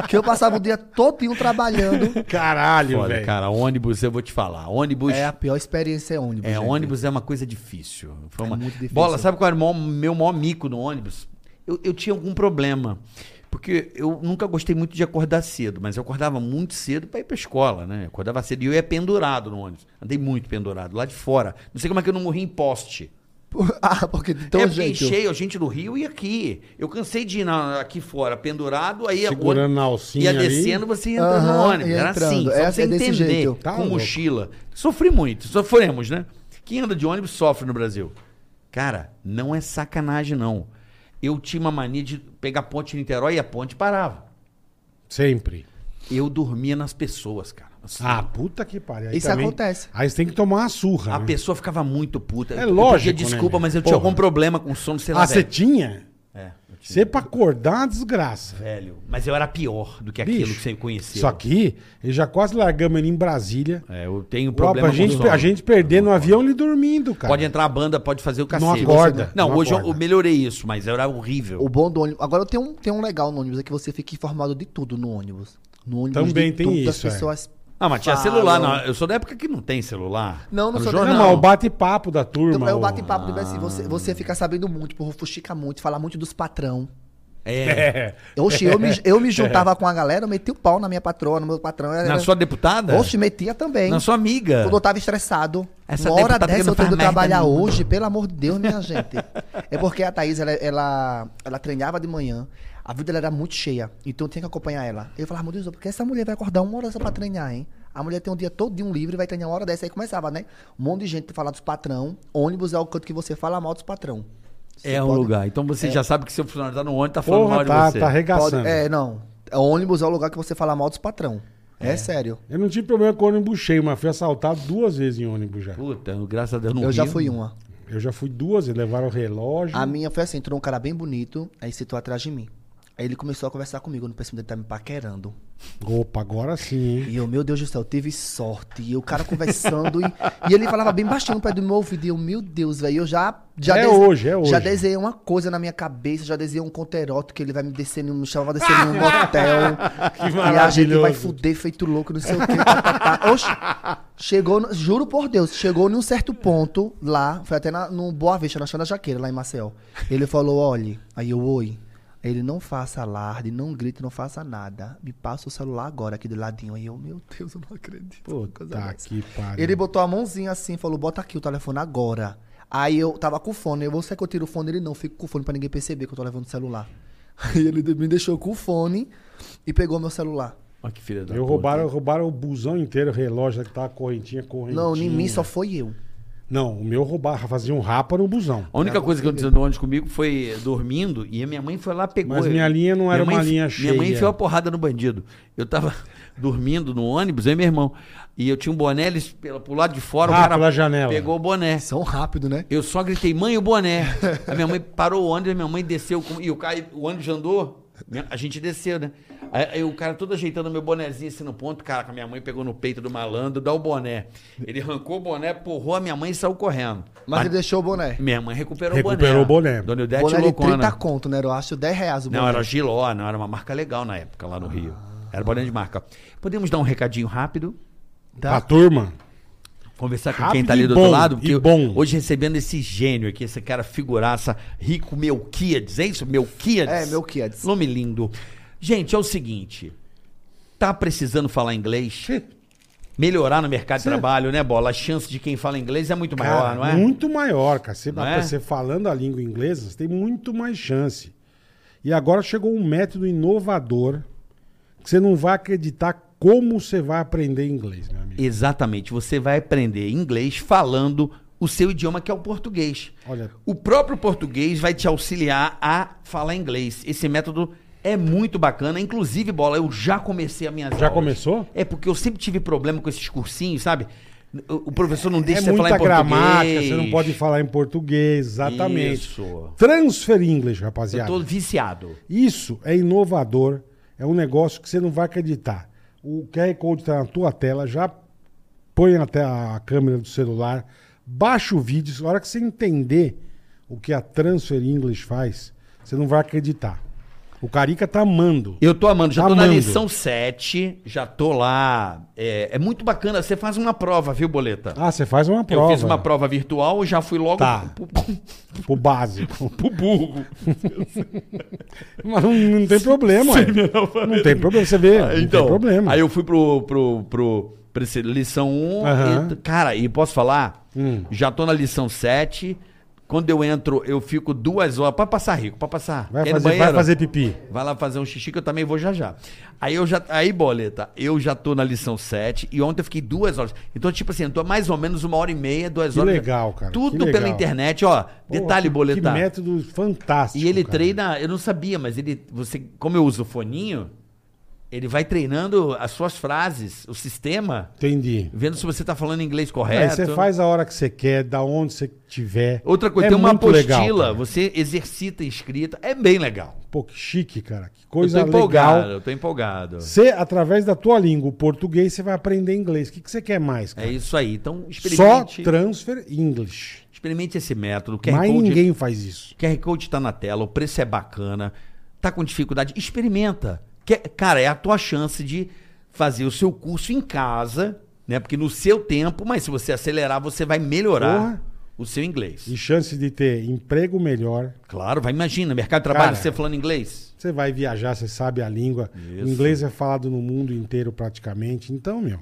eu, que eu passava o dia todinho trabalhando. Caralho, Olha, velho. cara, ônibus, eu vou te falar. Ônibus. É É, a pior experiência é ônibus. gente. ônibus é uma coisa difícil. Foi uma... muito difícil. Bola, sabe qual era o maior- meu maior mico no ônibus? Eu, eu tinha algum problema. Porque eu nunca gostei muito de acordar cedo, mas eu acordava muito cedo pra ir pra escola, né? Eu acordava cedo e eu ia pendurado no ônibus. Andei muito pendurado, lá de fora. Não sei como é que eu não morri em poste. Por- Ah, porque de Então, todo é porque jeito. enchei a gente no Rio e aqui. Eu cansei de ir na- aqui fora, pendurado, aí Segurando ônibus- na alcinha Ia ali. descendo, você ia entrando no Aham, ônibus. ia Era assim, entrando. só É- pra você é desse entender, jeito. Tá com louco. mochila. Sofri muito, sofremos, né? Quem anda de ônibus sofre no Brasil. Cara, não é sacanagem, não. Eu tinha uma mania de pegar a ponte de Niterói e a ponte parava. Sempre. Eu dormia nas pessoas, cara. Assim, Ah, puta que pariu. Aí Isso acontece. Aí você tem que tomar uma surra. a né? pessoa ficava muito puta. É Eu pedia lógico, né, desculpa, meu? mas eu tinha Porra. algum problema com sono, sei lá. Ah, você velho. tinha? É, eu tinha. Você pra acordar é uma desgraça. velho. Mas eu era pior do que aquilo Bicho, que você conheceu. Isso aqui, ele já quase largamos ele em Brasília. É, eu tenho Próprio, problema a, gente, com sono. a gente perdendo o avião ele dormindo, cara. Pode entrar a banda, pode fazer o cacete. acorda, Não, não hoje eu- acorda. eu melhorei isso, mas era horrível. O bom do ônibus. Agora tem um, tem um legal no ônibus, é que você fica informado de tudo no ônibus. No ônibus Também de tem tudo, isso, é. As pessoas. Ah, mas tinha falam. celular. não. Eu sou da época que não tem celular. Não, não Era sou no da- Não, jornal. mas o bate-papo da Então, turma. é o o- bate-papo, tipo Ah. assim, você, você fica sabendo muito, porra, fuxica muito, fala muito dos patrão. É. Oxe, eu me, eu me juntava com a galera, eu metia o pau na minha patroa, no meu patrão. Era, Na sua deputada? Oxe, metia É. também. Na sua amiga. Quando eu tava estressado. Essa uma hora deputada que dessa não eu tendo faz que trabalhar merda hoje, pelo amor de Deus, minha gente. É porque a Thaís, ela, ela, ela treinava de manhã, a vida dela era muito cheia, então eu tinha que acompanhar ela. Eu falava, meu Deus, porque essa mulher vai acordar uma hora só pra treinar, hein? A mulher tem um dia todo de um livre, vai treinar uma hora dessa. Aí começava, né? Um monte de gente falar dos patrão. Ônibus é o canto que você fala mal dos patrão. Você É um pode- lugar. Então você já sabe que seu funcionário tá no ônibus, tá falando Porra, mal de tá, você. tá Pode, arregaçando. é, não. Ônibus é o lugar que você fala mal dos patrão. é sério. Eu não tive problema com ônibus cheio, mas fui assaltado duas vezes em ônibus já. Puta, graças a Deus não Eu já Um rio. fui um. uma. Eu já fui duas, eles levaram o relógio. A minha foi assim, entrou um cara bem bonito, aí sentou atrás de mim. Aí ele começou a conversar comigo, no pensei ele tá me paquerando. Opa, agora sim, hein? E eu, meu Deus do céu, eu tive sorte. E o cara conversando, e, e ele falava bem baixinho no pé do meu ouvido. E eu, meu Deus, velho, eu já... já É hoje, é hoje. Já desenhei uma coisa na minha cabeça, já desenhei um conterótipo que ele vai me descer, num- me chamar pra descer num motel. e a gente maravilhoso. vai fuder feito louco, não sei o quê. tá, tá, tá. Oxe, chegou, no- juro por Deus, chegou num certo ponto lá, foi até na, no Boa Vista, na Chana Jaqueira, lá em Maceió. Ele falou, olhe, aí eu, oi. Ele não faça alarde, não grite, não faça nada. Me passa o celular agora aqui do ladinho. Aí eu, meu Deus, eu não acredito. Coisa Tá dessa. que pariu. Ele botou a mãozinha assim, falou, bota aqui o telefone agora. Aí eu tava com o fone, eu, você que eu tiro o fone, ele não, fico com o fone pra ninguém perceber que eu tô levando o celular. Aí ele me deixou com o fone e pegou meu celular. Olha que filha da Eu puta. roubaram, roubaram o busão inteiro, o relógio que tava correntinha, correntinha. Não, em mim só foi eu. Não, o meu roubava, fazia um rapa no busão. A única coisa que aconteceu no ônibus comigo foi dormindo e a minha mãe foi lá pegou. Mas minha linha não era Minha mãe- uma linha Minha mãe cheia. enfiou a porrada no bandido. Eu tava dormindo no ônibus, eu e meu irmão. E eu tinha um boné, eles pela- pro lado de fora, o Ah, cara pela janela. pegou o boné. São rápido, né? Eu só gritei, mãe, o boné. A minha mãe parou o ônibus, minha mãe desceu. com- E o, cara, o ônibus andou, minha- a gente desceu, né? Aí, aí o cara todo ajeitando meu bonézinho assim no ponto. Caraca, minha mãe pegou no peito do malandro, dá o boné. Ele arrancou o boné, porrou a minha mãe e saiu correndo. Mas ele deixou o boné. Minha mãe recuperou, Recuperou o boné. o boné. Dona Odete Boné de 30 loucona. conto, né? Eu acho 10 reais o boné. Não, era Giló, não era uma marca legal na época lá no Rio. Era boné de marca. Podemos dar um recadinho rápido? Pra turma. Conversar com Rápido quem tá ali e do bom, outro lado, e porque bom. hoje recebendo esse gênio aqui, esse cara figuraça, Rico Melquiades, é isso? Melquiades? É, Melquiades. Nome lindo. Gente, é o seguinte, tá precisando falar inglês? Melhorar no mercado de trabalho, né, Bola? A chance de quem fala inglês é muito maior, Cara, não é? Muito maior, cara. Você, Não é? você falando a língua inglesa, você tem muito mais chance. E agora chegou um método inovador que você não vai acreditar como você vai aprender inglês, meu amigo. Exatamente. Você vai aprender inglês falando o seu idioma, que é o português. Olha. O próprio português vai te auxiliar a falar inglês. Esse método é muito bacana. Inclusive, bola, eu já comecei a minha Já começou? É porque eu sempre tive problema com esses cursinhos, sabe? O o professor não deixa é você falar muita em português. gramática, você não pode falar em português, exatamente. Isso. Transfer English, rapaziada. Eu tô viciado. Isso é inovador, é um negócio que você não vai acreditar. O QR Code está na tua tela, já põe até a câmera do celular, baixa o vídeo, na hora que você entender o que a Transfer English faz, Você não vai acreditar. O Carica tá amando. Eu tô amando, já Tá tô na amando. lição 7, já tô lá. É, é muito bacana, você faz uma prova, viu, Boleta? Ah, você faz uma Eu prova. fiz uma prova virtual e já fui logo Tá. pro, pro- Pro básico. pro burro. Mas não, não tem problema. é. não tem problema, você vê. não então, tem problema. aí eu fui pro, pro, pro, pra esse- lição 1. Aham. e- cara, e posso falar? Hum. Já tô na lição 7. Quando eu entro, eu fico duas horas. Pode passar, Rico, pode passar. vai, Quer ir no fazer, vai banheiro? fazer pipi. Vai lá fazer um xixi que eu também vou já já. Aí eu já, aí boleta, eu já tô na lição 7 e ontem eu fiquei duas horas. Então tipo assim, eu tô mais ou menos uma hora e meia, duas Que horas. legal, cara, Tudo que legal. pela internet, ó. Detalhe Porra, que- boleta. Que método fantástico. e ele Tipo, cara. treina, eu não sabia, mas ele, você, como eu uso o foninho, ele vai treinando as suas frases, o sistema, Entendi. vendo se você tá falando inglês correto. Aí você faz a hora que você quer, da onde você tiver. Outra coisa, É tem uma muito legal, apostila, cara. você exercita a escrita, é bem legal. Pô, que chique, cara. Que Eu coisa tô empolgado, legal. eu tô empolgado. Você, através da tua língua, o português, você vai aprender inglês. O que, que você quer mais, É cara? isso aí. Então, Só experimente. transfer English. Experimente esse método. O QR Mas Code, ninguém faz isso. QR Code tá na tela, o preço é bacana. Tá com dificuldade? Experimenta. Que- cara, é a tua chance de fazer o seu curso em casa, né? Porque no seu tempo, mas se você acelerar, você vai melhorar Porra. o seu inglês. E chance de ter emprego melhor. Claro, vai, imagina, mercado de trabalho, Cara. você falando inglês. Você vai viajar, você sabe a língua. Isso. O inglês é falado no mundo inteiro praticamente. Então, meu,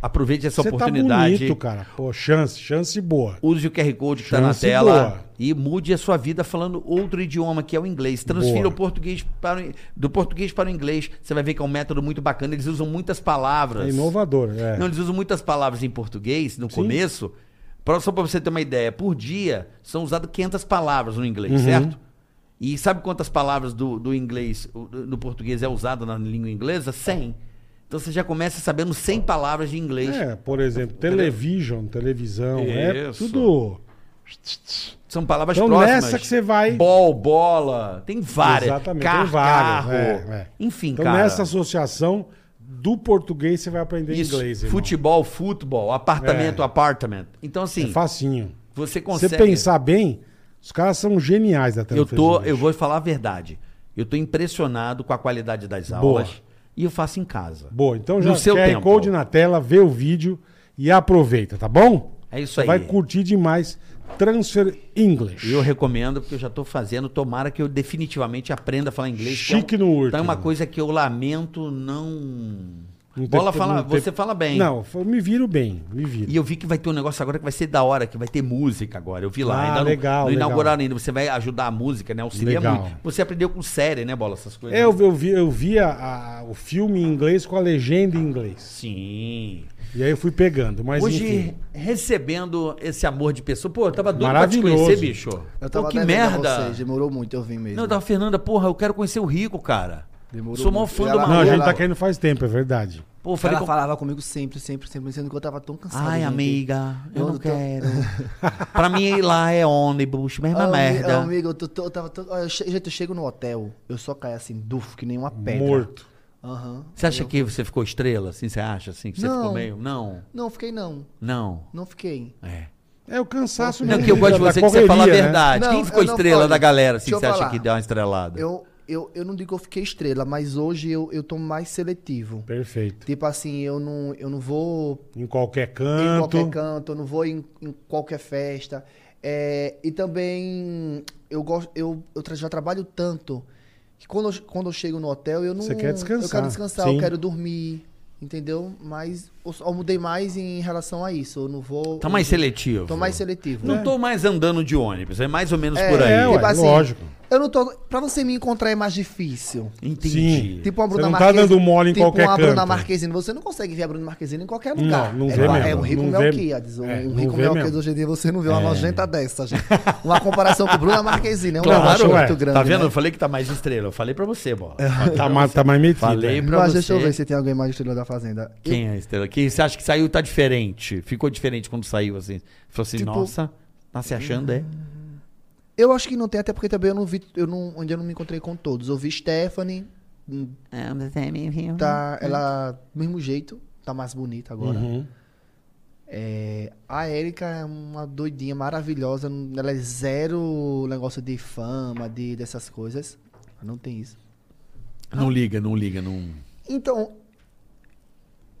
Aproveite essa você tá oportunidade. bonito, cara. Pô, chance, chance boa. Use o QR Code que está na Chance tela boa. e mude a sua vida falando outro idioma, que é o inglês. Transfira Boa. o português para o, do português para o inglês. Você vai ver que é um método muito bacana. Eles usam muitas palavras. É inovador, é. Não, eles usam muitas palavras em português no começo. Pra- só para você ter uma ideia, por dia são usadas 500 palavras no Uhum. inglês, certo? E sabe quantas palavras do, do inglês, o- do- no português é usada na língua inglesa? 100. Então você já começa sabendo 100 palavras de inglês. É, por exemplo, television, televisão, é Isso. tudo. São palavras Então, próximas. nessa que você vai- Bol, bola. Tem várias. Exatamente, Car, tem várias, Carro. é, é. Enfim, Então, cara. nessa associação do português, você vai aprender isso, inglês. irmão. futebol, futebol, apartamento, É. apartamento. Então, assim, É facinho. você Você consegue. pensar bem, os caras são geniais da eu, Transfer tô, English. eu vou falar a verdade. Eu tô impressionado com a qualidade das Boa. aulas. E eu faço em casa. Boa, então já No seu QR tempo. Code na tela, vê o vídeo e aproveita, tá bom? É isso Você aí. Vai curtir demais Transfer English. E eu recomendo, porque eu já tô fazendo. Tomara que eu definitivamente aprenda a falar inglês. que Chique é um- no último. Tá uma coisa que eu lamento não... Não tem- Bola fala, não tem- você fala bem. Não, eu me viro bem, me viro. E eu vi que vai ter um negócio agora que vai ser da hora, que vai ter música agora. Eu vi lá. Ah, ainda não- legal, não, legal. inauguraram ainda. Você vai ajudar a música, né? Auxilia Legal. muito. Você aprendeu com série, né, Bola? Essas coisas. É, eu, eu vi, eu vi a- a- o filme em inglês com a legenda em inglês. Sim. E aí eu fui pegando, mas Hoje, enfim. recebendo esse amor de pessoa. Pô, eu tava doido pra te Maravilhoso. conhecer, bicho. Eu tava Pô, que devendo a merda. Vocês, demorou muito, eu vim mesmo. Não, eu tava, Fernanda, porra, eu quero conhecer o Rico, cara. Demorou Sou maior muito. fã E do ela- Não, a maluco. gente Ela- tá caindo faz tempo, é verdade. Pô, eu falei Ela com... falma comigo sempre, sempre, sempre, sendo que eu tava tão cansado. Ai, gente. amiga, eu, Eu não tô- quero. pra mim, ir lá é ônibus, mesma Ami- merda. Amigo, eu, tô, tô- eu tava tão. ó, eu che- Gente, eu chego no hotel, eu só caio assim, duf, que nem uma pedra. Morto. Aham. Você acha que você ficou estrela, assim? Você acha, assim, que você Não. ficou meio... Não, Não, fiquei não. não. Não fiquei. É. É o cansaço Não, mesmo que eu gosto de da- da você que você fala a correria, né? verdade. Não, Quem ficou eu não- estrela olha, da galera, assim, deixa que eu você acha falar. que deu uma estrelada? Eu, eu, eu não digo que eu fiquei estrela, mas hoje eu, eu tô mais seletivo. Perfeito. Tipo assim, eu não, eu não vou Em qualquer em canto. qualquer canto, eu não vou em, em qualquer festa. É, e também eu gosto, eu, eu tra- já trabalho tanto que quando eu, quando eu chego no hotel, eu não. Você quer descansar, Eu quero descansar, sim. eu quero dormir. Entendeu? Mas eu, só- eu mudei mais em relação a isso. Eu não vou. Tá mais seletivo. Tô mais seletivo. Não tô mais andando de ônibus, é mais ou menos É, por aí. É, ué, Tipo assim, lógico. Eu não tô. Pra você me encontrar é mais difícil. Entendi. Tipo uma Você Bruna não tá dando mole em tipo qualquer uma Bruna canto. Marquezine. Você não consegue ver a Bruna Marquezine em qualquer lugar. Não, não é, vê igual- mesmo, É o Rico não vê- Melquiades. Um é, não Rico vê Melquiades mesmo. É. hoje em dia você não vê uma nojenta dessa, gente. Uma comparação com Bruna Marquezine. É um Claro, negócio ué. muito grande. tá vendo? né? Eu falei que tá mais estrela. Eu falei pra você, bola. Tá, ma- tá mais metido. Falei é. pra Mas você. deixa eu ver se tem alguém mais estrela da Fazenda. Quem é a estrela? Quem você acha que saiu tá diferente? Ficou diferente quando saiu, assim. Falou assim, Tipo- nossa, tá se achando, é? Eu acho que não tem, até porque também eu não vi. Eu não, ainda não me encontrei com todos. Eu vi Stephanie. hum, Não, você me viu. Uhum. Tá, ela, mesmo jeito. Tá mais bonita agora. É, A Erika é uma doidinha maravilhosa. não- Ela é zero negócio de fama, de dessas coisas. Ela Não tem isso. Ah. Não liga, não liga, não. Então,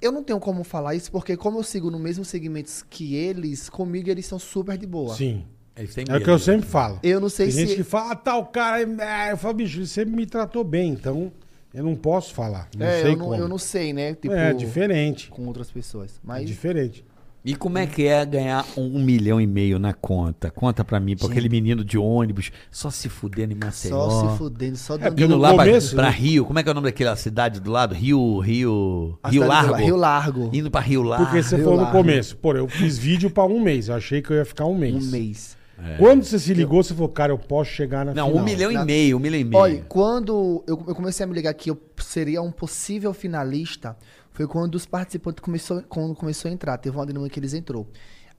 eu não tenho como falar isso, porque como eu sigo no mesmo segmento que eles, comigo eles são super de boa. Sim. Eles têm É o que eu sempre falo. Eu não sei Tem gente se- que fala, ah, tal cara. é- é", Eu falo, bicho, ele sempre me tratou bem, então eu não posso falar. Não é, sei eu, não, como. eu não sei, né? Tipo, é diferente. com outras pessoas. É Mas diferente. E como é que é ganhar um milhão e meio na conta? Conta pra mim, pra aquele menino de ônibus, só se fudendo em Maceió. só se fudendo, só dando um porque Indo No lá pra- começo, pra, né? Rio, como é que é o nome daquela cidade do lado? Rio, Rio, A Rio cidade do Largo. Rio Largo. Indo pra Rio Largo. Porque você eu falou no lá. começo, pô, eu fiz vídeo pra um mês, eu achei que eu ia ficar um mês. Um mês. Quando você se ligou, você falou, cara, eu posso chegar na Não, final. um milhão Na- e meio, um milhão e meio. Olha, quando eu, eu comecei a me ligar que eu seria um possível finalista, foi quando os participantes começou, quando começou a entrar. Teve uma dinâmica que eles entrou.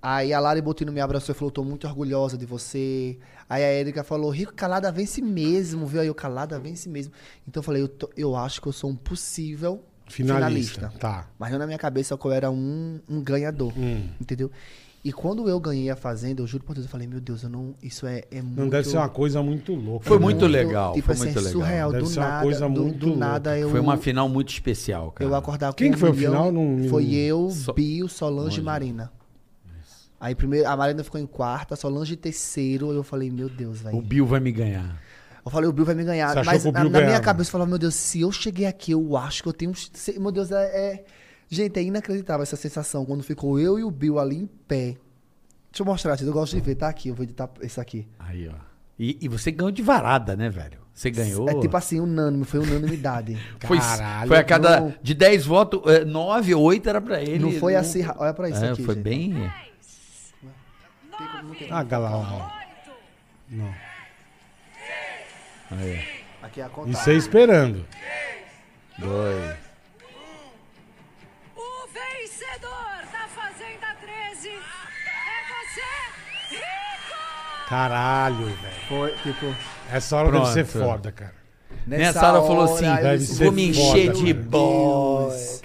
Aí a Lari Botino me abraçou e falou, tô muito orgulhosa de você. Aí a Erika falou, Rico, calada vence mesmo, viu? Aí eu, calada vence mesmo. Então eu falei, eu, tô- eu acho que eu sou um possível Finalista, tá. Mas não na minha cabeça que eu era um, um ganhador, Hum. entendeu? E quando eu ganhei a Fazenda, eu juro por Deus, eu falei, meu Deus, eu não, isso é, é muito... Não deve ser uma coisa muito louca. Foi né? muito legal, Tipo foi assim, muito é legal. surreal. Deve do ser uma nada, coisa do, muito do nada eu, Foi uma final muito especial, cara. eu acordar com um Quem que foi o milhão. final? Não- Foi eu, Só- Bio, Solange e Marina. Aí primeiro, a Marina ficou em quarta, a Solange em terceiro. Eu falei, meu Deus, O velho. Bill vai me ganhar. Eu falei, o Bill vai me ganhar. Você achou Mas que o na, Bill na minha ganhava? cabeça eu falava, meu Deus, se eu cheguei aqui, eu acho que eu tenho. um ch- se- Meu Deus, é. é- Gente, é inacreditável essa sensação quando ficou eu e o Bill ali em pé. Deixa eu mostrar, gente. Eu gosto de ver, tá aqui. Eu vou editar esse aqui. Aí, ó. E, e você ganhou de varada, né, velho? Você ganhou. É tipo assim, unânime, foi unanimidade. foi, Caralho, foi a cada. não. De 10 votos, 9 ou 8 era pra ele. Não foi assim, ra- olha pra isso É, aqui. foi gente. bem. Ah, galera. Não. Aqui é a E contagem. você esperando. Dois. O vencedor da Fazenda 13 é você, Rico! Caralho, velho. Foi, tipo, Essa hora Pronto. deve ser foda, cara. Nessa hora falou assim: eu deve disse, ser vou me encher foda, de velho. boys.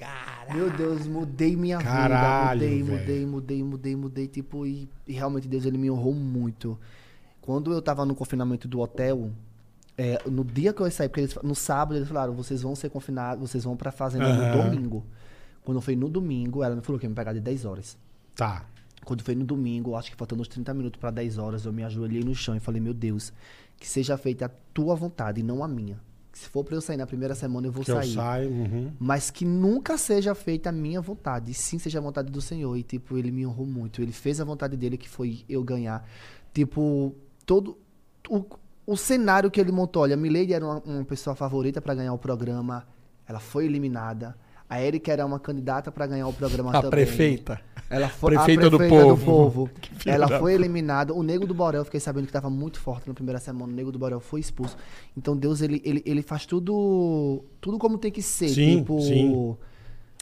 Meu Deus, mudei minha Caralho, vida. Mudei, velho. mudei, mudei, mudei, mudei. Tipo, e, e realmente Deus, ele me honrou muito. Quando eu tava no confinamento do hotel, é, no dia que eu saí, porque eles, no sábado eles falaram, vocês vão ser confinados, vocês vão pra fazenda no Aham. domingo. Quando foi no domingo, ela me falou que ia me pegar de 10 horas. Tá. Quando foi no domingo, acho que faltando uns 30 minutos para 10 horas, eu me ajoelhei no chão e falei: Meu Deus, que seja feita a tua vontade e não a minha. Que se for pra eu sair na primeira semana, eu vou Que eu sair. saio. uhum. Mas que nunca seja feita a minha vontade, e sim seja a vontade do Senhor. E, tipo, ele me honrou muito. Ele fez a vontade dele, que foi eu ganhar. Tipo, todo. O, o cenário que ele montou. Olha, a Milady era uma, uma pessoa favorita para ganhar o programa. Ela foi eliminada. A Erika era uma candidata para ganhar o programa também. Ela foi Prefeita a do prefeita do povo. povo. Ela foi eliminada. O Nego do Borel, eu fiquei sabendo que tava muito forte na primeira semana. O Nego do Borel foi expulso. Então Deus, ele, ele, ele faz tudo tudo como tem que ser. Sim, tipo. sim.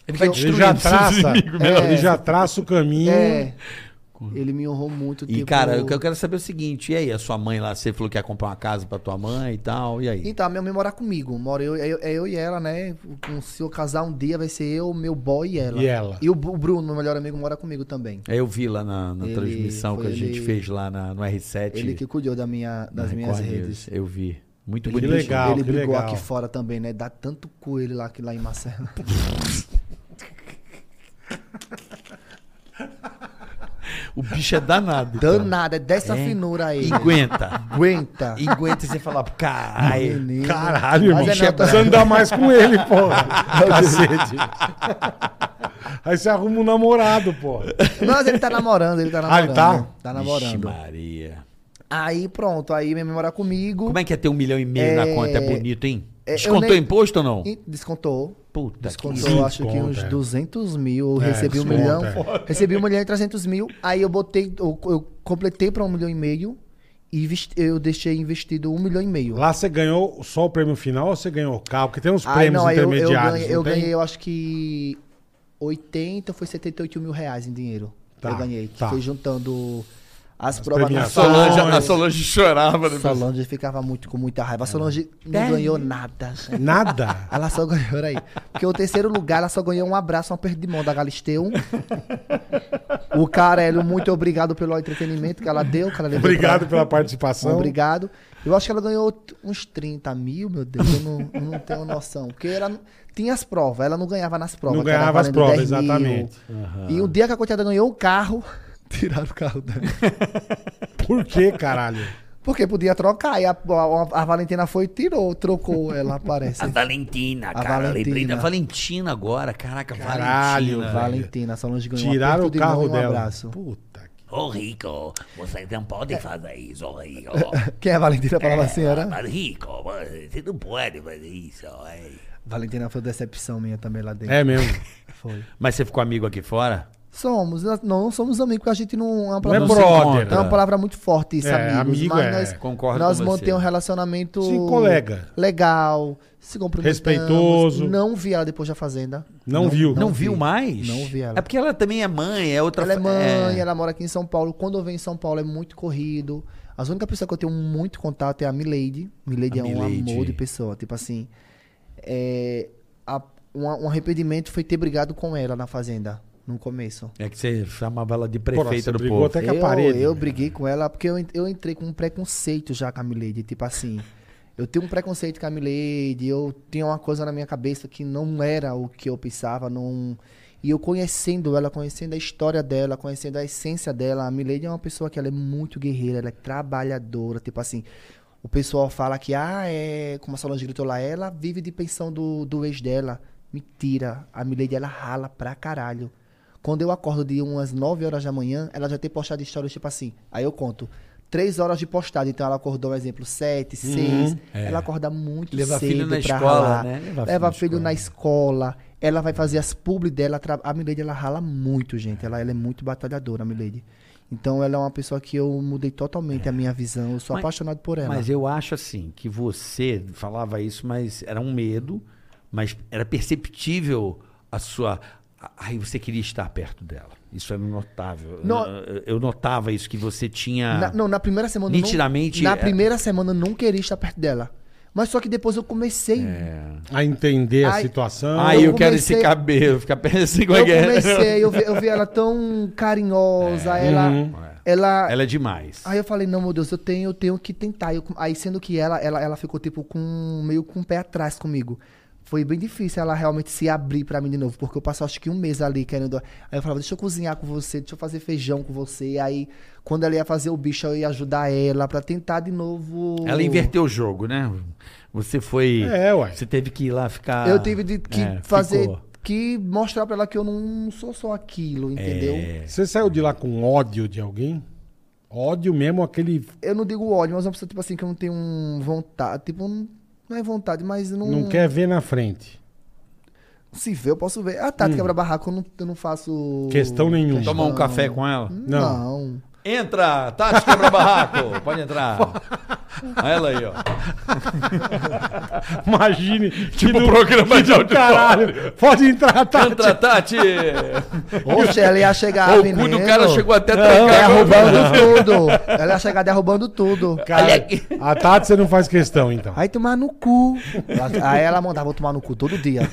Ele vai Ele destruir já traça. É, Ele já um traça o caminho. É. Ele me honrou muito. tipo, E, cara, eu que- eu quero saber é o seguinte: e aí, a sua mãe lá, você falou que ia comprar uma casa pra tua mãe e tal, e aí? Então, a minha mãe mora comigo. Mora eu, é eu, é eu e ela, né? Com- Se eu casar um dia, vai ser eu, meu boy e ela. E ela. E o Bu- o Bruno, meu melhor amigo, mora comigo também. Aí É, Eu vi lá na, na Ele- transmissão que a foi gente ele- fez lá na- no R7. Ele que cuidou da minha, na das minhas Record News. redes. Eu vi. Muito Que bonito. legal. ele que brigou legal. aqui fora também, né? Dá tanto coelho lá que lá em Marcelo. O bicho é danado. cara. Danada, é dessa É. finura aí. E aguenta. Aguenta. E aguenta você falar, caralho. Menino. Caralho, irmão. Mas é Você tá natural. precisando andar mais com ele, porra. Cacete. Aí você arruma um namorado, porra. Mas ele tá namorando, ele tá Ah, namorando. ele tá? Tá Vixe, namorando. Maria. aí pronto, aí minha mãe mora comigo. Como é que é ter um milhão e meio na É, conta? É bonito, hein? é, eu Descontou nem- Então, imposto ou não? é? E descontou. Puta Descontou, Desconto, acho que uns é. 200 mil. Eu É, recebi um desconto, milhão. é. Recebi um milhão e 300 mil. Aí eu botei, eu, eu completei pra um milhão e meio. E investi- eu deixei investido um milhão e meio. Lá você ganhou só o prêmio final ou você ganhou o carro? Porque tem uns Aí prêmios não, aí eu, eu, intermediários. ganhei, não eu tem? ganhei, eu acho que 80, foi 78 mil reais em dinheiro. Tá, eu ganhei. que tá. Foi juntando As, provas na premiações. Solange, Solange. a Solange chorava. né? Solange ficava muito com muita É. raiva. A Solange não ganhou nada. gente. Nada. Ela só ganhou, olha aí. Porque o terceiro lugar, ela só ganhou um abraço, uma perda de mão da Galisteu. o Carelio, muito obrigado pelo entretenimento que ela deu. Que ela levou Obrigado pra- pela participação. Obrigado. Eu acho que ela ganhou t- uns 30 mil, meu Deus, eu não, eu não tenho noção. Porque ela não- tinha as provas, ela não ganhava nas provas. Não que era ganhava as valendo provas, 10 mil. exatamente. E o dia que a coitada ganhou o carro, tiraram o carro dela. Por que, caralho? Porque podia trocar. E a, a- a Valentina foi e tirou, trocou ela, parece. A Valentina, cara. Valentina. Lembrei da É Valentina agora. Caraca, Caralho, Valentina. Valentina, Solange ganhou um Tiraram o aperto de mão carro e um dela. abraço. Puta que. Ô, Rico, vocês não podem fazer isso, ô, Rico. Quem é a Valentina? Falava assim, era? É. Mas, Rico, você não pode fazer isso, hein? Valentina foi decepção minha também lá dentro. É mesmo. Foi. Mas você ficou amigo aqui fora? Somos, nós não somos amigos, porque a gente não é uma Não é palavra, brother. é uma palavra muito forte isso, É, amigos. amigo mas é- nós, Concordo nós com você. mantemos um relacionamento Sim, colega. legal, se cumprimentamos. Respeitoso. Não vi ela depois da Fazenda. Não viu. Não, Não viu vi. mais? Não vi ela. É porque ela também é mãe, é outra... Ela é fa- mãe, é. ela mora aqui em São Paulo. Quando eu venho em São Paulo é muito corrido. As únicas pessoas que eu tenho muito contato é a Milady. Milady A é um Milady. amor de pessoa. Tipo assim, é, a- um, um arrependimento foi ter brigado com ela na Fazenda, no começo. É que você chamava ela de Porra, prefeita você do brigou povo. até com a eu, parede. Eu briguei com ela porque eu, en- eu entrei com um preconceito já com a Milady. Tipo assim, eu tenho um preconceito com a Milady, eu tinha uma coisa na minha cabeça que não era o que eu pensava, não. E eu conhecendo ela, conhecendo a história dela, conhecendo a essência dela, a Milady é uma pessoa que ela é muito guerreira, ela é trabalhadora, tipo assim. O pessoal fala que, ah, é. Como a Solange gritou lá, ela vive de pensão do, do ex dela. Mentira. A Milady, ela rala pra caralho. Quando eu acordo de umas 9 horas da manhã, ela já tem postado histórias tipo assim. Aí eu conto. 3 horas de postagem. Então ela acordou, um exemplo, 7, 6. Ela acorda muito Leva Uhum. É. cedo filho na pra escola, ralar. né? Leva Leva, filho na filho na escola. Ela vai fazer as publi dela. tra- A Milady, ela rala muito, gente. Ela, ela é muito batalhadora, a Milady. Então ela é uma pessoa que eu mudei totalmente a minha visão. Eu sou Mas- apaixonado por ela. Mas eu acho assim, que você falava isso, mas era um medo, mas era perceptível a sua. a- Aí você queria estar perto dela. Isso é notável. Não- Eu- Eu notava isso, que você tinha. Na, não, na primeira semana. eu não- Nitidamente, na é. primeira semana eu não queria estar perto dela. Mas só que depois eu comecei. É. A entender a Ai. situação. Ai, eu, eu quero comecei- esse cabelo, ficar pensando como é Eu que é. comecei, eu vi, eu vi ela tão carinhosa, ela, ela. É. Uhum. Ela é demais. Aí eu falei, não, meu Deus, eu tenho, eu tenho que tentar. Eu com- aí sendo que ela, ela, ela ficou, tipo, com meio com o pé atrás comigo. Foi bem difícil ela realmente se abrir pra mim de novo, porque eu passei acho que um mês ali querendo. Aí eu falava, deixa eu cozinhar com você, deixa eu fazer feijão com você. Aí, quando ela ia fazer o bicho, eu ia ajudar ela pra tentar de novo. Ela inverteu o jogo, né? Você foi. É, ué. Você teve que ir lá ficar. Eu tive de, que É, fazer. ficou. Que mostrar pra ela que eu não sou só aquilo, entendeu? É. Você saiu de lá com ódio de alguém? Ódio mesmo, aquele. Eu não digo ódio, mas uma pessoa, tipo assim, que eu não tenho um vontade. Tipo, um- não é vontade, mas não. Não quer ver na frente. Se vê, eu posso ver. A Tati quebra barraco, eu não, eu não faço. Hum. Questão nenhuma. Tomar um café com ela? Não. Entra, Tati quebra barraco. Pode entrar. Olha ela aí, ó. Imagine. Tipo programa de do caralho. Pode entrar, tá? Entra, Tati. Oxe, ela ia chegar. O cu do cara chegou até a Derrubando tudo. Ela ia chegar derrubando tudo. Cara, a Tati você não faz questão, então. Aí tomar no cu. Ela- Aí ela mandava eu tomar no cu todo dia.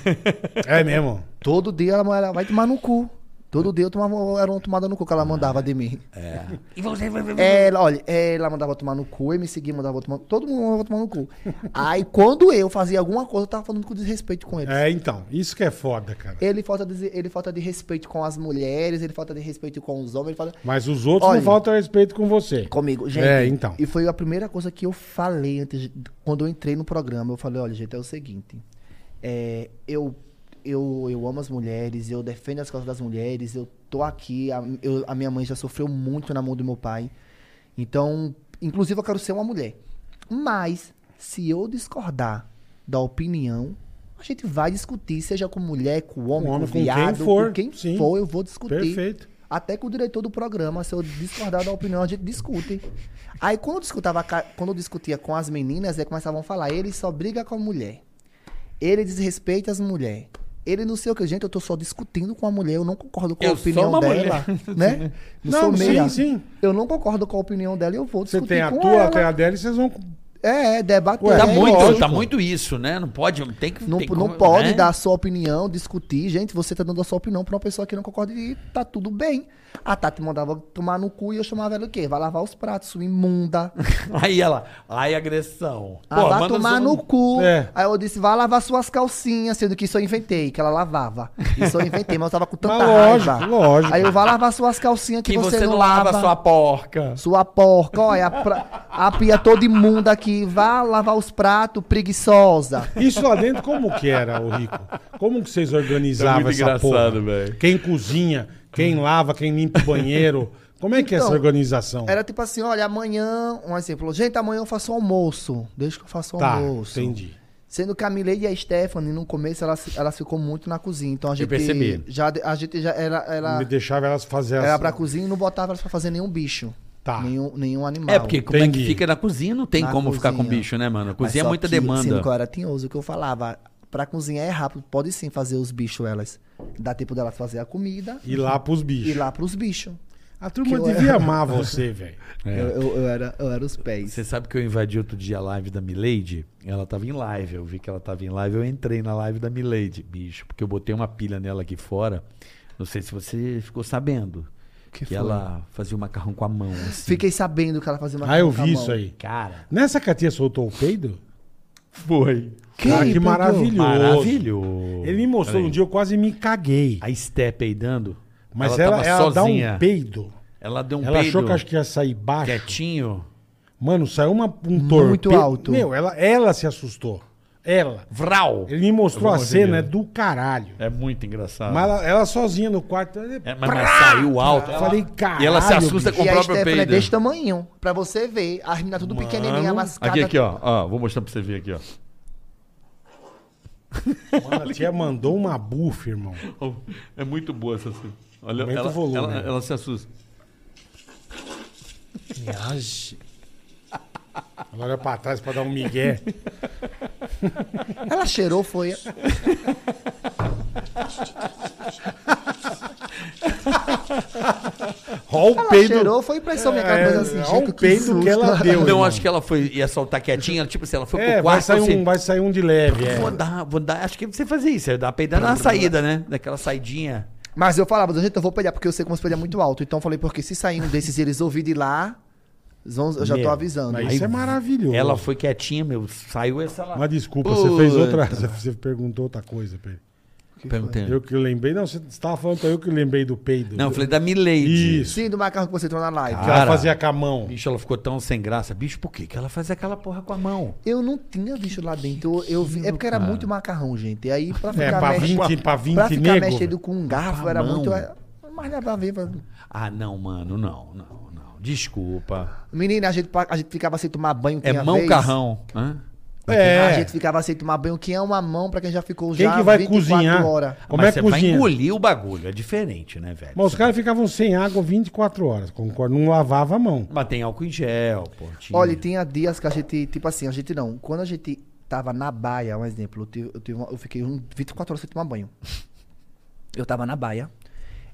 É mesmo. Todo dia ela mandava, vai tomar no cu. Todo dia eu tomava, era uma tomada no cu que ela mandava de mim. É, E você vai ver. Ela, olha, ela mandava eu tomar no cu, eu me seguia, mandava eu tomar Todo mundo mandava eu tomar no cu. Aí quando eu fazia alguma coisa, eu tava falando com desrespeito com ele. É, então. Isso que é foda, cara. Ele falta, de, ele falta de respeito com as mulheres, ele falta de respeito com os homens, ele falta. Mas os outros Olha. não faltam respeito com você. Comigo, gente. É, então. E foi a primeira coisa que eu falei antes, de- quando eu entrei no programa. Eu falei, olha, gente, é o seguinte. é, eu, eu, eu amo as mulheres, eu defendo as causas das mulheres, eu tô aqui, a, eu- a minha mãe já sofreu muito na mão do meu pai. Então, inclusive eu quero ser uma mulher. Mas, se eu discordar da opinião, a gente vai discutir, seja com mulher, com Com homem, com, homem, com quem viado, for, com quem sim. for, eu vou discutir. Perfeito. Até com o diretor do programa, se eu discordar da opinião, a gente discute. Aí quando eu, discutava, ca- quando eu discutia com as meninas, aí começavam a falar, ele só briga com a mulher. Ele desrespeita as mulheres. Ele não sei o que, gente, eu tô só discutindo com a mulher, eu não concordo com a Eu sou opinião uma dela, né? Não, sou sim, meia. sim. Eu não concordo com a opinião dela e eu vou Você discutir tem a com tua, ela. tem a dela e vocês vão. É, é, debater. Ué, Tá, É, muito, lógico. tá muito isso, né? Não pode, tem que... Não, tem não como- pode né? dar a sua opinião, discutir. Gente, você tá dando a sua opinião pra uma pessoa que não concorda e tá tudo bem. A Tati mandava tomar no cu e eu chamava ela o quê? Vai lavar os pratos, sua imunda. Aí ela, ai agressão. Ah, Pô, vai manda tomar um- no cu. É. Aí eu disse, vai lavar suas calcinhas, sendo que isso eu inventei, que ela lavava. Isso eu inventei, mas eu tava com tanta Mas raiva. lógico, lógico. Aí eu, vai lavar suas calcinhas que, Que você, não lava. sua porca. Sua porca, olha, a, pra- a pia toda imunda aqui. Vá lavar os pratos, preguiçosa. Isso lá dentro, como que era, o Rico? Como que vocês organizavam É muito essa porra? engraçado, velho. Quem cozinha, quem lava, quem limpa o banheiro. Como é que é essa Então, organização? Era tipo assim, olha, amanhã, um exemplo, gente, amanhã eu faço almoço. Deixa que eu faço Tá, almoço. entendi. Sendo que a Milady e a Stephanie, no começo, elas, elas ficou muito na cozinha. Então a gente. percebi. Já, a gente já era. era... Me deixava elas fazer Ah. Era as- pra cozinha e não botava elas pra fazer nenhum bicho. Tá. Nenhum, nenhum animal. É, porque como é Entendi. que fica na cozinha, não tem Na como ficar com cozinha. bicho, né, mano? Mas Cozinha é só muita que, demanda. Sendo que eu era tinhoso, o que eu falava. Pra cozinhar é rápido, pode sim fazer os bichos elas. Dá tempo delas fazer a comida Ir lá pros e ir bichos. lá pros bichos. A turma Que eu devia É. era. amar você, velho. Eu, eu- eu era, eu era os pés. Você sabe que eu invadi outro dia a live da Milady? Ela tava em live, eu vi que ela tava em live, eu entrei na live da Milady, bicho, porque eu botei uma pilha nela aqui fora. Não sei se você ficou sabendo. Que, ela fazia o macarrão com a mão, assim. Fiquei sabendo que ela fazia uma Ah, eu com a vi mão. isso aí. Cara, Nessa que a tia soltou o peido? foi. Cara, Ah, que Pedro? maravilhoso. Maravilhoso. Ele me mostrou um dia, eu quase me caguei. A Esté peidando. Mas ela, tava ela, dá sozinha. um peido. Ela deu um ela peido achou que acho que ia sair baixo. quietinho. Mano, saiu uma, um Muito torpedo. alto. Meu, ela, ela se assustou. Ela. Vral. Ele me mostrou Eu a vou conseguir. cena, é do caralho. É muito engraçado. Mas ela, ela sozinha no quarto. É, mas, mas saiu alto. Eu falei, E ela se "Caralho, assusta bicho." com o E a próprio Stephanie é peido. desse tamanho. Pra você ver. A menina tudo pequenininha, mascada. Aqui, aqui, ó. ó. Vou mostrar pra você ver aqui, ó. Mano, a tia mandou uma bufa, irmão. Oh, É muito boa essa cena. Olha, Aumenta ela, o volume. ela- ela se assusta. Ela olha pra trás pra dar um migué. Ela cheirou, foi. Ó o Ela peido. cheirou, foi impressão minha cara. É, mas assim, é gente, um peido susto. que ela deu. Não, irmão. acho que ela foi, ia soltar quietinha. Tipo assim, ela foi É, pro vai quarto sair, assim. um, vai sair um de leve. é. Vou dar, vou dar. Acho que você fazia isso. Ia dar peidada na saída, né? Daquela saidinha. Mas eu falava, gente, eu vou pegar, porque eu sei como se pegar muito alto. Então eu falei, porque se sair um desses e eles ouvirem de lá, eles vão- eu já tô Meu, avisando. Mas isso é maravilhoso. Ela foi quietinha, meu. Saiu essa lá. Mas desculpa, você fez outra. Você perguntou outra coisa pra ele. Perguntei. Eu que lembrei. Não, você estava falando, eu que lembrei do peido. É. Não, eu falei da Milady. Isso. Sim, do macarrão que você entrou na live. Que ela Cara. fazia com a mão. Bicho, ela ficou tão sem graça. Bicho, por quê? que ela faz aquela porra com a mão? Eu não tinha visto lá dentro. Eu, eu vi, é porque era muito macarrão, gente. E aí, pra ficar, É, pra mex- 20 pra 20 pra ficar nego. mexendo com um garfo, Com a era mão. muito. era- Mas dá pra ver. pra- Ah, não, mano, não, não, não. Desculpa. Menina, a gente, pa- a gente ficava sem tomar banho. É tinha mão vez. carrão. Hã? A É. gente ficava sem tomar banho, que é uma mão pra quem já ficou Quem já que vai 24 cozinhar? horas. Como Mas é você que cozinha? vai engolir o bagulho. É diferente, né, velho? Mas os caras ficavam sem água 24 horas, concordo. Não lavava a mão. Mas tem álcool em gel, pô. tinha. Olha, tinha dias que a gente, tipo assim, a gente não. Quando a gente tava na baia, um exemplo, eu, tive- eu, tive uma- eu fiquei um 24 horas sem tomar banho. Eu tava na baia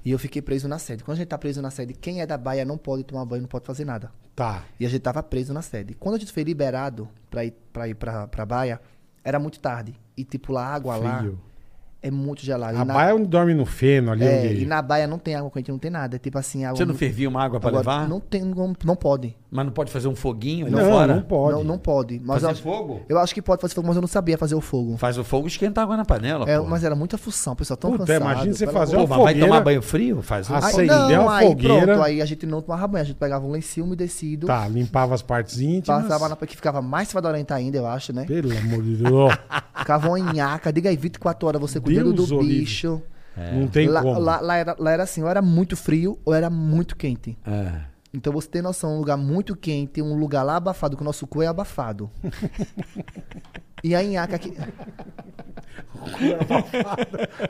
e eu fiquei preso na sede. Quando a gente tá preso na sede, quem é da baia não pode tomar banho, não pode fazer nada. Tá. E a gente tava preso na sede. Quando a gente foi liberado pra ir pra, ir pra, pra baia, era muito tarde. E tipo, lá, a água Frio. lá é muito gelada. A e na, baia é onde dorme no feno ali. é, onde... e na baia não tem água quente, não tem nada. É tipo assim, água. Você um- não fervia uma água pra Agora, levar? Não tem, não, não pode. Mas não pode fazer um foguinho ali Não, fora? não pode. Não, não pode. Mas Fazer eu acho- fogo? Eu acho que pode fazer fogo, mas eu não sabia fazer o fogo. Faz o fogo e esquenta a água na panela, É, pô. mas era muita função, pessoal tão Ah, Puta, cansado. imagina você pelo fazer amor Pô, uma de mas vai fogueira. tomar banho frio? Faz um Ah, Deus. sei. Aí, acender não, uma aí fogueira. pronto, aí a gente não tomava banho, a gente pegava um lencinho umedecido, Tá, limpava as partes íntimas. passava na que ficava mais fedorenta ainda, eu acho, né? Pelo amor de Deus. Ficava uma nhaca, diga aí, 24 horas você cuidando Deus do o livre. bicho. Não tem lá, como. lá- lá era, lá era assim, ou era muito frio ou era muito quente. É. Então você tem noção, um lugar muito quente, um lugar lá abafado, que o nosso cu é abafado. e a nhaca que...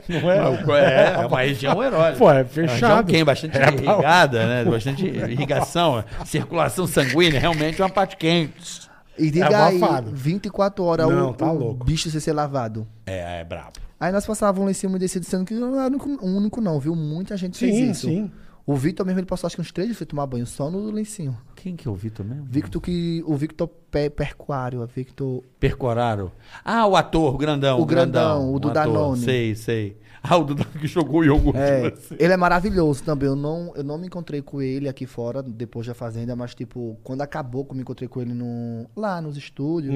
Não é? Não, É, é uma região erótica. Pô, é É uma região fechado. quente, bastante É, irrigada, né? Bastante irrigação, circulação sanguínea, realmente é uma parte quente. E diga aí, abafado. 24 horas Não, o, tá o louco. bicho sem ser lavado. É, é brabo. Aí nós passávamos lá em cima e descido, sendo que não era o único, o único não, viu? Muita gente Sim, fez isso. sim. O Victor mesmo, ele passou acho que uns três dias sem tomar banho, só no lencinho. Quem que é o Vitor mesmo? Victor que... O Victor Pe- Percuário, o Victor... Percoraro. Ah, o ator, o grandão. um O grandão, o do ator. Danone. Sei, sei. Ah, o do Danone que jogou iogurte. É, mas- ele é maravilhoso também. Eu não, eu não me encontrei com ele aqui fora, depois da Fazenda, mas, tipo, quando acabou que eu me encontrei com ele no, lá nos estúdios,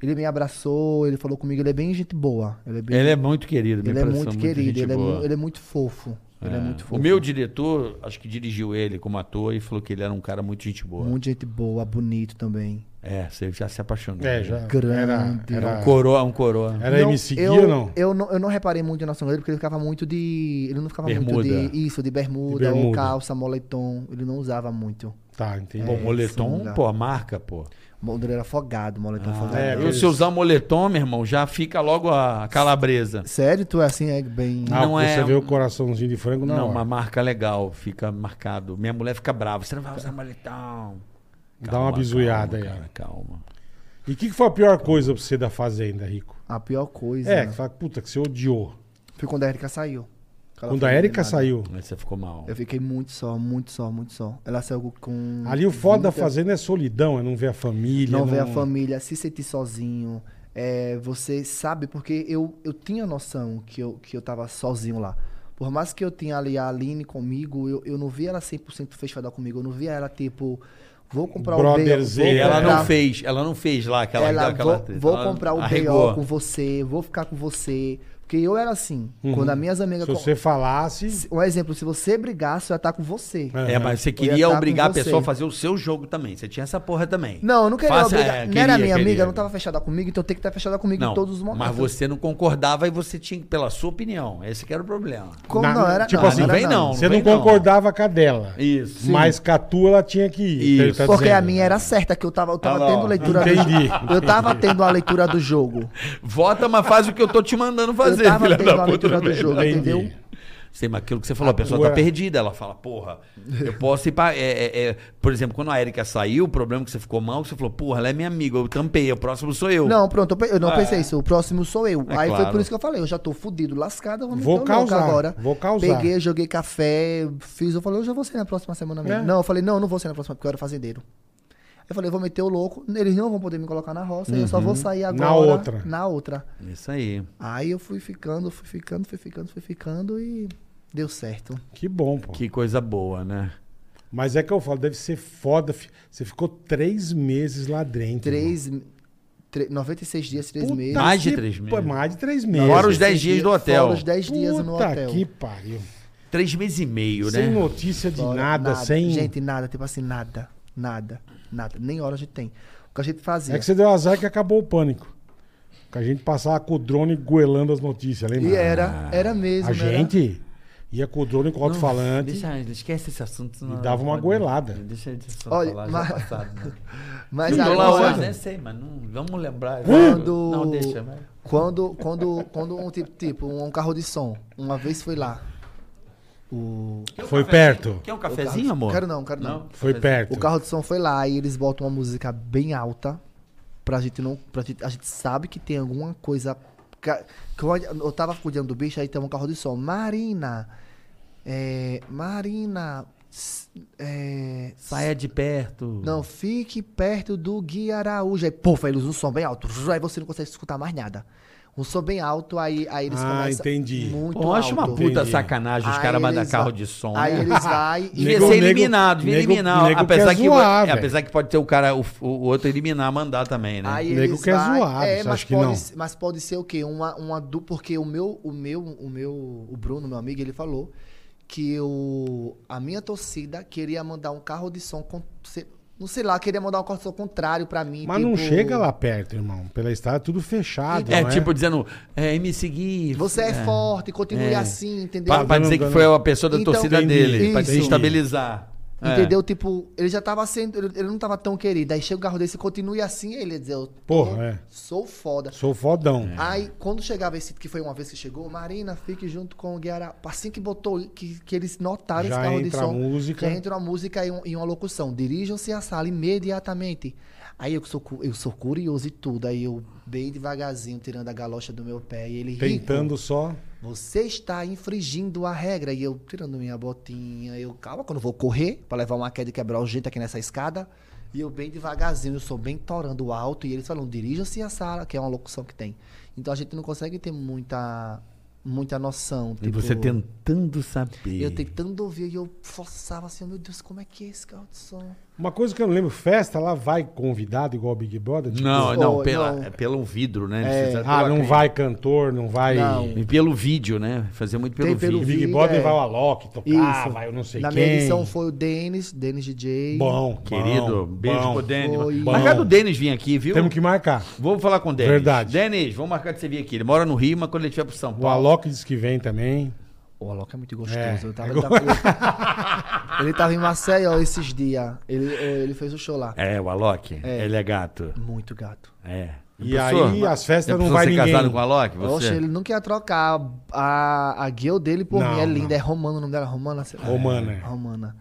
ele me abraçou, ele falou comigo, ele é bem gente boa. Ele é, bem- Ele é muito querido. me ele é impressiona muito gente querido, ele é, boa. mu- ele é muito fofo. Ele é muito fofo. O meu diretor, acho que dirigiu ele como ator e falou que ele era um cara muito gente boa. Muita gente boa, bonito também. É, você já se apaixonou. É, já. Grande. Era, era, Coroa, um coroa. era MC Gui eu, ou não? Eu não? Eu não reparei muito na nossa dele, porque ele ficava muito de. Ele não ficava Bermuda. muito de. Isso, de bermuda, De bermuda. ou calça, moletom. Ele não usava muito. Tá, É, entendi. Pô, moletom, sunga. pô, marca, pô. O moletom era afogado, o moletom afogado. é, Eu, se eu usar moletom, meu irmão, já fica logo a calabresa. Sério, tu é assim, é bem. Ah, não porque é- você vê o coraçãozinho de frango na Não, hora. uma marca legal, fica marcado. Minha mulher fica brava, você não vai usar moletom. Dá uma bizuiada aí. calma, Cara, calma. E o que, que foi a pior coisa pra você da Fazenda, Rico? A pior coisa. É, né? que fala, puta, que você odiou. Foi quando a Erika saiu. Ela Quando foi a Erika eliminada. saiu. Aí você ficou mal. Eu fiquei muito só, muito só, muito só. Ela saiu com. Ali o foda né? da 20 Fazenda é solidão, é não ver a família. não ver a família, se sentir sozinho. É, você sabe, porque eu, eu tinha noção que eu, que eu tava sozinho lá. Por mais que eu tinha ali a Aline comigo, eu, eu não via ela 100% fechada comigo. Eu não via ela, tipo, vou comprar o Brotherzeira. B, E ela Ela- não fez, ela não fez lá aquela, ela, aquela vou, atriz, vou ela comprar o arregou. B.O. com você, vou ficar com você. Porque eu era assim. Quando as minhas amigas... Uhum. Se você falasse. Um exemplo, se você brigasse, eu ia estar com você. É, mas você Eu ia queria tá com obrigar a você. pessoa a fazer o seu jogo também. Você tinha essa porra também. Não, eu não queria Faça- obrigar. é, não era queria, minha queria. amiga, não tava fechada comigo, então tem que estar fechada comigo Não, em todos os momentos. Mas você não concordava e você tinha que, pela sua opinião. Esse que era o problema. Como Na- não era tipo não, assim, era vem não. Você não vem não. concordava com a dela. Isso. Mas com a tua ela tinha que ir. Isso. ele tá Porque dizendo. a minha era certa, que eu tava, eu tava Ah, não. tendo leitura Entendi, do Eu tava tendo a leitura do jogo. Vota, mas faz o que eu tô te mandando fazer, eu tava filha tendo da puta. é a leitura do também. jogo, Entendi. entendeu? Sei, mas aquilo que você falou, a pessoa tua- tá perdida. Ela fala, porra, eu posso ir pra. é, é, é. Por exemplo, quando a Erika saiu, o problema é que você ficou mal, que você falou, porra, ela é minha amiga, eu tampei, o próximo sou eu. Não, pronto, eu pe- eu não É. pensei isso. O próximo sou eu. É Aí foi claro. por isso que eu falei, eu já tô fudido, lascado, eu vou me Vou dar um louco causar, agora. vou causar. Peguei, joguei café, fiz, eu falei, eu já vou ser na próxima semana É. mesmo. Não, eu falei, não, eu não vou ser na próxima, porque eu era fazendeiro. Eu falei, eu vou meter o louco, eles não vão poder me colocar na roça, eu só vou sair agora. Uhum. outra. Na outra. Isso aí. Aí eu fui ficando, fui ficando, fui ficando, fui ficando e deu certo. Que bom, pô. Que coisa boa, né? Mas é que eu falo, deve ser foda. fi- Você ficou três meses lá dentro. Três. tre- 96 dias, três irmão. meses. Puta Mais de que três pa- meses. Mais de três meses. Fora os 96 dez dias do hotel. Fora os 10 dias no Puta hotel. que pariu. Três meses e meio, Sem né? notícia de Fora, nada, sem. Gente, nada, tipo assim, nada. Nada. Nada. Nem hora a gente tem. O que a gente fazia. É que você deu azar que acabou o pânico. Que a gente passava com o drone goelando as notícias, lembra? E era, era mesmo. Ah, A era- gente ia com o drone com o alto-falante. Deixa, esquece esse assunto. não- dava uma goelada. Deixa esse assunto Olha, falar, mas- já passado, né? Mas Eu tô lá hoje, agora, né? sei, mas não, vamos lembrar. Quando- Não, deixa, vai. quando, quando, quando um tipo, tipo, um carro de som, uma vez foi lá. O. Foi perto. Quer um cafezinho, amor? Quero não, quero não. Foi perto. O carro de som foi lá e eles botam uma música bem alta pra gente não. Pra gente, a gente sabe que tem alguma coisa. ca- que Eu, eu tava cuidando do bicho, aí tem um carro de som. Marina! É, Marina! s- É, Saia de perto. Não, fique perto do Gui Araújo. Aí, pufa, eles usam um som bem alto. Zuz, Aí você não consegue escutar mais nada. Um som bem alto, aí, aí eles Ah, começam. entendi. Muito Pô, eu acho uma alto. puta Entendi. sacanagem os Aí caras mandam eles carro vai- de som. Aí né? eles vai e Devia Nego- ser nego- eliminado, devia nego- eliminar. nego apesar, quer que, zoar, é, velho. apesar que pode ser o cara, o, o outro eliminar, mandar também, né? Aí O nego eles quer vai- zoar, é, você mas acha que pode, não? se- Mas pode ser o quê? Uma, uma du... Porque o meu, o meu, o meu, o Bruno, meu amigo, ele falou que o, a minha torcida queria mandar um carro de som, con- se- não sei lá, queria mandar um carro de som contrário pra mim. tipo, Mas não chega lá perto, irmão. Pela estrada é tudo fechado. é não tipo dizendo, é, me seguir. Você é, forte, É. continue assim, entendeu? um Tá Pra, pra dizer que foi a pessoa da Então, torcida Entendi. dele, pra Isso. desestabilizar. É. Entendeu? Tipo, ele já tava sendo. Ele, ele não tava tão querido. Aí chega o carro desse, continue assim, aí ele ia dizer, eu tô- Porra, é. sou foda. Sou fodão. Aí, quando chegava esse, que foi uma vez que chegou, Marina, fique junto com o Guiara. Assim que botou, que, que eles notaram Já esse carro de entra a som. música. Já entra uma música e, um- e uma locução. Dirijam-se à sala imediatamente. Aí eu que sou, cu- eu sou curioso e tudo. Aí eu, bem devagarzinho, tirando a galocha do meu pé. E ele rico, Tentando só. Você está infringindo a regra. E eu, tirando minha botinha, eu, calma, quando eu vou correr, pra levar uma queda e quebrar o jeito aqui nessa escada. E eu, bem devagarzinho, eu sou bem torando alto. E eles falam, dirija-se à sala, que é uma locução que tem. Então a gente não consegue ter muita, muita noção. tipo, E Tipo, você tentando saber. Eu tentando ouvir e eu forçava assim, meu Deus, como é que é esse carro de som? Uma coisa que eu não lembro, festa lá vai convidado igual o Big Brother? Tipo, Não, não, Oh, pela, não. é pelo vidro, né? Você- Ah, pela- não vai cantor, não vai. Não. E pelo vídeo, né? Fazer muito pelo, Tem pelo O vídeo. Big Vídeo, Brother é. vai o Alok tocar, Ah, vai eu não sei Na quem. minha edição foi o Denis, Denis DJ. Bom, Querido, bom, beijo bom. pro Foi. Denis. Marcar do Denis vir aqui, viu? Temos que marcar. Vamos falar com o Denis. Verdade. Denis, vamos marcar de você vir aqui. Ele mora no Rio, mas quando ele estiver pro São O Paulo. Alok diz que vem também. O Alok é muito gostoso. É, Eu tava- eu tava- ele- ele tava em Maceió esses dias. Ele, ele fez o show lá. É, o Alok. Ele é gato. Muito gato. É. E Já aí, pensou? as festas Já não pensou vai ser ninguém. casado com o Alok? Você? Oxe, ele nunca ia trocar a, a guia dele por Não, mim. É linda, não. é romana, o nome dela é romana? sei lá. Romana, é. Romana.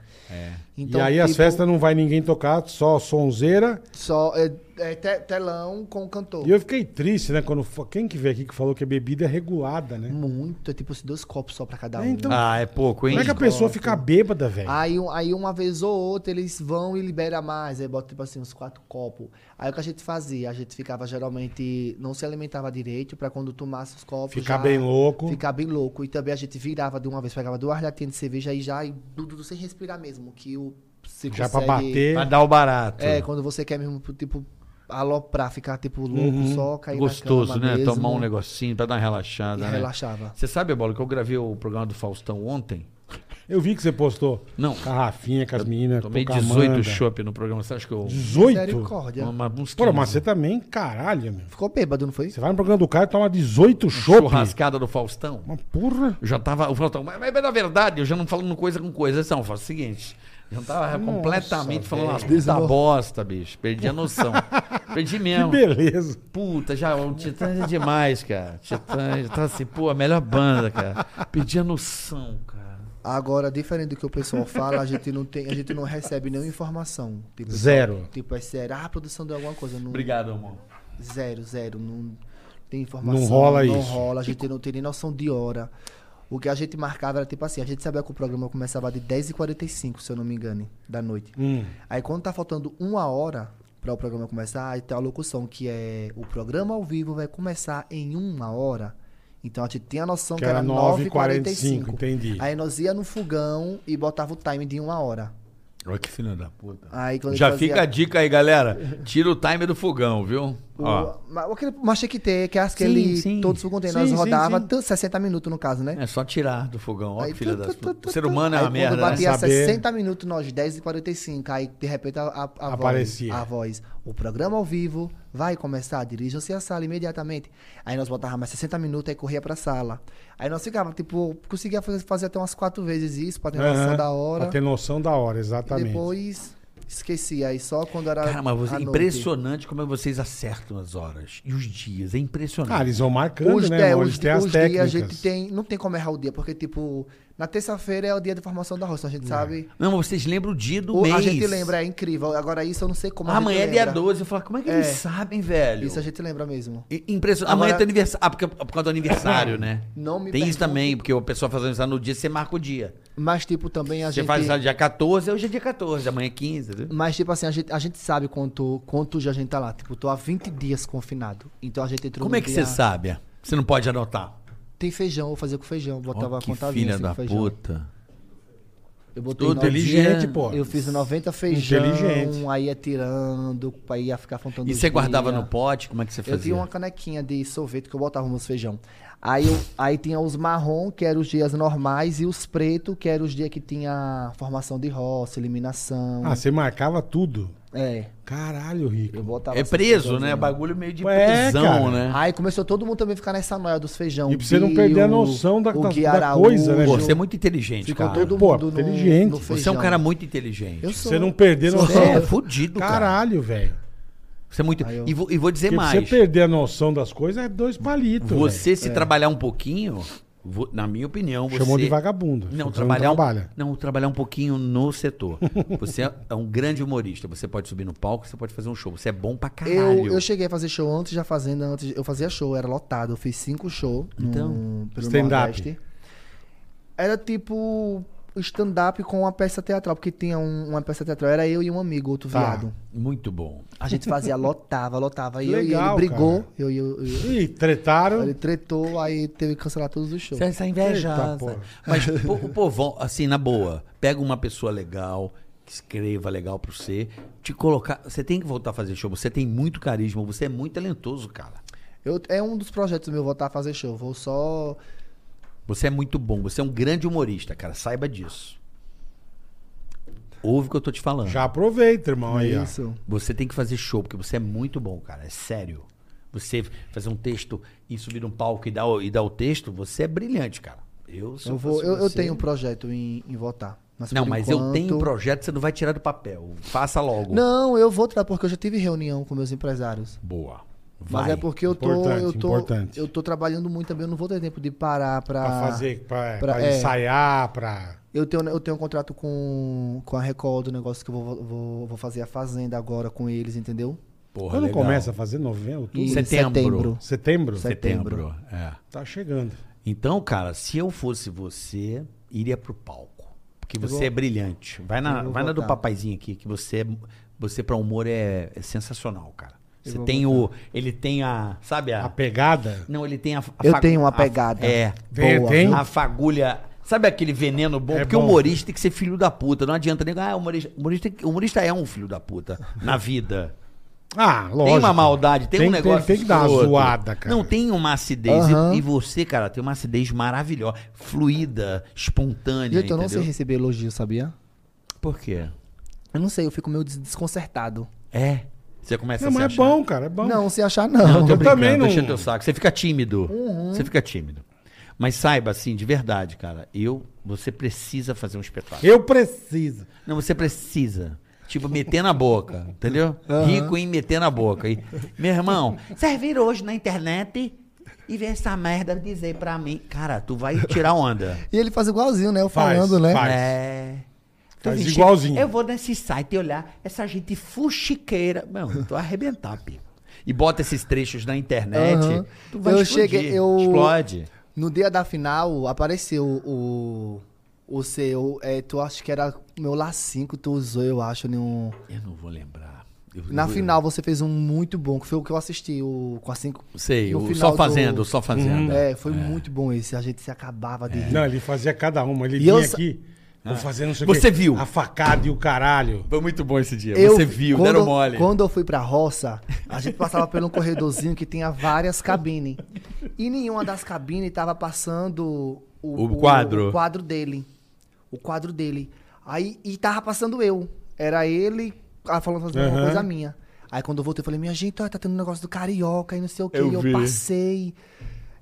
e aí as tipo, festas não vai ninguém tocar, só sonzeira. Só é, é te- telão com o cantor. E eu fiquei triste, né? Quando fo- quem que veio aqui que falou que a bebida é regulada, né? Muito, é tipo assim, dois copos só pra cada um. É, então, Ah, é pouco, hein? como é que a pessoa fica bêbada, velho? Aí, um- aí uma vez ou outra eles vão e libera mais, aí bota tipo assim uns quatro copos. Aí o que a gente fazia? A gente ficava geralmente, não se alimentava direito pra quando tomasse os copos. Ficar já bem louco. Ficar bem louco. E também a gente virava de uma vez, pegava duas latinhas de cerveja e já, e du- du- du- sem respirar mesmo, que o se Já pra consegue- bater. Vai dar o barato. É, quando você quer mesmo, tipo, aloprar, ficar tipo louco, Uhum. só cair Gostoso, na cama né? mesmo, Tomar um negocinho pra dar uma relaxada, E né? relaxava. Você sabe, Bola, que eu gravei o programa do Faustão ontem? Eu vi que você postou. Não. Carrafinha com as meninas. Tomei pouca 18 manga. chopp no programa. Você acha que eu... 18? Misericórdia. Uma, uns Pô, 15. mas você é também, caralho, meu. Ficou bêbado, não foi? Você vai no programa do cara e toma 18 chopp. Churrascada do Faustão. Uma porra. Eu já tava. O Faustão, mas, mas na verdade, eu já não falando coisa com coisa. Não, eu falo o seguinte. Eu já tava completamente falando umas puta bosta, bicho. Perdi a noção. Perdi Que mesmo. beleza. Puta, já, o Titãs é demais, cara. Titãs, tá assim, pô, a melhor banda, cara. Perdi a noção, cara. Agora, diferente do que o pessoal fala, a gente não tem, a gente não recebe nenhuma informação. Tipo, Zero. Tipo, é será a produção de alguma coisa? Não, Obrigado, amor. Zero, zero. Não tem informação. Não rola não isso. rola, a gente não tem nem noção de hora. O que a gente marcava era tipo assim, a gente sabia que o programa começava de 10h45, se eu não me engano, da noite. Hum. Aí quando tá faltando uma hora pra o programa começar, aí tem a locução que é o programa ao vivo vai começar em uma hora. Então a gente tem a noção Que que, era era 9h45, 9h45. entendi. Aí nós ia no fogão e botava o time de uma hora. Olha que filha da puta. Aí quando Já Ah, então ele fazia fica a dica aí, galera. Tira o timer do fogão, viu? o, Ó. ma- aquele macho que tem, que é aquele sim. todos os contém, Sim, nós sim, rodava sim. tanto 60 minutos no caso, né? É só tirar do fogão. Olha Aí, que filha tu, da tu, tu, puta. tu, O ser tu. humano é Aí uma merda. Quando né? batia Saber. 60 minutos, nós 10 e 45 aí de repente a, a, a Aparecia. voz. A voz. O programa ao vivo vai começar, dirijam-se à sala imediatamente. Aí nós botávamos mais 60 minutos e corria pra sala. Aí nós ficava, tipo, conseguia fazer, fazer até umas quatro vezes isso pra ter noção Aham. da hora. É. Pra ter noção da hora, E exatamente. depois esquecia. Aí só quando era. Cara, mas você, é à noite. impressionante como vocês acertam as horas e os dias. É impressionante. Ah, eles vão marcando, Os, né? é, amor? os, Eles têm as os dias a técnicas. gente tem. Não tem como errar o dia, porque, tipo, na terça-feira é o dia de formação da roça, a gente sabe. Não, mas vocês lembram o dia do O- mês. a gente lembra, é incrível. Agora isso eu não sei como a gente Amanhã é dia lembra. 12. Eu falo, como é que eles É. sabem, velho? Isso a gente lembra mesmo. I- Impressionante. Amanhã é Agora- teu aniversário. Ah, porque, por causa do aniversário, né? Não me Tem isso pergunte. também, porque o pessoal faz aniversário no dia, você marca o dia. Mas, tipo, também a Você gente. faz aniversário dia 14, hoje é dia 14, amanhã é 15. entendeu? Mas, tipo assim, a gente, a gente sabe quanto, quanto já a gente tá lá. Tipo, tô há 20 dias confinado. Então a gente entrou Como no é que dia- você sabe? Você não pode anotar. Tem feijão, eu fazia com feijão. Botava Ó, a que conta filha assim, da com feijão. puta. Eu botei Todo no- Inteligente, dia- pô. Eu fiz 90 feijão, Inteligente. aí ia tirando, aí ia ficar faltando E os você guardava dias. no pote? Como é que você Eu fazia? tinha uma canequinha de sorvete que eu botava meus feijão. Aí, eu- aí tinha os marrom, que eram os dias normais, e os preto, que eram os dias que tinha formação de roça, eliminação. Ah, você marcava tudo. É, Caralho, Rico. um- eu botava. É essas preso, coisas, né? Bagulho meio de É, prisão, cara. né? Aí começou todo mundo também a ficar nessa noia dos feijão. E pra você não perder a noção da- o da- Gui da Araújo, coisa, né, Pô, você é muito inteligente, Ficou cara. todo Pô, mundo no- inteligente. no Você Você é um feijão. cara muito inteligente. Eu Pra sou. Você não perder a sou- noção. É, fudido, cara. Caralho, velho. Você é muito... Aí eu- E, vou, e vou dizer Porque pra você mais. perder a noção das coisas é dois palitos. velho. Você se É. trabalhar um pouquinho, vo- na minha opinião, você... Chamou de vagabundo. Você Não, não trabalhar, um- trabalha. não, trabalhar um pouquinho no setor. Você é- é um grande humorista. Você pode subir no palco, você pode fazer um show. Você é bom pra caralho. Eu, eu cheguei a fazer show antes da Fazenda, antes eu fazia show, era lotado, eu fiz cinco shows Então, então, pelo stand-up. Nordeste. Era tipo stand-up com uma peça teatral, porque tinha um- uma peça teatral, era eu e um amigo, outro Tá. viado. Muito bom. A gente fazia, lotava, lotava, e Legal, eu e ele brigou, cara. eu e eu, eu- Ih, tretaram. ele tretou, aí teve que cancelar todos os shows. Você é Eita, invejosa. porra. Mas po- o povão, assim, na boa, pega uma pessoa legal, que escreva legal pra você, te colocar. Você tem que voltar a fazer show. Você tem muito carisma, você é muito talentoso, cara. Eu- é um dos projetos meu voltar a fazer show, vou só Você é muito bom, você é um grande humorista, cara. Saiba disso. Ouve o que eu tô te falando. Já aproveita, irmão. Aí, ó. é isso. Você tem que fazer show, porque você é muito bom, cara. É sério. Você fazer um texto e subir num palco e dar, o- e dar o texto, você é brilhante, cara. Eu sou. Eu, vou, eu, eu tenho um projeto em, em votar. Mas Não, por mas eu enquanto- tenho um projeto, você não vai tirar do papel. Faça logo. Não, eu vou tirar porque eu já tive reunião com meus empresários. Boa. Mas Vai. é porque eu tô, Importante, eu tô, importante. eu tô trabalhando muito também. Eu não vou ter tempo de parar pra, Pra fazer, pra, pra- pra é. ensaiar, pra. Eu tenho, eu tenho um contrato com, com a Record do negócio que eu vou, vou, vou fazer a fazenda agora com eles, entendeu? Porra, Quando legal. começa a fazer? Novembro? Em outubro? setembro. setembro. Setembro? Setembro. Setembro. É. Tá chegando. Então, cara, se eu fosse você, iria pro palco. Porque você é brilhante. Vai na, eu vou vai na do votar. papaizinho aqui, que você, é- você pra humor é, é sensacional, cara. Você vou tem o. Ele tem a. Sabe a. A pegada? Não, ele tem a. a Eu fagu- tenho uma a- pegada. é. Tem- Boa, tem? viu? A fagulha. Sabe aquele veneno bom? É Porque bom. humorista tem que ser filho da puta. Não adianta nem. Ah, humorista, humorista, humorista é um filho da puta na vida. Ah, lógico. Tem uma maldade, tem, um que- negócio. Tem, que dar uma escroto. zoada, cara. Não, tem uma acidez. E- Aham. E, você, cara, tem uma acidez maravilhosa, fluida, espontânea. Gente, eu não sei entendeu? receber elogio, sabia? Por quê? Eu não sei, eu fico meio des- desconcertado. É. Você começa Não, a se mas é achar. bom, cara. É bom. Não, se achar Não, não. eu tô Eu brincando, também não- Uhum. deixa teu saco. Você fica tímido. Você fica tímido. Mas saiba, assim, de verdade, cara, eu, você precisa fazer um espetáculo. Eu preciso. Não, você precisa. Tipo, meter na boca, entendeu? Rico em meter na boca. E, meu irmão, Vocês viram hoje na internet e ver essa merda dizer pra mim. cara, tu vai tirar onda. E ele faz igualzinho, né? Eu Faz, falando, né? faz. É. Faz Vixe, igualzinho. Eu vou nesse site olhar essa gente fuxiqueira. Não, eu tô arrebentar, Pi. E bota esses trechos na internet, Aham. tu vai Eu explodir. cheguei- eu- Explode. No dia da final, apareceu o. O seu. É, tu acho que era meu lacinho que tu usou, eu acho, em um. Eu não vou lembrar. Eu- Na eu- final você fez um muito bom, que foi o que eu assisti, o com a cinco. Sei, no o final só do- fazendo, só fazendo. É. É, foi muito bom esse. A gente se acabava de rir. Não, ele fazia cada uma. Ele E vinha eu sa- aqui. Vou fazer não sei o Você quê. viu. A facada e o caralho. Foi muito bom esse dia. Eu- Você viu, quando, deram mole. Quando eu fui pra roça, a gente passava por um corredorzinho que tinha várias cabines. E nenhuma das cabines tava passando O quadro. o quadro dele. O quadro dele. Aí, e tava passando eu. Era ele ah, falando fazendo uma Aham. coisa minha. Aí quando eu voltei, eu falei, minha gente, ó, tá tendo um negócio do carioca e não sei o quê. Eu e eu vi. passei.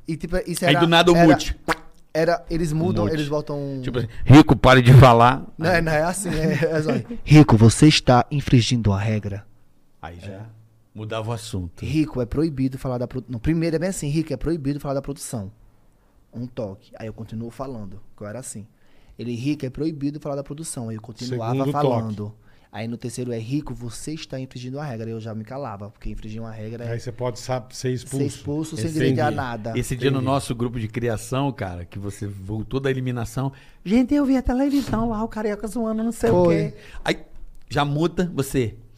E tipo, isso Aí era. do nada o era- mute. Era, eles mudam, Mute. eles voltam. Tipo assim, rico, pare de falar. não, é, não é assim, é, é só- Rico, você está infringindo a regra. Aí É. já mudava o assunto. Rico, é proibido falar da produção. Primeiro é bem assim, Rico, é proibido falar da produção. Um toque. Aí eu continuo falando, que eu era assim. Ele, Rico, é proibido falar da produção. Aí eu continuava Segundo toque. falando. Aí no terceiro é, Rico, você está infringindo a regra. Aí eu já me calava, porque infringir uma regra é Aí você pode sabe, ser expulso. ser expulso sem Entendi. é- direito a nada. Esse dia no nosso grupo de criação, cara, que você voltou da eliminação, Gente, eu vi a televisão lá, o carioca zoando, não sei o Foi. quê. Aí já muda você.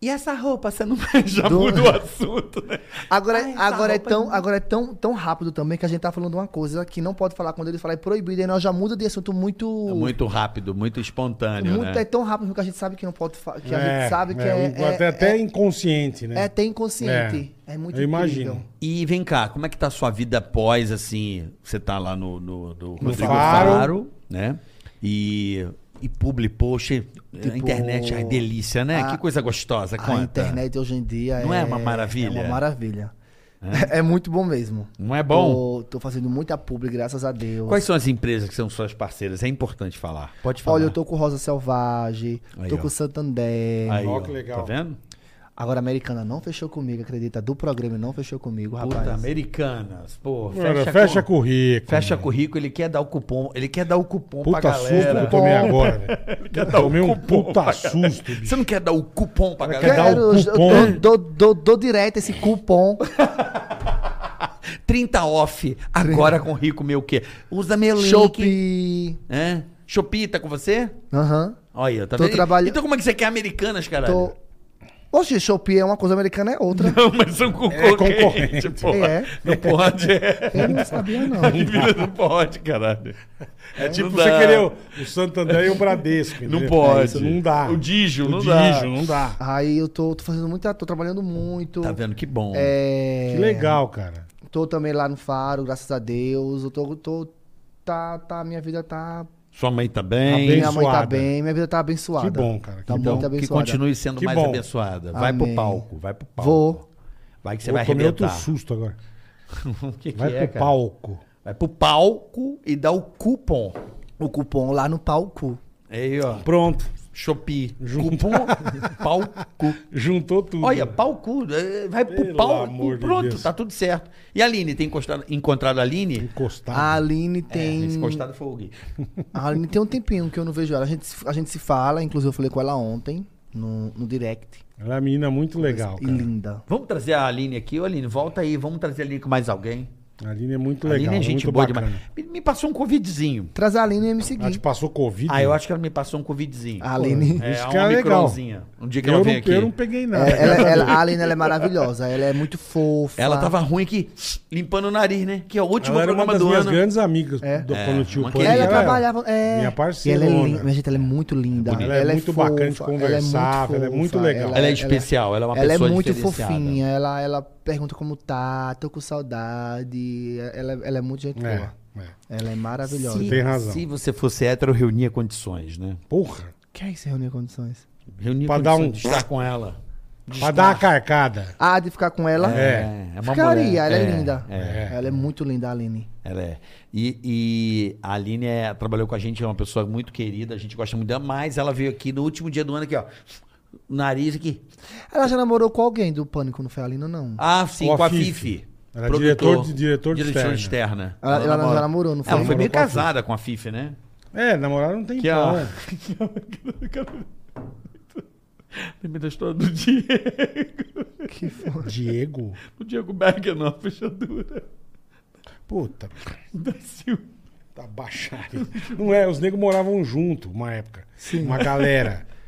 E essa roupa, você não já Do- mudou o assunto, né? Agora, Ai, essa agora, é roupa tão, não- agora é tão, tão rápido também que a gente tá falando de uma coisa que não pode falar quando ele fala é proibido, aí nós já muda de assunto muito. É Muito rápido, muito espontâneo, muito- né? É tão rápido que a gente sabe que não pode falar. Que a gente sabe que é, é. um- até, é, até é, inconsciente, né? é até inconsciente. É, muito Eu imagino. incrível. E vem cá, como é que tá a sua vida após, assim, você tá lá no, no, no Rodrigo Faro. Faro, né? E, e publi post, a internet, ai, delícia, né? Tipo, a- que coisa gostosa, A conta. internet hoje em dia Não é uma maravilha? É uma maravilha. É, muito bom mesmo. Não é bom? Tô, tô fazendo muita publi, graças a Deus. Quais são as empresas que são suas parceiras? É importante falar. Pode falar. Olha, eu tô com Rosa Selvagem, Aí, tô ó. com Santander. Aí, Ó, ó, que legal. Tá vendo? Agora a Americana não fechou comigo, acredita? Do programa não fechou comigo, Puta, rapaz. Americanas, pô. Cara, Fecha, É, fecha com... currículo. fecha currículo, ele quer dar o cupom. Ele quer dar o cupom pra Puta susto que galera. eu tomei agora, velho. Eu tá Tomei um puta susto, bicho. Você não quer dar o cupom pra quer galera? dar o cupom. eu dou, dou, dou, dou direto esse cupom. 30 off agora com o Rico meu o quê? Usa meu link. Shopee. É? Shopee tá com você? Aham. Olha, tá Tô vendo? trabalhando- Então como é que você quer Americanas, caralho? Tô... Oxe, Shopee é uma coisa americana, é outra. Não, mas são concorrentes, concorrente. porra. É. Não pode. é. Eu não sabia, não. não pode, caralho. É tipo Não você dá. querer o, o Santander e o Bradesco. Não entendeu? pode. Isso não dá. O Digio, O não dá. Digio, não dá. Aí eu tô, tô fazendo muita. tô trabalhando muito. Tá vendo? Que bom. É, Que legal, cara. Tô também lá no Faro, graças a Deus. Eu tô. tô tá, tá, minha vida tá. Sua mãe tá bem. Abençoada. Minha mãe tá bem, minha vida tá Que abençoada. bom, cara. Que Tá muito Então, que abençoada. continue sendo Que mais bom. abençoada. Vai pro Amém. palco, vai pro palco. Vou. Vai que você Você vai vai tomei outro arrebentar. susto agora. O que que Vai é, pro cara? palco. Vai pro palco e dá o cupom. O cupom lá no palco. Aí, ó. Pronto. Shopee. Junto. Cupom palco. Juntou tudo. Olha, palco. é, Vai pro Pelo palco. amor de Pronto, Deus. tá tudo certo. E a Aline, tem encostado, encontrado a Aline? Encostado. A Aline É, tem. esse encostado foi o Gui. A Aline tem um tempinho que eu não vejo ela. A gente, se- a gente se fala, inclusive eu falei com ela ontem no, no direct. Ela é uma menina muito legal, e cara. linda. Vamos trazer a Aline aqui, ô Aline, volta aí, vamos trazer a Aline com mais alguém. A Aline é muito A legal. Aline é gente muito boa bacana. demais. Me, me passou um covidzinho. Traz a Aline e Ela me te seguir. passou Covid? né? Ah, eu acho que ela me passou um covidzinho. A Aline. É, Isso a que é legal. Omicronzinha. Um dia que eu ela não, vem aqui. eu não peguei nada. É, ela- ela- a Aline ela é maravilhosa. Ela é muito fofa. Ela tá tava ruim aqui, limpando o nariz, né? Que é o último Ela era uma programa das do minhas ano. grandes amigas É. do É, quando o tio uma Pânico querida. Ela era trabalhava. É, minha parceirona. E Ela é linda. Minha gente, ela é muito linda. Ela é muito bacana de conversar, ela é muito legal. Ela é especial, ela é uma Ela é pessoa muito diferenciada. fofinha, ela, ela pergunta como tá, tô com saudade. Ela, ela é muito gente boa. É, é. Ela é maravilhosa. Sim. tem razão. Se você fosse hétero, eu reunia condições, né? Porra. Quer que você reunir condições? Reunia Pra dar condições de um- estar com ela. Pra dar uma carcada. Ah, de ficar com ela? É. é uma Ficaria, mulher. ela é, linda. é. Ela é muito linda, a Aline. Ela é. E, e a Aline é- trabalhou com a gente, é uma pessoa muito querida, a gente gosta muito dela, mas ela veio aqui no último dia do ano aqui, ó. Nariz aqui. Ela já namorou com alguém do Pânico, não foi a Aline, não? Ah, sim, Com com a a, Fifi. Fifi. Ela é Produtor, diretor de- diretor de diretor de externa. externa. Ela- ela namora- já namorou, não foi? Ela foi meio Namorou com a casada com a Fifi, né? É, namoraram não tem Que a... pão. né? Lembra da história do Diego. Que foi? Diego. O Diego Berger na fechadura Puta, da Silva. tá baixaria. Não é, os negros moravam junto uma época. Uma galera.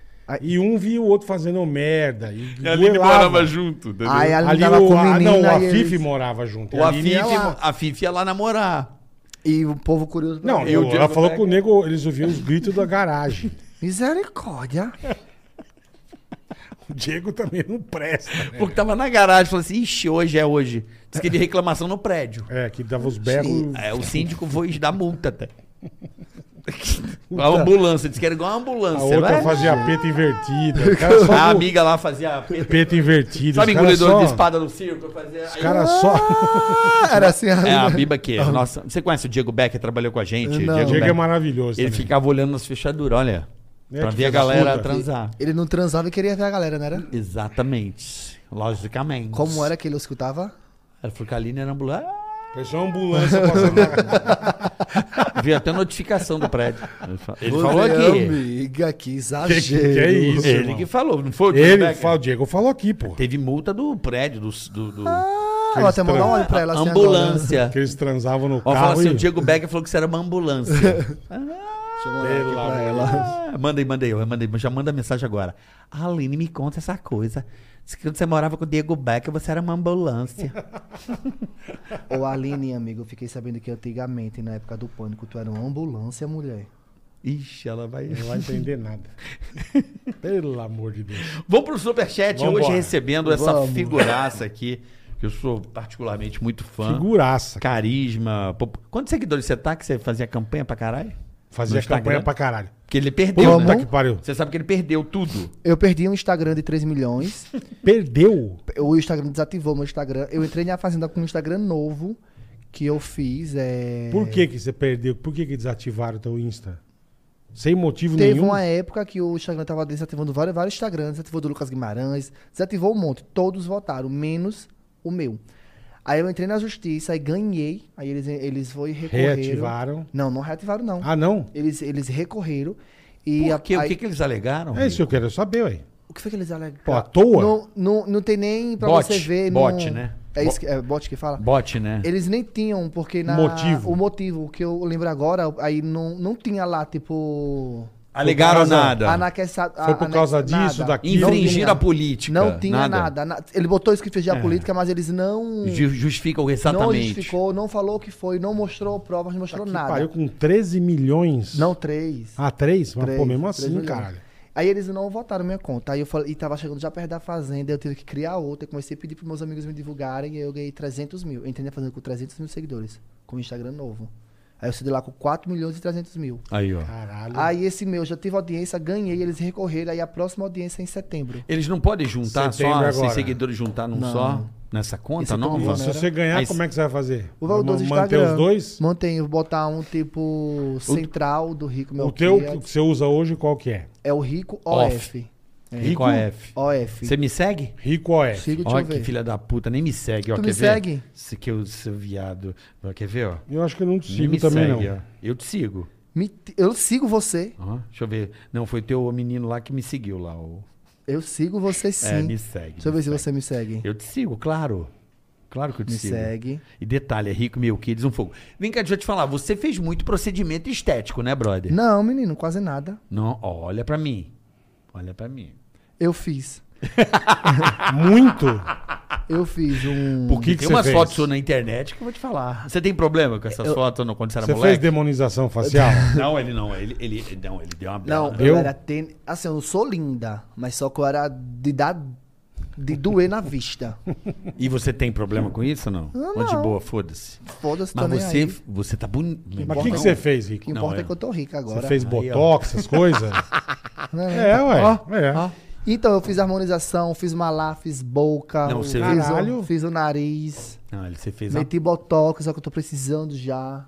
E um via o outro fazendo merda. E, A Aline duelava. morava junto, entendeu? Aí a Aline Ali tava o, com a, menina não, a e Fifi eles- morava junto. E Ou a Aline Fifi, ia lá. a Fifi ia lá namorar. E o povo curioso. Não, E o ela Diego né, falou Becker. que o nego, eles ouviam os gritos da garagem. Misericórdia. O Diego também não presta. né? Porque tava na garagem, falou assim, ixi, hoje é hoje. Diz que de reclamação no prédio. É, que dava os berros. É, o síndico foi dar multa até. A ambulância, disse que era igual a A ambulância. outra vai. fazia peta invertida. O cara só A do- amiga lá fazia. Peta, Peta invertida. sabe, os caras engolidor de só- espada no circo? Fazia, Os caras só. Ah, era assim a É, a Aline. Biba que. Nossa, você conhece o Diego Becker, trabalhou com a gente? Não. O Diego é Becker. maravilhoso. Ele também. ficava olhando nas fechaduras, olha. É, pra de ver a filho da galera puta. transar. Ele não transava e queria ver a galera, não era? Exatamente. Logicamente. Como era que ele escutava? Ela falou que a Aline era ambulante. Parecia uma ambulância passando na... Veio até notificação do prédio. Ele fa- Ele Ô, falou meu aqui. Amiga, que que, exagero. que é isso, Ele irmão? que falou, não foi o Diego Ele Becker? fala, o Diego falou aqui, pô. Teve multa do prédio, do, do, do- Ah, ela até mandou um olho pra ela assim agora. ambulância. Que eles transavam no Ó, carro fala assim, e... o Ah, Diego Becker falou que você era uma ambulância. Deixa eu mandar aqui Pelo pra amor ela. Ah, manda aí, manda aí, manda aí, já manda mensagem agora. Aline, me conta essa coisa. Diz que quando você morava com o Diego Becker, você era uma ambulância. Ô, Aline, amigo, eu fiquei sabendo que antigamente, na época do pânico, tu era uma ambulância, mulher. Ixi, ela vai. Não vai entender nada. Pelo amor de Deus. Vamos pro Superchat, Vambora. hoje recebendo essa Vamos. figuraça aqui, que eu sou particularmente muito fã. Figuraça. Carisma. pop- Quantos seguidores você tá que você fazia campanha pra caralho? Fazia No Instagram? campanha pra caralho. Porque ele perdeu, Puta que né? pariu. Você sabe que ele perdeu tudo. Eu perdi um Instagram de 3 milhões. Perdeu. o Instagram desativou meu Instagram. Eu entrei na Fazenda com um Instagram novo que eu fiz. É... Por que, que você perdeu? Por que, que desativaram o teu Insta? Sem motivo Teve nenhum. uma época que o Instagram tava desativando vários, vários Instagrams, desativou do Lucas Guimarães, desativou um monte. Todos votaram, menos o meu. Aí eu entrei na justiça, aí ganhei, aí eles, eles foi e recorreram. Reativaram. Não, não reativaram, não. Ah, não? Eles, eles recorreram. E a- Por quê? O aí- que, que eles alegaram? É isso que eu quero saber, ué. o que foi que eles alegaram? Pô, à toa? Não, não, não tem nem pra Bot, você ver. bot, não- né? É, isso, que- é bot que fala? Bote, né? Eles nem tinham, porque na, Motivo. o motivo que eu lembro agora, aí não, não tinha lá, tipo. Alegaram Por causa- Ah, nada. Anaqueça, Foi por causa disso, daquilo. Infringir a política. Não tinha nada. na- Ele botou isso que fez de É. a política, mas eles não. Ju- Justifica o Não exatamente. justificou, não falou o que foi, não mostrou provas, não mostrou Que nada. pariu com 13 milhões. Não, três. Ah, 3? Mas Três, pô, mesmo três assim, milhões. caralho. Aí eles não votaram minha conta. Aí eu falei, e tava chegando já perto da fazenda, eu tive que criar outra. Eu comecei a pedir pros meus amigos me divulgarem e aí eu ganhei 300 mil. Eu entrei na fazenda com 300 mil seguidores, com o Instagram novo. Aí eu saí de lá com 4 milhões e 300 mil. Aí, ó. Caralho. Aí esse meu, já tive audiência, ganhei, eles recorreram. Aí a próxima audiência é em setembro. Eles não podem juntar Setembro só, esses agora. seguidores juntar num Não. só? Nessa conta Esse nova? combo, se né? você ganhar, Aí- como é que você vai fazer? O valor Ma- dos manter Instagram. os dois? Mantenho, botar um tipo central do Rico Meu o teu Kia. que você usa hoje, qual que é? é o Rico Off. OF. Rico AF. OF. é Você me segue? Rico é? OF. Sigo, deixa Olha eu que ver. filha da puta, nem me segue. Ó, Tu quer me ver? segue? Se que eu sou viado. Ó, Quer ver, ó? Eu acho que eu não te Nem sigo me também, segue, não. ó. Eu te sigo. Me ti- Eu sigo você. Ó, deixa eu ver. Não, foi teu menino lá que me seguiu lá. O... Eu sigo você sim. É, me segue. Deixa eu me ver se segue. você me segue. Eu te sigo, claro. Claro que eu te Me sigo. segue. E detalhe, é rico, meu, que eles um fogo. Vem cá, deixa eu te falar. Você fez muito procedimento estético, né, brother? Não, menino, quase nada. Não, ó, olha pra mim. Olha pra mim. Eu fiz. Muito? Tá Eu fiz um. Porque que tem você umas fez? fotos suas na internet que eu vou te falar. Você tem problema com essas fotos não, quando você era Você fez moleque? demonização facial? Não, ele não. Ele, ele, não, ele deu uma Não, bela. Deu? eu era ten... Assim, eu não sou linda, mas só que eu era de dar. De doer na vista. E você tem problema com isso ou não? Não, Ou de não. boa, foda-se. Foda-se, tô Mas nem você, aí. você tá bonito. Mas o que, que você fez, O Rico? que Não, é. importa é que eu tô rica agora. Você fez Aí, ó. botox, essas coisas? Não, é, ué. é. Então, eu fiz harmonização, fiz malá, fiz boca, Não, você- fiz, Caralho. o, fiz o nariz, Não, ele- você fez a... meti botox, é o que eu tô precisando já.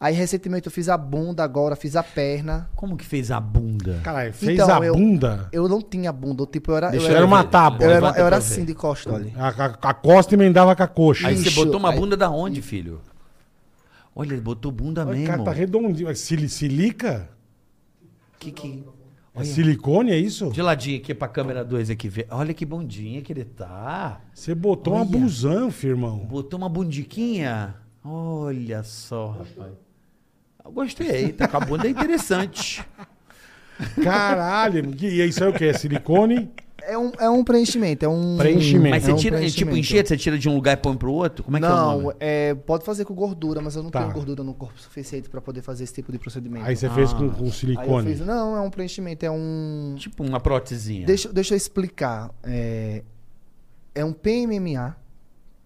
Aí, recentemente, eu fiz a bunda agora, fiz a perna. Como que fez a bunda? Caralho, fez Então, a eu- bunda? Eu não tinha bunda, eu, tipo, eu era... Deixa eu eu era, Era uma ver. tábua. eu era- Levanta eu pra era eu ver. Uhum. assim de costa, olha. A, a- a costa emendava com a coxa. Aí você Bicho, botou uma aí- bunda da onde, filho? Olha, ele botou bunda Olha, o cara mesmo. tá redondinho. É sili- silica? Que que... É silicone, é isso? De ladinho aqui pra câmera 2 aqui. vê. Olha que bundinha que ele tá. Você botou um Olha. abusão, firmão. Botou uma bundiquinha? Olha só, rapaz. Eu gostei, tá com a bunda interessante. Caralho. E isso é o quê? É silicone? É um, é um preenchimento, é um... Preenchimento. Mas É você um tira, é tipo preenchimento. enxerto, você tira de um lugar e põe pro outro? Como é que é o não, nome? é, pode fazer com gordura, mas eu não Tá. tenho gordura no corpo suficiente pra poder fazer esse tipo de procedimento. Aí você fez com, com Ah. Aí eu silicone. fiz, não, é um preenchimento, é um... Tipo uma prótesezinha. Deixa, deixa eu explicar. É, é um PMMA,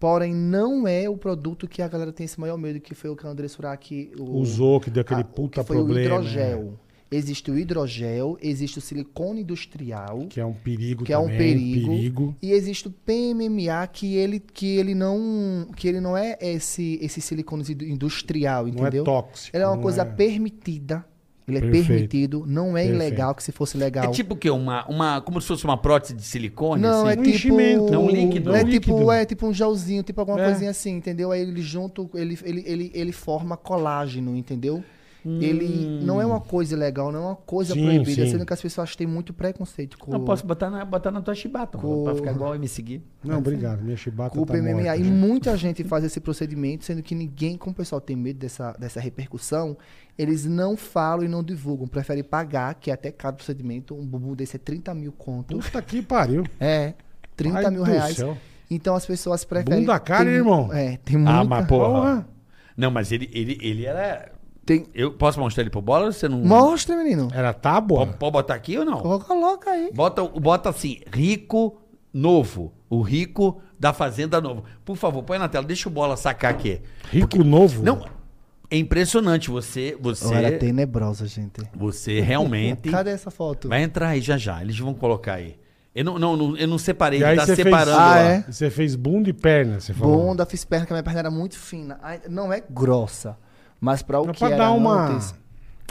porém não é o produto que a galera tem esse maior medo, que foi o que o André Suraki o- Usou, que deu aquele a- puta que foi problema. né? o hidrogel. Existe o hidrogel, existe o silicone industrial, é. Que é um perigo que é um também. perigo. E existe o PMMA que ele, que ele não que ele não é esse esse silicone indu- industrial, Não é entendeu? tóxico. ele é uma não coisa permitida. Ele é Perfeito. permitido, não é Perfeito. ilegal que se fosse É legal. tipo o quê? Uma, uma, como se fosse uma prótese de silicone? Não, assim? é Um tipo. enchimento, É um líquido. É, um líquido. tipo, é tipo um gelzinho, tipo alguma É. coisinha assim, entendeu? Aí ele junto, ele, ele, ele, ele forma colágeno, entendeu? Ele não é uma coisa ilegal, não é uma coisa Sim, proibida, sim. sendo que as pessoas têm muito preconceito com, Não, posso botar na, botar na tua chibata, Com- pra ficar igual e me seguir. Não, obrigado. Minha chibata com o tá PMMA. morta. e já. muita gente faz esse procedimento, sendo que ninguém, como o pessoal tem medo dessa, dessa repercussão, eles não falam e não divulgam. Preferem pagar, que é até cada procedimento, um bumbum desse é 30 mil conto. Puta que pariu. É, 30 Ai mil do reais. céu. Então as pessoas preferem. Bunda cara, tem- hein, irmão? É, tem muita. Ah, mas porra. Porra. Não, mas ele, ele, ele era... Tem... Eu posso mostrar ele pro bola ou você não... Mostra, menino. É. Era tá tábua? Pode, pode botar aqui ou não? Coloca, coloca aí. Bota, bota assim, rico novo. O rico da Fazenda Novo. Por favor, põe na tela, deixa o bola sacar aqui. Rico novo? Não, é impressionante você. Você, Era tenebrosa, gente. você realmente. Cadê essa foto? Vai entrar aí já já, eles vão colocar aí. Eu não, não, não- eu não separei, E aí ele tá você fez, separando. Ah, ó. é? E Você fez bunda e perna, você falou. Bunda, fiz perna, que a minha perna era muito fina. Ai, Não é grossa, mas pra o Mas que pra era dar uma- antes-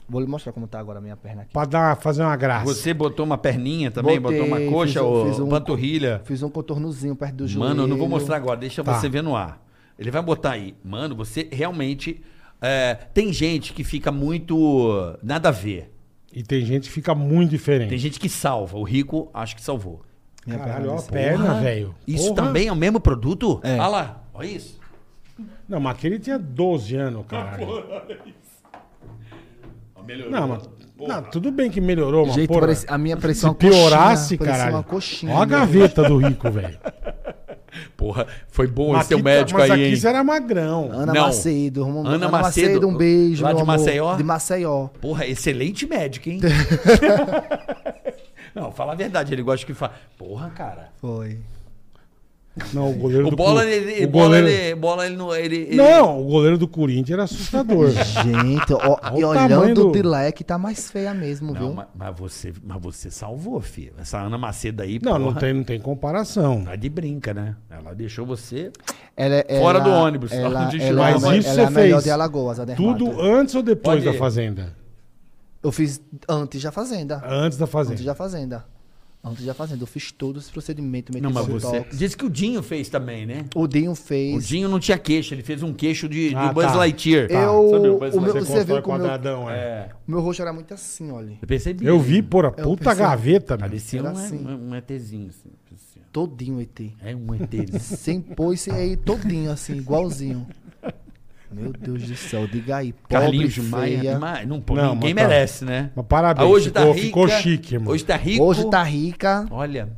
Vou lhe mostrar como tá agora a minha perna aqui. Pra dar, fazer uma graça. Você botou uma perninha também, Botei, botou uma coxa, fiz um- ou fiz um- panturrilha. Fiz um contornozinho perto do joelho. Mano, eu não vou mostrar agora, deixa Tá. você ver no ar. Ele vai botar aí. Mano, você realmente. é, tem gente que fica muito. Nada a ver. E tem gente que fica muito diferente. Tem gente que salva. O rico, acho que salvou. Minha Caralho, ó a desse- perna, velho. Isso tá Porra. também é o mesmo produto? É. Olha lá, olha isso. Não, mas aquele tinha 12 anos, caralho. Melhorou. Não, mas... Não, tudo bem que melhorou, mas Jeito porra, parece- a minha parecia se uma coxinha, piorasse, parecia caralho. uma coxinha, Ó a meu gaveta do rico, velho. Porra, foi bom Mas esse teu aqui- é médico mas aí, aqui hein? você era magrão. Ana Não. Macedo. Ana, Ana Ana Macedo, Macedo, um beijo, lá meu de amor. Maceió? De Maceió. Porra, excelente médico, hein? Não, fala a verdade, ele gosta que fala. Porra, cara. Foi. Não, o goleiro O do bola, Cu- ele. o bola, goleiro- ele. Bola, ele não. Ele, ele- Não, o goleiro do Corinthians era assustador. Gente, ó, Olha e o tamanho olhando do- de leque, tá mais feia mesmo, Não, viu? mas, mas você, mas você salvou, filho. Essa Ana Macedo aí. não, não porra, tem, não tem comparação. É Tá de brinca, né? Ela deixou você. Ela, é- Fora ela- do ônibus, Ela, onde ela, Mas é, isso ela é a você melhor fez de Alagoas, a derrota. Tudo é- antes ou depois Pode da ir. Fazenda? Eu fiz antes da Fazenda. Antes da Fazenda. Antes da Fazenda. Antes da Fazenda. Eu fiz todo esse procedimento, meti Não, mas botox. você. Diz que o Dinho fez também, né? O Dinho O fez. Dinho não tinha queixo, ele fez um queixo de, Ah, do Buzz tá. Lightyear. Tá. Eu, Sabe o Buzz meu, Lightyear você constrói viu como meu, quadradão, é. É. meu rosto era muito assim, olha. Eu percebi. Eu vi, porra, Eu puta pensei- gaveta, meu. Parecia um, Era assim. assim. um ETzinho, assim. parecia. Todinho ET. É um ETzinho. Sem pôr, sem aí, todinho assim, igualzinho. Meu Deus do céu, diga aí. Pobre, Carlinhos de feia. Maia. Maia- Não, pô, Não, ninguém mas tá. merece, né? Mas parabéns, Ah, hoje tá ficou- rica, ficou chique, irmão. Hoje tá rico. Hoje tá rica, Olha.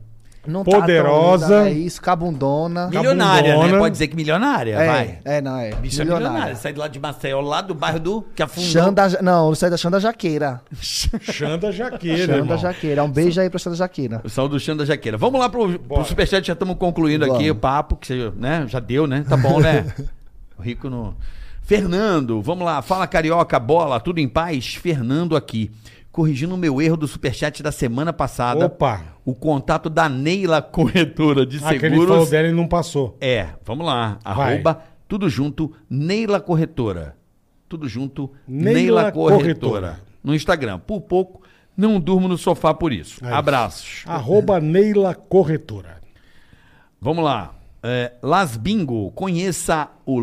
não Poderosa. tá tão linda, é isso, Tá cabundona. Milionária, né? Cabundona. Pode dizer que milionária, é, vai. é, não, é. Bicha milionária. Sai de lá de Maceió, lá do bairro do... Que afundou. Xanda, Ja- não, eu saí da Xanda Jaqueira. Xanda Jaqueira, Xanda irmão. Jaqueira. Um beijo aí pra Xanda Jaqueira. O som do Xanda Jaqueira. Vamos lá pro, pro Superchat, já estamos concluindo aqui o Vamos. papo, que você, né? já deu, né? Tá bom, né? o rico no... Fernando, vamos lá. Fala, Carioca, bola, tudo em paz? Fernando aqui. Corrigindo o meu erro do Superchat da semana passada. Opa. O contato da Neila Corretora de Ah, que ele falou Seguros. dela e não passou. É, vamos lá. Vai. Arroba, tudo junto, Neila Corretora. Tudo junto, Neila, Neila Corretora. Corretora. No Instagram. Por pouco, não durmo no sofá por isso. É isso. Abraços. Arroba Neila Corretora. Vamos lá. É, Lasbingo, conheça o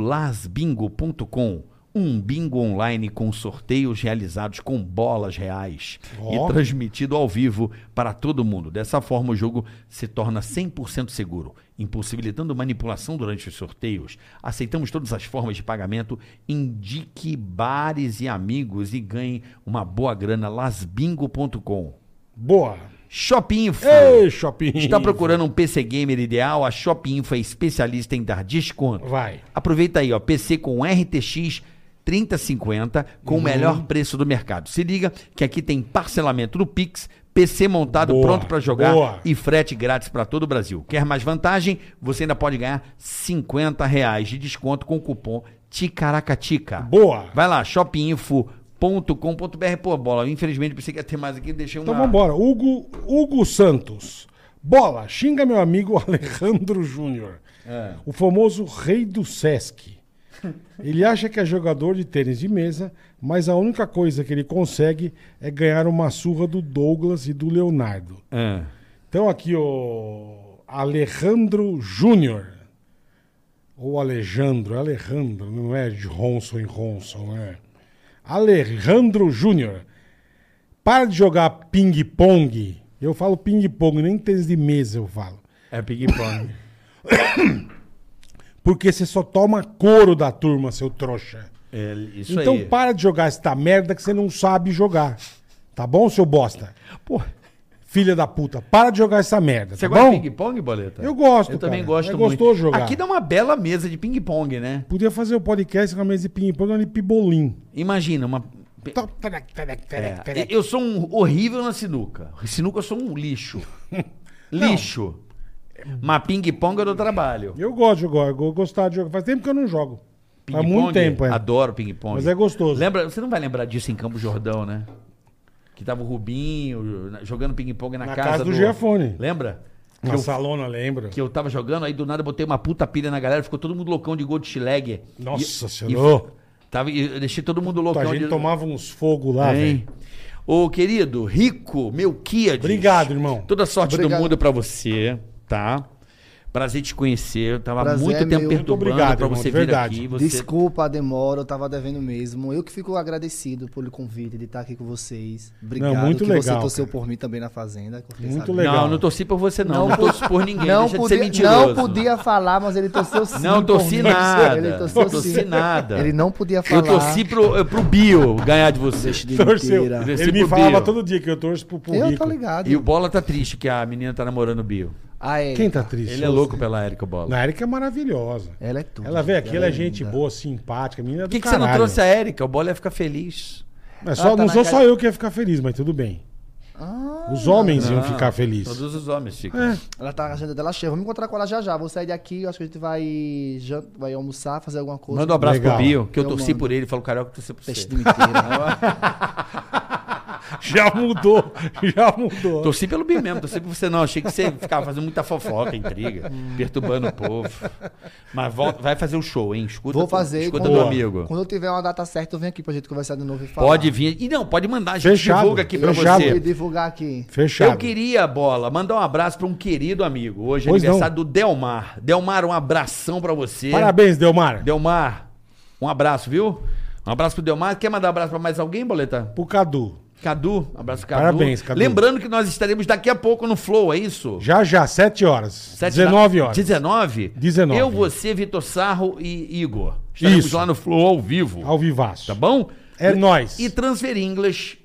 lasbingo.com. Um bingo online com sorteios realizados com bolas reais Ó. e transmitido ao vivo para todo mundo. Dessa forma, o jogo se torna 100% seguro, impossibilitando manipulação durante os sorteios. Aceitamos todas as formas de pagamento. Indique bares e amigos e ganhe uma boa grana. lasbingo.com. Boa. Shopinfo. Ei, Shopping. Está procurando um PC Gamer ideal? A Shop Info é especialista em dar desconto. Vai. Aproveita aí, ó, PC com RTX 3050 com Uhum. o melhor preço do mercado. Se liga que aqui tem parcelamento no Pix, PC montado Boa, pronto para jogar boa. e frete grátis para todo o Brasil. Quer mais vantagem? Você ainda pode ganhar 50 reais de desconto com o cupom TICARACATICA. Boa. Vai lá, shopinfo.com.br. Pô, bola, infelizmente pensei que ia ter mais aqui, deixei uma... Então vambora. Hugo, Hugo Santos. Bola, xinga meu amigo Alejandro Júnior. É. O famoso rei do Sesc. Ele acha que é jogador de tênis de mesa, mas a única coisa que ele consegue é ganhar uma surra do Douglas e do Leonardo. Ah. Então aqui o Alejandro Júnior. Ou Alejandro, Alejandro, não é de Ronson e Ronson, né? Alejandro Júnior. Para de jogar ping-pong. Eu falo ping-pong, nem tênis de mesa eu falo. É ping-pong. Porque você só toma couro da turma, seu trouxa. É, isso então aí. para de jogar esta merda que você não sabe jogar. Tá bom, seu bosta? Pô, filha da puta, para de jogar essa merda, Você tá gosta bom? de ping-pong, Boleta? Eu gosto, Eu também cara. gosto É muito. gostoso jogar. Aqui dá uma bela mesa de ping-pong, né? Podia fazer o podcast com a mesa de ping-pong ali pibolim. Imagina, uma... Então, É, Eu sou um horrível na sinuca. Sinuca eu sou um lixo. lixo. Mas ping-pong eu dou trabalho. Eu gosto de jogar, eu go- gostava de jogar. Faz tempo que eu não jogo. Faz Ping-pong, muito tempo, é. Adoro ping-pong. Mas é gostoso. Lembra, você não vai lembrar disso em Campo Jordão, né? Que tava o Rubinho na- jogando ping-pong na, Na casa, casa do Giafone. Lembra? Na salona, lembro. Que eu tava jogando, aí do nada eu botei uma puta pilha na galera, ficou todo mundo loucão de gol de Schlegger. Nossa E- senhora. e- Tava, e eu deixei todo mundo A loucão gente de... Ah, tomava uns fogos lá, Hein? velho. Ô, querido, rico, meu Kia. Obrigado, irmão. Toda sorte Obrigado. do mundo pra você, tá? Prazer te conhecer. Eu tava há Prazer muito é tempo meu. perturbando Muito obrigado, pra irmão, você de vir verdade. aqui. Você... Desculpa a demora, eu tava devendo mesmo. Eu que fico agradecido pelo convite de estar aqui com vocês. Obrigado Não, muito que você legal, torceu cara. por mim também na fazenda. que eu fiquei Muito sabendo. é legal. Não, não torci por você, não. Não, torci por ninguém. Não deixa de ser podia, mentiroso. não podia falar, mas ele torceu sim. Não por torci mim. nada. Ele torceu Não torci sim. nada. Ele não podia falar. Eu torci pro, eh, pro Bio ganhar de você. Deixa de Torceu. mentira. Torci Ele me pro falava Biro. todo dia que eu torço pro, pro Eu rico. tô ligado. Ah, E o Bola tá triste que a menina tá namorando o Bio. A Erika. Quem tá triste? Ele é louco pela Érica Bola. Na Erika é maravilhosa. Ela é tudo. Ela veio aqui, ela é linda. gente boa, simpática. Menina Por do que, que você não caralho. trouxe Ah, a Érica? O Bola ia ficar feliz. É só, Ela tá não na sou casa- só eu que ia ficar feliz, mas tudo bem. Os homens iam Ah, ficar felizes. Todos os homens ficam. É. Ela tá a agenda dela cheia. Vamos encontrar com ela já já. Vou sair daqui, eu acho que a gente vai, jan- vai almoçar, fazer alguma coisa. Manda um abraço Legal. pro Bio, que eu, Eu torci mando. por ele. Falou, Carioca, eu torci por você. Deixa de mentira. Já mudou, já mudou. Torci pelo Bi mesmo, torci por você não. Achei que você ficava fazendo muita fofoca, intriga, Hum. perturbando o povo. Mas volta- vai fazer o show, hein? Escuta, Vou fazer. escuta quando- do Boa. amigo. Quando eu tiver uma data certa, eu venho aqui pra gente conversar de novo e falar. Pode vir. E não, pode mandar, a gente Fechado. divulga aqui pra Fechado. Vou você. divulgar aqui. Fechado. Eu queria, Bola, mandar um abraço pra um querido amigo. Hoje é Pois aniversário do Delmar. Delmar, um abração pra você. Parabéns, Delmar. Delmar, um abraço, viu? Um abraço pro Delmar. Quer mandar um abraço pra mais alguém, Boleta? Pro Cadu. Cadu, um abraço, Cadu. Parabéns, Cadu. Lembrando que nós estaremos daqui a pouco no Flow, é isso? Já, já, 7 horas. Sete 19 da- horas. 19? 19. Eu, você, Vitor Sarro e Igor. Estaremos Isso. lá no Flow ao vivo. Ao vivaço. Tá bom? É E- nóis. E Transfer English.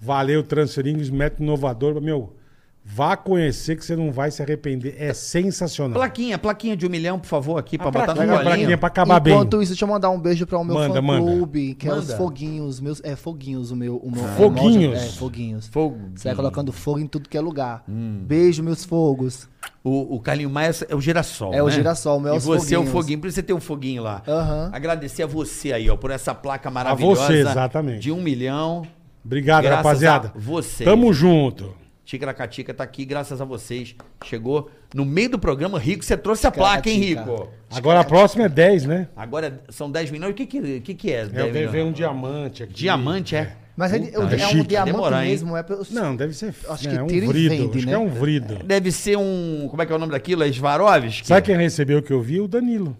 Valeu, Transferingos, método inovador. Meu, vá conhecer que você não vai se arrepender. É sensacional. Plaquinha, plaquinha de um milhão, por favor, aqui, pra botar no Pega a plaquinha bolinho. pra acabar Enquanto bem. isso, deixa eu mandar um beijo para o meu Manda, fã manda. clube, que é Manda. os foguinhos, meus, é foguinhos o meu, o meu Foguinhos? É, foguinhos. Fogo. Você vai colocando fogo em tudo que é lugar. Hum. Beijo, meus fogos. O, o Carlinho Maia é o girassol. É o né? girassol, o meu é E os você é o foguinhos. É, foguinho. Por isso você tem um foguinho lá. Aham. Agradecer a você aí, ó, por essa placa maravilhosa. você, exatamente. De um milhão. Obrigado, Graças rapaziada. a vocês. Tamo junto. Ticaracatica tá aqui, graças a vocês. Chegou no meio do programa, Rico. Você trouxe a placa, hein, Ticaracatica. Rico? Agora a próxima é 10, né? Agora são 10 milhões. O que que, que, que é? É, 10 eu milhões? veio um diamante aqui. Diamante, é? Mas ele- Puta, é, é um chique. diamante Demora, hein? mesmo, é pelo- Não, deve ser. Acho né, que é um tira e vrido. vende, Acho que né? é um vrido. Deve ser um... Como é que é o nome daquilo? É Svarovski? Sabe quem recebeu o que eu vi? O Danilo.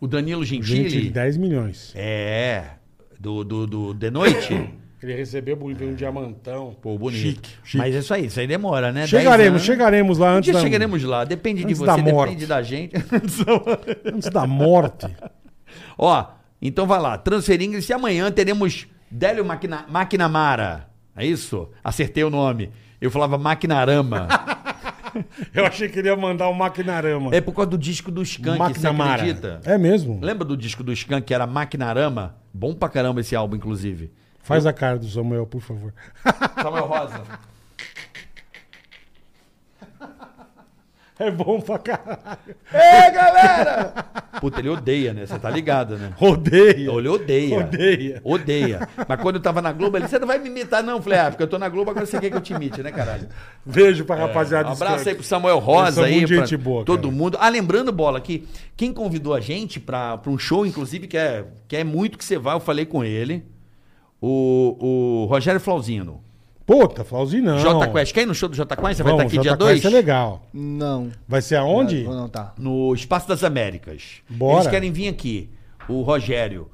O Danilo Gente, Gentili? de 10 milhões. É. Do, do, do De Noite? Ele recebeu bonito, veio um diamantão. Pô, bonito. Chique, chique. Mas é isso aí. Isso aí demora, né? 10 chegaremos, anos. chegaremos lá Um antes dia da, chegaremos lá. Depende de antes você, da depende morte. da gente. antes da morte. Ó, então vai lá. Transfer English. E amanhã teremos Délio Maquina- Maquinamara. É isso? Acertei o nome. Eu falava Maquinarama. Eu achei que ele ia mandar o Maquinarama. é por causa do disco do Skank, você Maquinamara. acredita? É mesmo? Lembra do disco do Skank que era Maquinarama? Bom pra caramba esse álbum, inclusive. Faz a cara do Samuel, por favor. Samuel Rosa. É bom pra caralho. Puta, ele odeia, né? Você tá ligado, né? Odeia. Ele odeia. Odeia. Odeia. Mas quando eu tava na Globo, ele, você não vai me imitar, não. Eu falei, ah, porque eu tô na Globo, agora você quer que eu te imite, né, caralho? Beijo pra Um rapaziada. abraço Skank. aí pro Samuel Eles Rosa são aí, muito pra gente boa, todo cara. mundo. Ah, lembrando, Bola, que quem convidou a gente pra, pra um show, inclusive, que é, que é muito que você vai, eu falei com ele, o, o Rogério Flauzino. Puta, tá Flauzinho não. J Quest. Quer ir no show do J Quest? Você vai estar Vamos, aqui dia Jota Quest 2? é legal. Não. Vai ser aonde? Não, não tá. No Espaço das Américas. Bora. Eles querem vir aqui, o Rogério.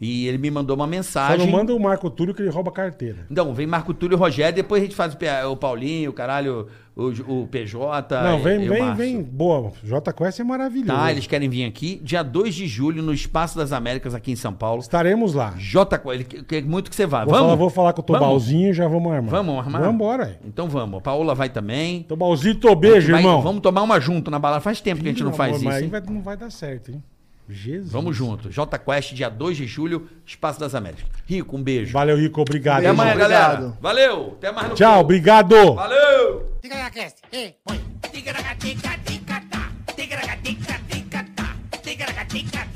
E ele me mandou uma Só mensagem. não manda o Marco Túlio que ele rouba a carteira. Então, vem Marco Túlio e Rogério, depois a gente faz o, P- o Paulinho, o caralho, o, J- o PJ. não, vem, e- e o vem, Márcio. vem. Boa, JQuest é maravilhoso. é, Tá, eles querem vir aqui. Dia 2 de julho, no Espaço das Américas, aqui em São Paulo. Estaremos lá. J ele quer quer muito que você vá. Vou vamos? falar, vou falar com o Tobalzinho e já vamos armar. Vamos armar? Vamos embora. Então vamos. A Paola vai também. Tobalzinho, tô beijo, Vai- irmão. Vamos tomar uma junto na balada. Faz tempo que a gente não Ih, faz amor, isso. Mas aí hein? vai- não vai dar certo, hein? Jesus. Vamos junto. J Quest, dia 2 de julho, Espaço das Américas. Rico, um beijo. Valeu, Rico. Obrigado. Até hein, amanhã, irmão. Obrigado. galera. Valeu. Até mais no Tchau, clube. obrigado. Valeu. Tica-taca-tica-tica-tá. Tica-taca-tica-tica-tá. Tica-taca-tica-tica-tá.